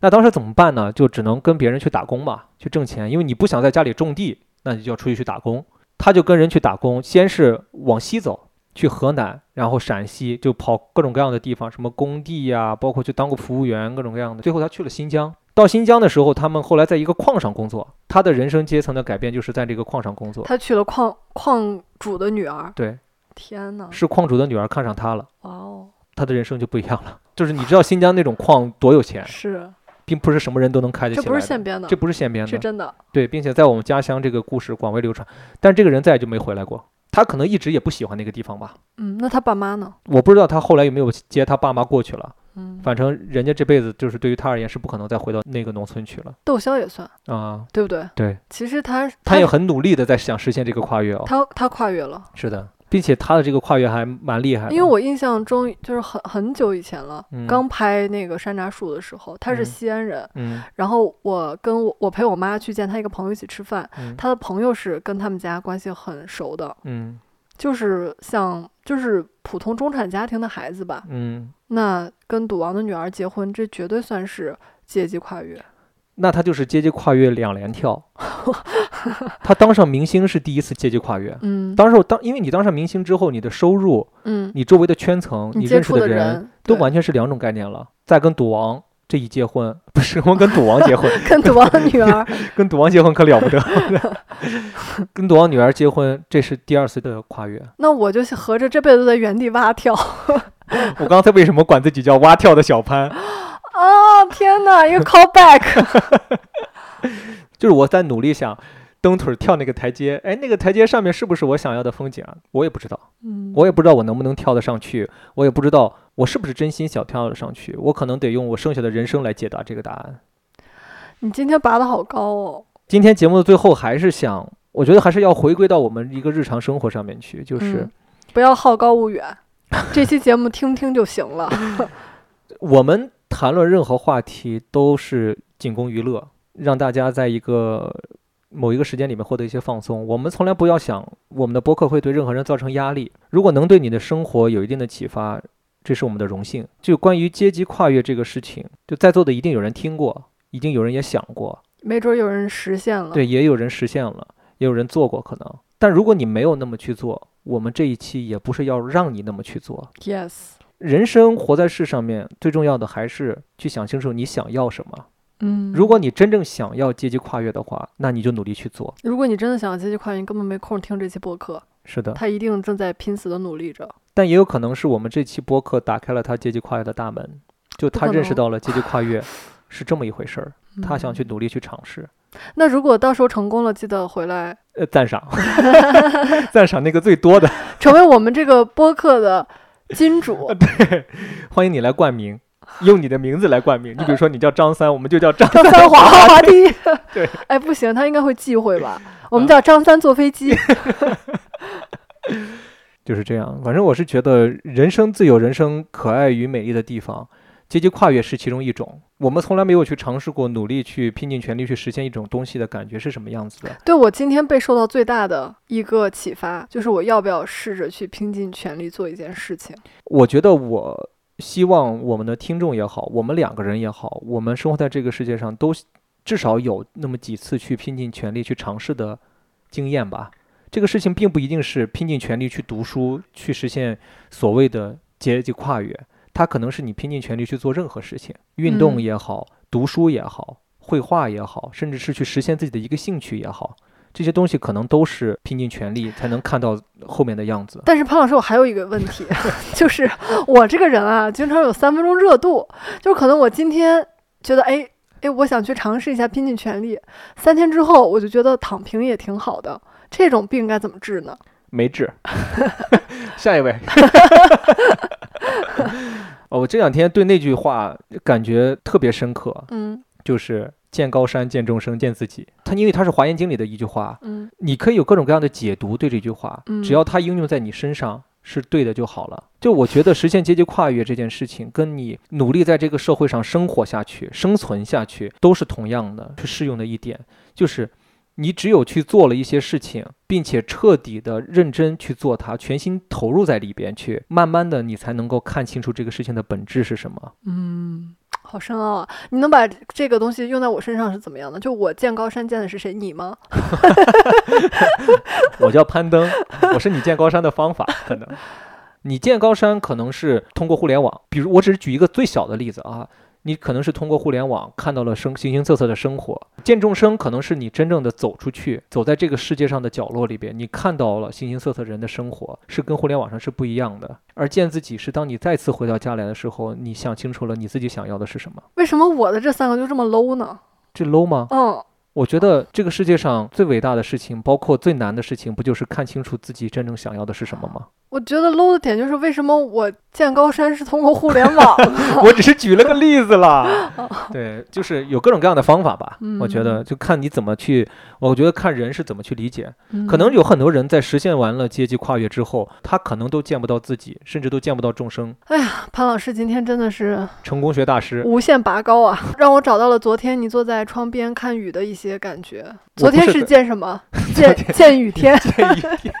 Speaker 1: 那当时怎么办呢？就只能跟别人去打工嘛，去挣钱，因为你不想在家里种地，那你就要出去去打工。他就跟人去打工，先是往西走，去河南，然后陕西，就跑各种各样的地方，什么工地呀、包括去当过服务员，各种各样的。最后他去了新疆。到新疆的时候，他们后来在一个矿上工作，他的人生阶层的改变就是在这个矿上工作。
Speaker 2: 他娶了矿矿主的女儿。
Speaker 1: 对，
Speaker 2: 天哪！
Speaker 1: 是矿主的女儿看上他了，
Speaker 2: 哇哦，
Speaker 1: 他的人生就不一样了。就是你知道新疆那种矿多有钱，
Speaker 2: 是
Speaker 1: 并不是什么人都能开得起
Speaker 2: 这
Speaker 1: 来的。
Speaker 2: 不是现编的
Speaker 1: 这，不是现编
Speaker 2: 是
Speaker 1: 的，
Speaker 2: 真的。
Speaker 1: 对，并且在我们家乡这个故事广为流传，但这个人再也就没回来过。他可能一直也不喜欢那个地方吧，
Speaker 2: 嗯，那他爸妈呢？
Speaker 1: 我不知道他后来有没有接他爸妈过去了。
Speaker 2: 嗯，
Speaker 1: 反正人家这辈子就是对于他而言是不可能再回到那个农村去了
Speaker 2: 窦骁也算，
Speaker 1: 啊、
Speaker 2: 对不对？
Speaker 1: 对，
Speaker 2: 其实他
Speaker 1: 他也很努力的在想实现这个跨越哦。
Speaker 2: 他他跨越了，
Speaker 1: 是的，并且他的这个跨越还蛮厉害的。
Speaker 2: 因为我印象中就是很很久以前了，
Speaker 1: 嗯
Speaker 2: 刚拍那个山楂树的时候，他是
Speaker 1: 嗯
Speaker 2: 西安人，
Speaker 1: 嗯
Speaker 2: 然后我跟我我陪我妈去见他一个朋友一起吃饭，
Speaker 1: 嗯
Speaker 2: 他的朋友是跟他们家关系很熟的，
Speaker 1: 嗯
Speaker 2: 就是像就是普通中产家庭的孩子吧，
Speaker 1: 嗯，
Speaker 2: 那跟赌王的女儿结婚，这绝对算是阶级跨越。
Speaker 1: 那他就是阶级跨越两连跳。他当上明星是第一次阶级跨越。
Speaker 2: 嗯
Speaker 1: 当时当因为你当上明星之后，你的收入、
Speaker 2: 嗯，
Speaker 1: 你周围的圈层、
Speaker 2: 你接
Speaker 1: 认识
Speaker 2: 触的
Speaker 1: 人
Speaker 2: 人
Speaker 1: 都
Speaker 2: 对
Speaker 1: 完全是两种概念了。再跟赌王这一结婚，不是我跟赌王结婚，
Speaker 2: 跟赌王的女儿
Speaker 1: 跟赌王结婚可了 不得跟赌王女儿结婚，这是第二次的跨越。
Speaker 2: 那我就合着这辈子都在原地蛙跳
Speaker 1: 我刚才为什么管自己叫蛙跳的小潘？
Speaker 2: 啊！天 哪，一个 callback，
Speaker 1: 就是我在努力想蹬腿儿跳那个台阶，哎，那个台阶上面是不是我想要的风景啊？我也不知道。
Speaker 2: 嗯，
Speaker 1: 我也不知道我能不能跳得上去，我也不知道我是不是真心想跳得上去，我可能得用我剩下的人生来解答这个答案。
Speaker 2: 你今天拔得好高哦，
Speaker 1: 今天节目的最后还是想，我觉得还是要回归到我们一个日常生活上面去，就是
Speaker 2: 嗯不要好高骛远。这期节目听听就 行了，
Speaker 1: 我们谈论任何话题都是仅供娱乐，让大家在一个某一个时间里面获得一些放松。我们从来不要想我们的播客会对任何人造成压力。如果能对你的生活有一定的启发，这是我们的荣幸。就关于阶级跨越这个事情，就在座的一定有人听过，一定有人也想过，
Speaker 2: 没准有人实现了。
Speaker 1: 对，也有人实现了，也有人做过可能。但如果你没有那么去做，我们这一期也不是要让你那么去做，
Speaker 2: ，yes，
Speaker 1: 人生活在世上面，最重要的还是去想清楚你想要什么。
Speaker 2: 嗯，
Speaker 1: 如果你真正想要阶级跨越的话，那你就努力去做。
Speaker 2: 如果你真的想要阶级跨越，你根本没空听这期播客，
Speaker 1: 是的，
Speaker 2: 他一定正在拼死的努力着。
Speaker 1: 但也有可能是我们这期播客打开了他阶级跨越的大门，就
Speaker 2: 不
Speaker 1: 他
Speaker 2: 可
Speaker 1: 认识
Speaker 2: 能嗯
Speaker 1: 到了阶级跨越是这么一回事儿。他想去努力去尝试，
Speaker 2: 那如果到时候成功了，记得回来
Speaker 1: 呃，赞赏， 赞赏那个最多的，。
Speaker 2: 成为我们这个播客的金主
Speaker 1: 欢迎你来冠名，用你的名字来冠名。你比如说你叫张三，我们就叫张
Speaker 2: 张三滑滑梯，
Speaker 1: 对，
Speaker 2: 哎，不行，他应该会忌 讳吧？我们叫张三坐飞机。
Speaker 1: 就是这样。反正我是觉得人生自有人生可爱与美丽的地方，阶级跨越是其中一种。我们从来没有去尝试过努力去拼尽全力去实现一种东西的感觉是什么样子的。
Speaker 2: 对我今天被受到最大的一个启发，就是我要不要试着去拼尽全力做一件事情？
Speaker 1: 我觉得我希望我们的听众也好，我们两个人也好，我们生活在这个世界上都至少有那么几次去拼尽全力去尝试的经验吧。这个事情并不一定是拼尽全力去读书去实现所谓的阶级跨越，它可能是你拼尽全力去做任何事情，运动
Speaker 2: 嗯
Speaker 1: 也好，读书也好，绘画也好，甚至是去实现自己的一个兴趣也好，这些东西可能都是拼尽全力才能看到后面的样子。
Speaker 2: 但是潘老师，我还有一个问题， 就是我这个人啊，经常有三分钟热度，就是可能我今天觉得，哎哎，我想去尝试一下拼尽全力，三天之后我就觉得躺平也挺好的，这种病该怎么治呢？
Speaker 1: 没治。下一位。哦，我这两天对那句话感觉特别深刻，
Speaker 2: 嗯
Speaker 1: 就是“见高山，见众生，见自己”。它因为它是华严经里的一句话，
Speaker 2: 嗯
Speaker 1: 你可以有各种各样的解读对这句话，
Speaker 2: 嗯
Speaker 1: 只要它应用在你身上是对的就好了。就我觉得实现阶级跨越这件事情，跟你努力在这个社会上生活下去、生存下去，都是同样的，是适用的一点，就是你只有去做了一些事情，并且彻底的认真去做它，全心投入在里边去，慢慢的你才能够看清楚这个事情的本质是什么。
Speaker 2: 嗯，好深奥啊！你能把这个东西用在我身上是怎么样的？就我见高山见的是谁？你吗？
Speaker 1: 我叫攀登，我是你见高山的方法，可能。你见高山可能是通过互联网，比如我只是举一个最小的例子啊，你可能是通过互联网看到了生形形色色的生活，见众生可能是你真正的走出去，走在这个世界上的角落里边，你看到了形形色色人的生活，是跟互联网上是不一样的。而见自己是当你再次回到家来的时候，你想清楚了你自己想要的是什么，
Speaker 2: 为什么我的这三个就这么 low 呢？
Speaker 1: 这 low 吗？
Speaker 2: 嗯，
Speaker 1: 我觉得这个世界上最伟大的事情，包括最难的事情，不就是看清楚自己真正想要的是什么吗？
Speaker 2: 我觉得 low 的点就是为什么我见高山是通过互联网？
Speaker 1: 我只是举了个例子啦。
Speaker 2: 哦
Speaker 1: 对，就是有各种各样的方法吧。
Speaker 2: 嗯
Speaker 1: 我觉得就看你怎么去，我觉得看人是怎么去理解。
Speaker 2: 嗯
Speaker 1: 可能有很多人在实现完了阶级跨越之后，他可能都见不到自己，甚至都见不到众生。
Speaker 2: 潘老师今天真的是
Speaker 1: 成功学大师，
Speaker 2: 无限拔高啊， 让我找到了昨天你坐在窗边看雨的一些感觉。昨天
Speaker 1: 不是
Speaker 2: 是见 什么？见
Speaker 1: 天
Speaker 2: 见 雨天。
Speaker 1: 这一天。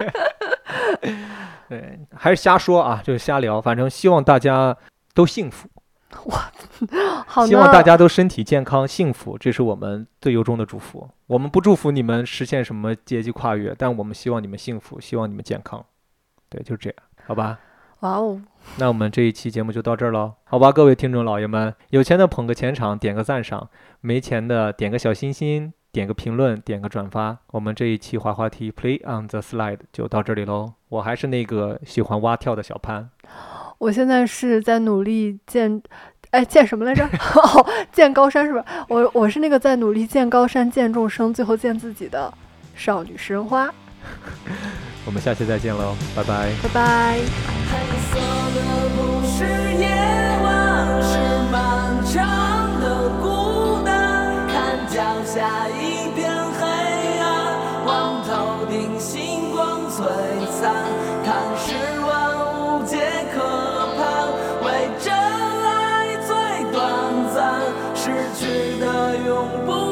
Speaker 1: 对，还是瞎说啊，就是瞎聊。反正希望大家都幸福，
Speaker 2: 好呢，
Speaker 1: 希望大家都身体健康、幸福，这是我们最由衷的祝福。我们不祝福你们实现什么阶级跨越，但我们希望你们幸福，希望你们健康。对，就是这样，好吧？
Speaker 2: 哇哦，
Speaker 1: 那我们这一期节目就到这儿喽，好吧，各位听众老爷们，有钱的捧个钱场，点个赞赏；没钱的点个小心心，点个评论，点个转发。我们这一期滑滑梯 Play on the Slide 就到这里喽。我还是那个喜欢蛙跳的小潘，
Speaker 2: 我现在是在努力见。哎，见什么来着？ 哦，见高山是吧？我我是那个在努力见高山、见众生，最后见自己的少女食人花。
Speaker 1: 我们下期再见喽，拜拜。
Speaker 2: 拜拜。
Speaker 4: 黑色的不是夜晚，是漫长的孤单。看脚下一片黑暗，望头顶星光璀璨，看世万物皆可盼，为真爱最短暂，失去的永不。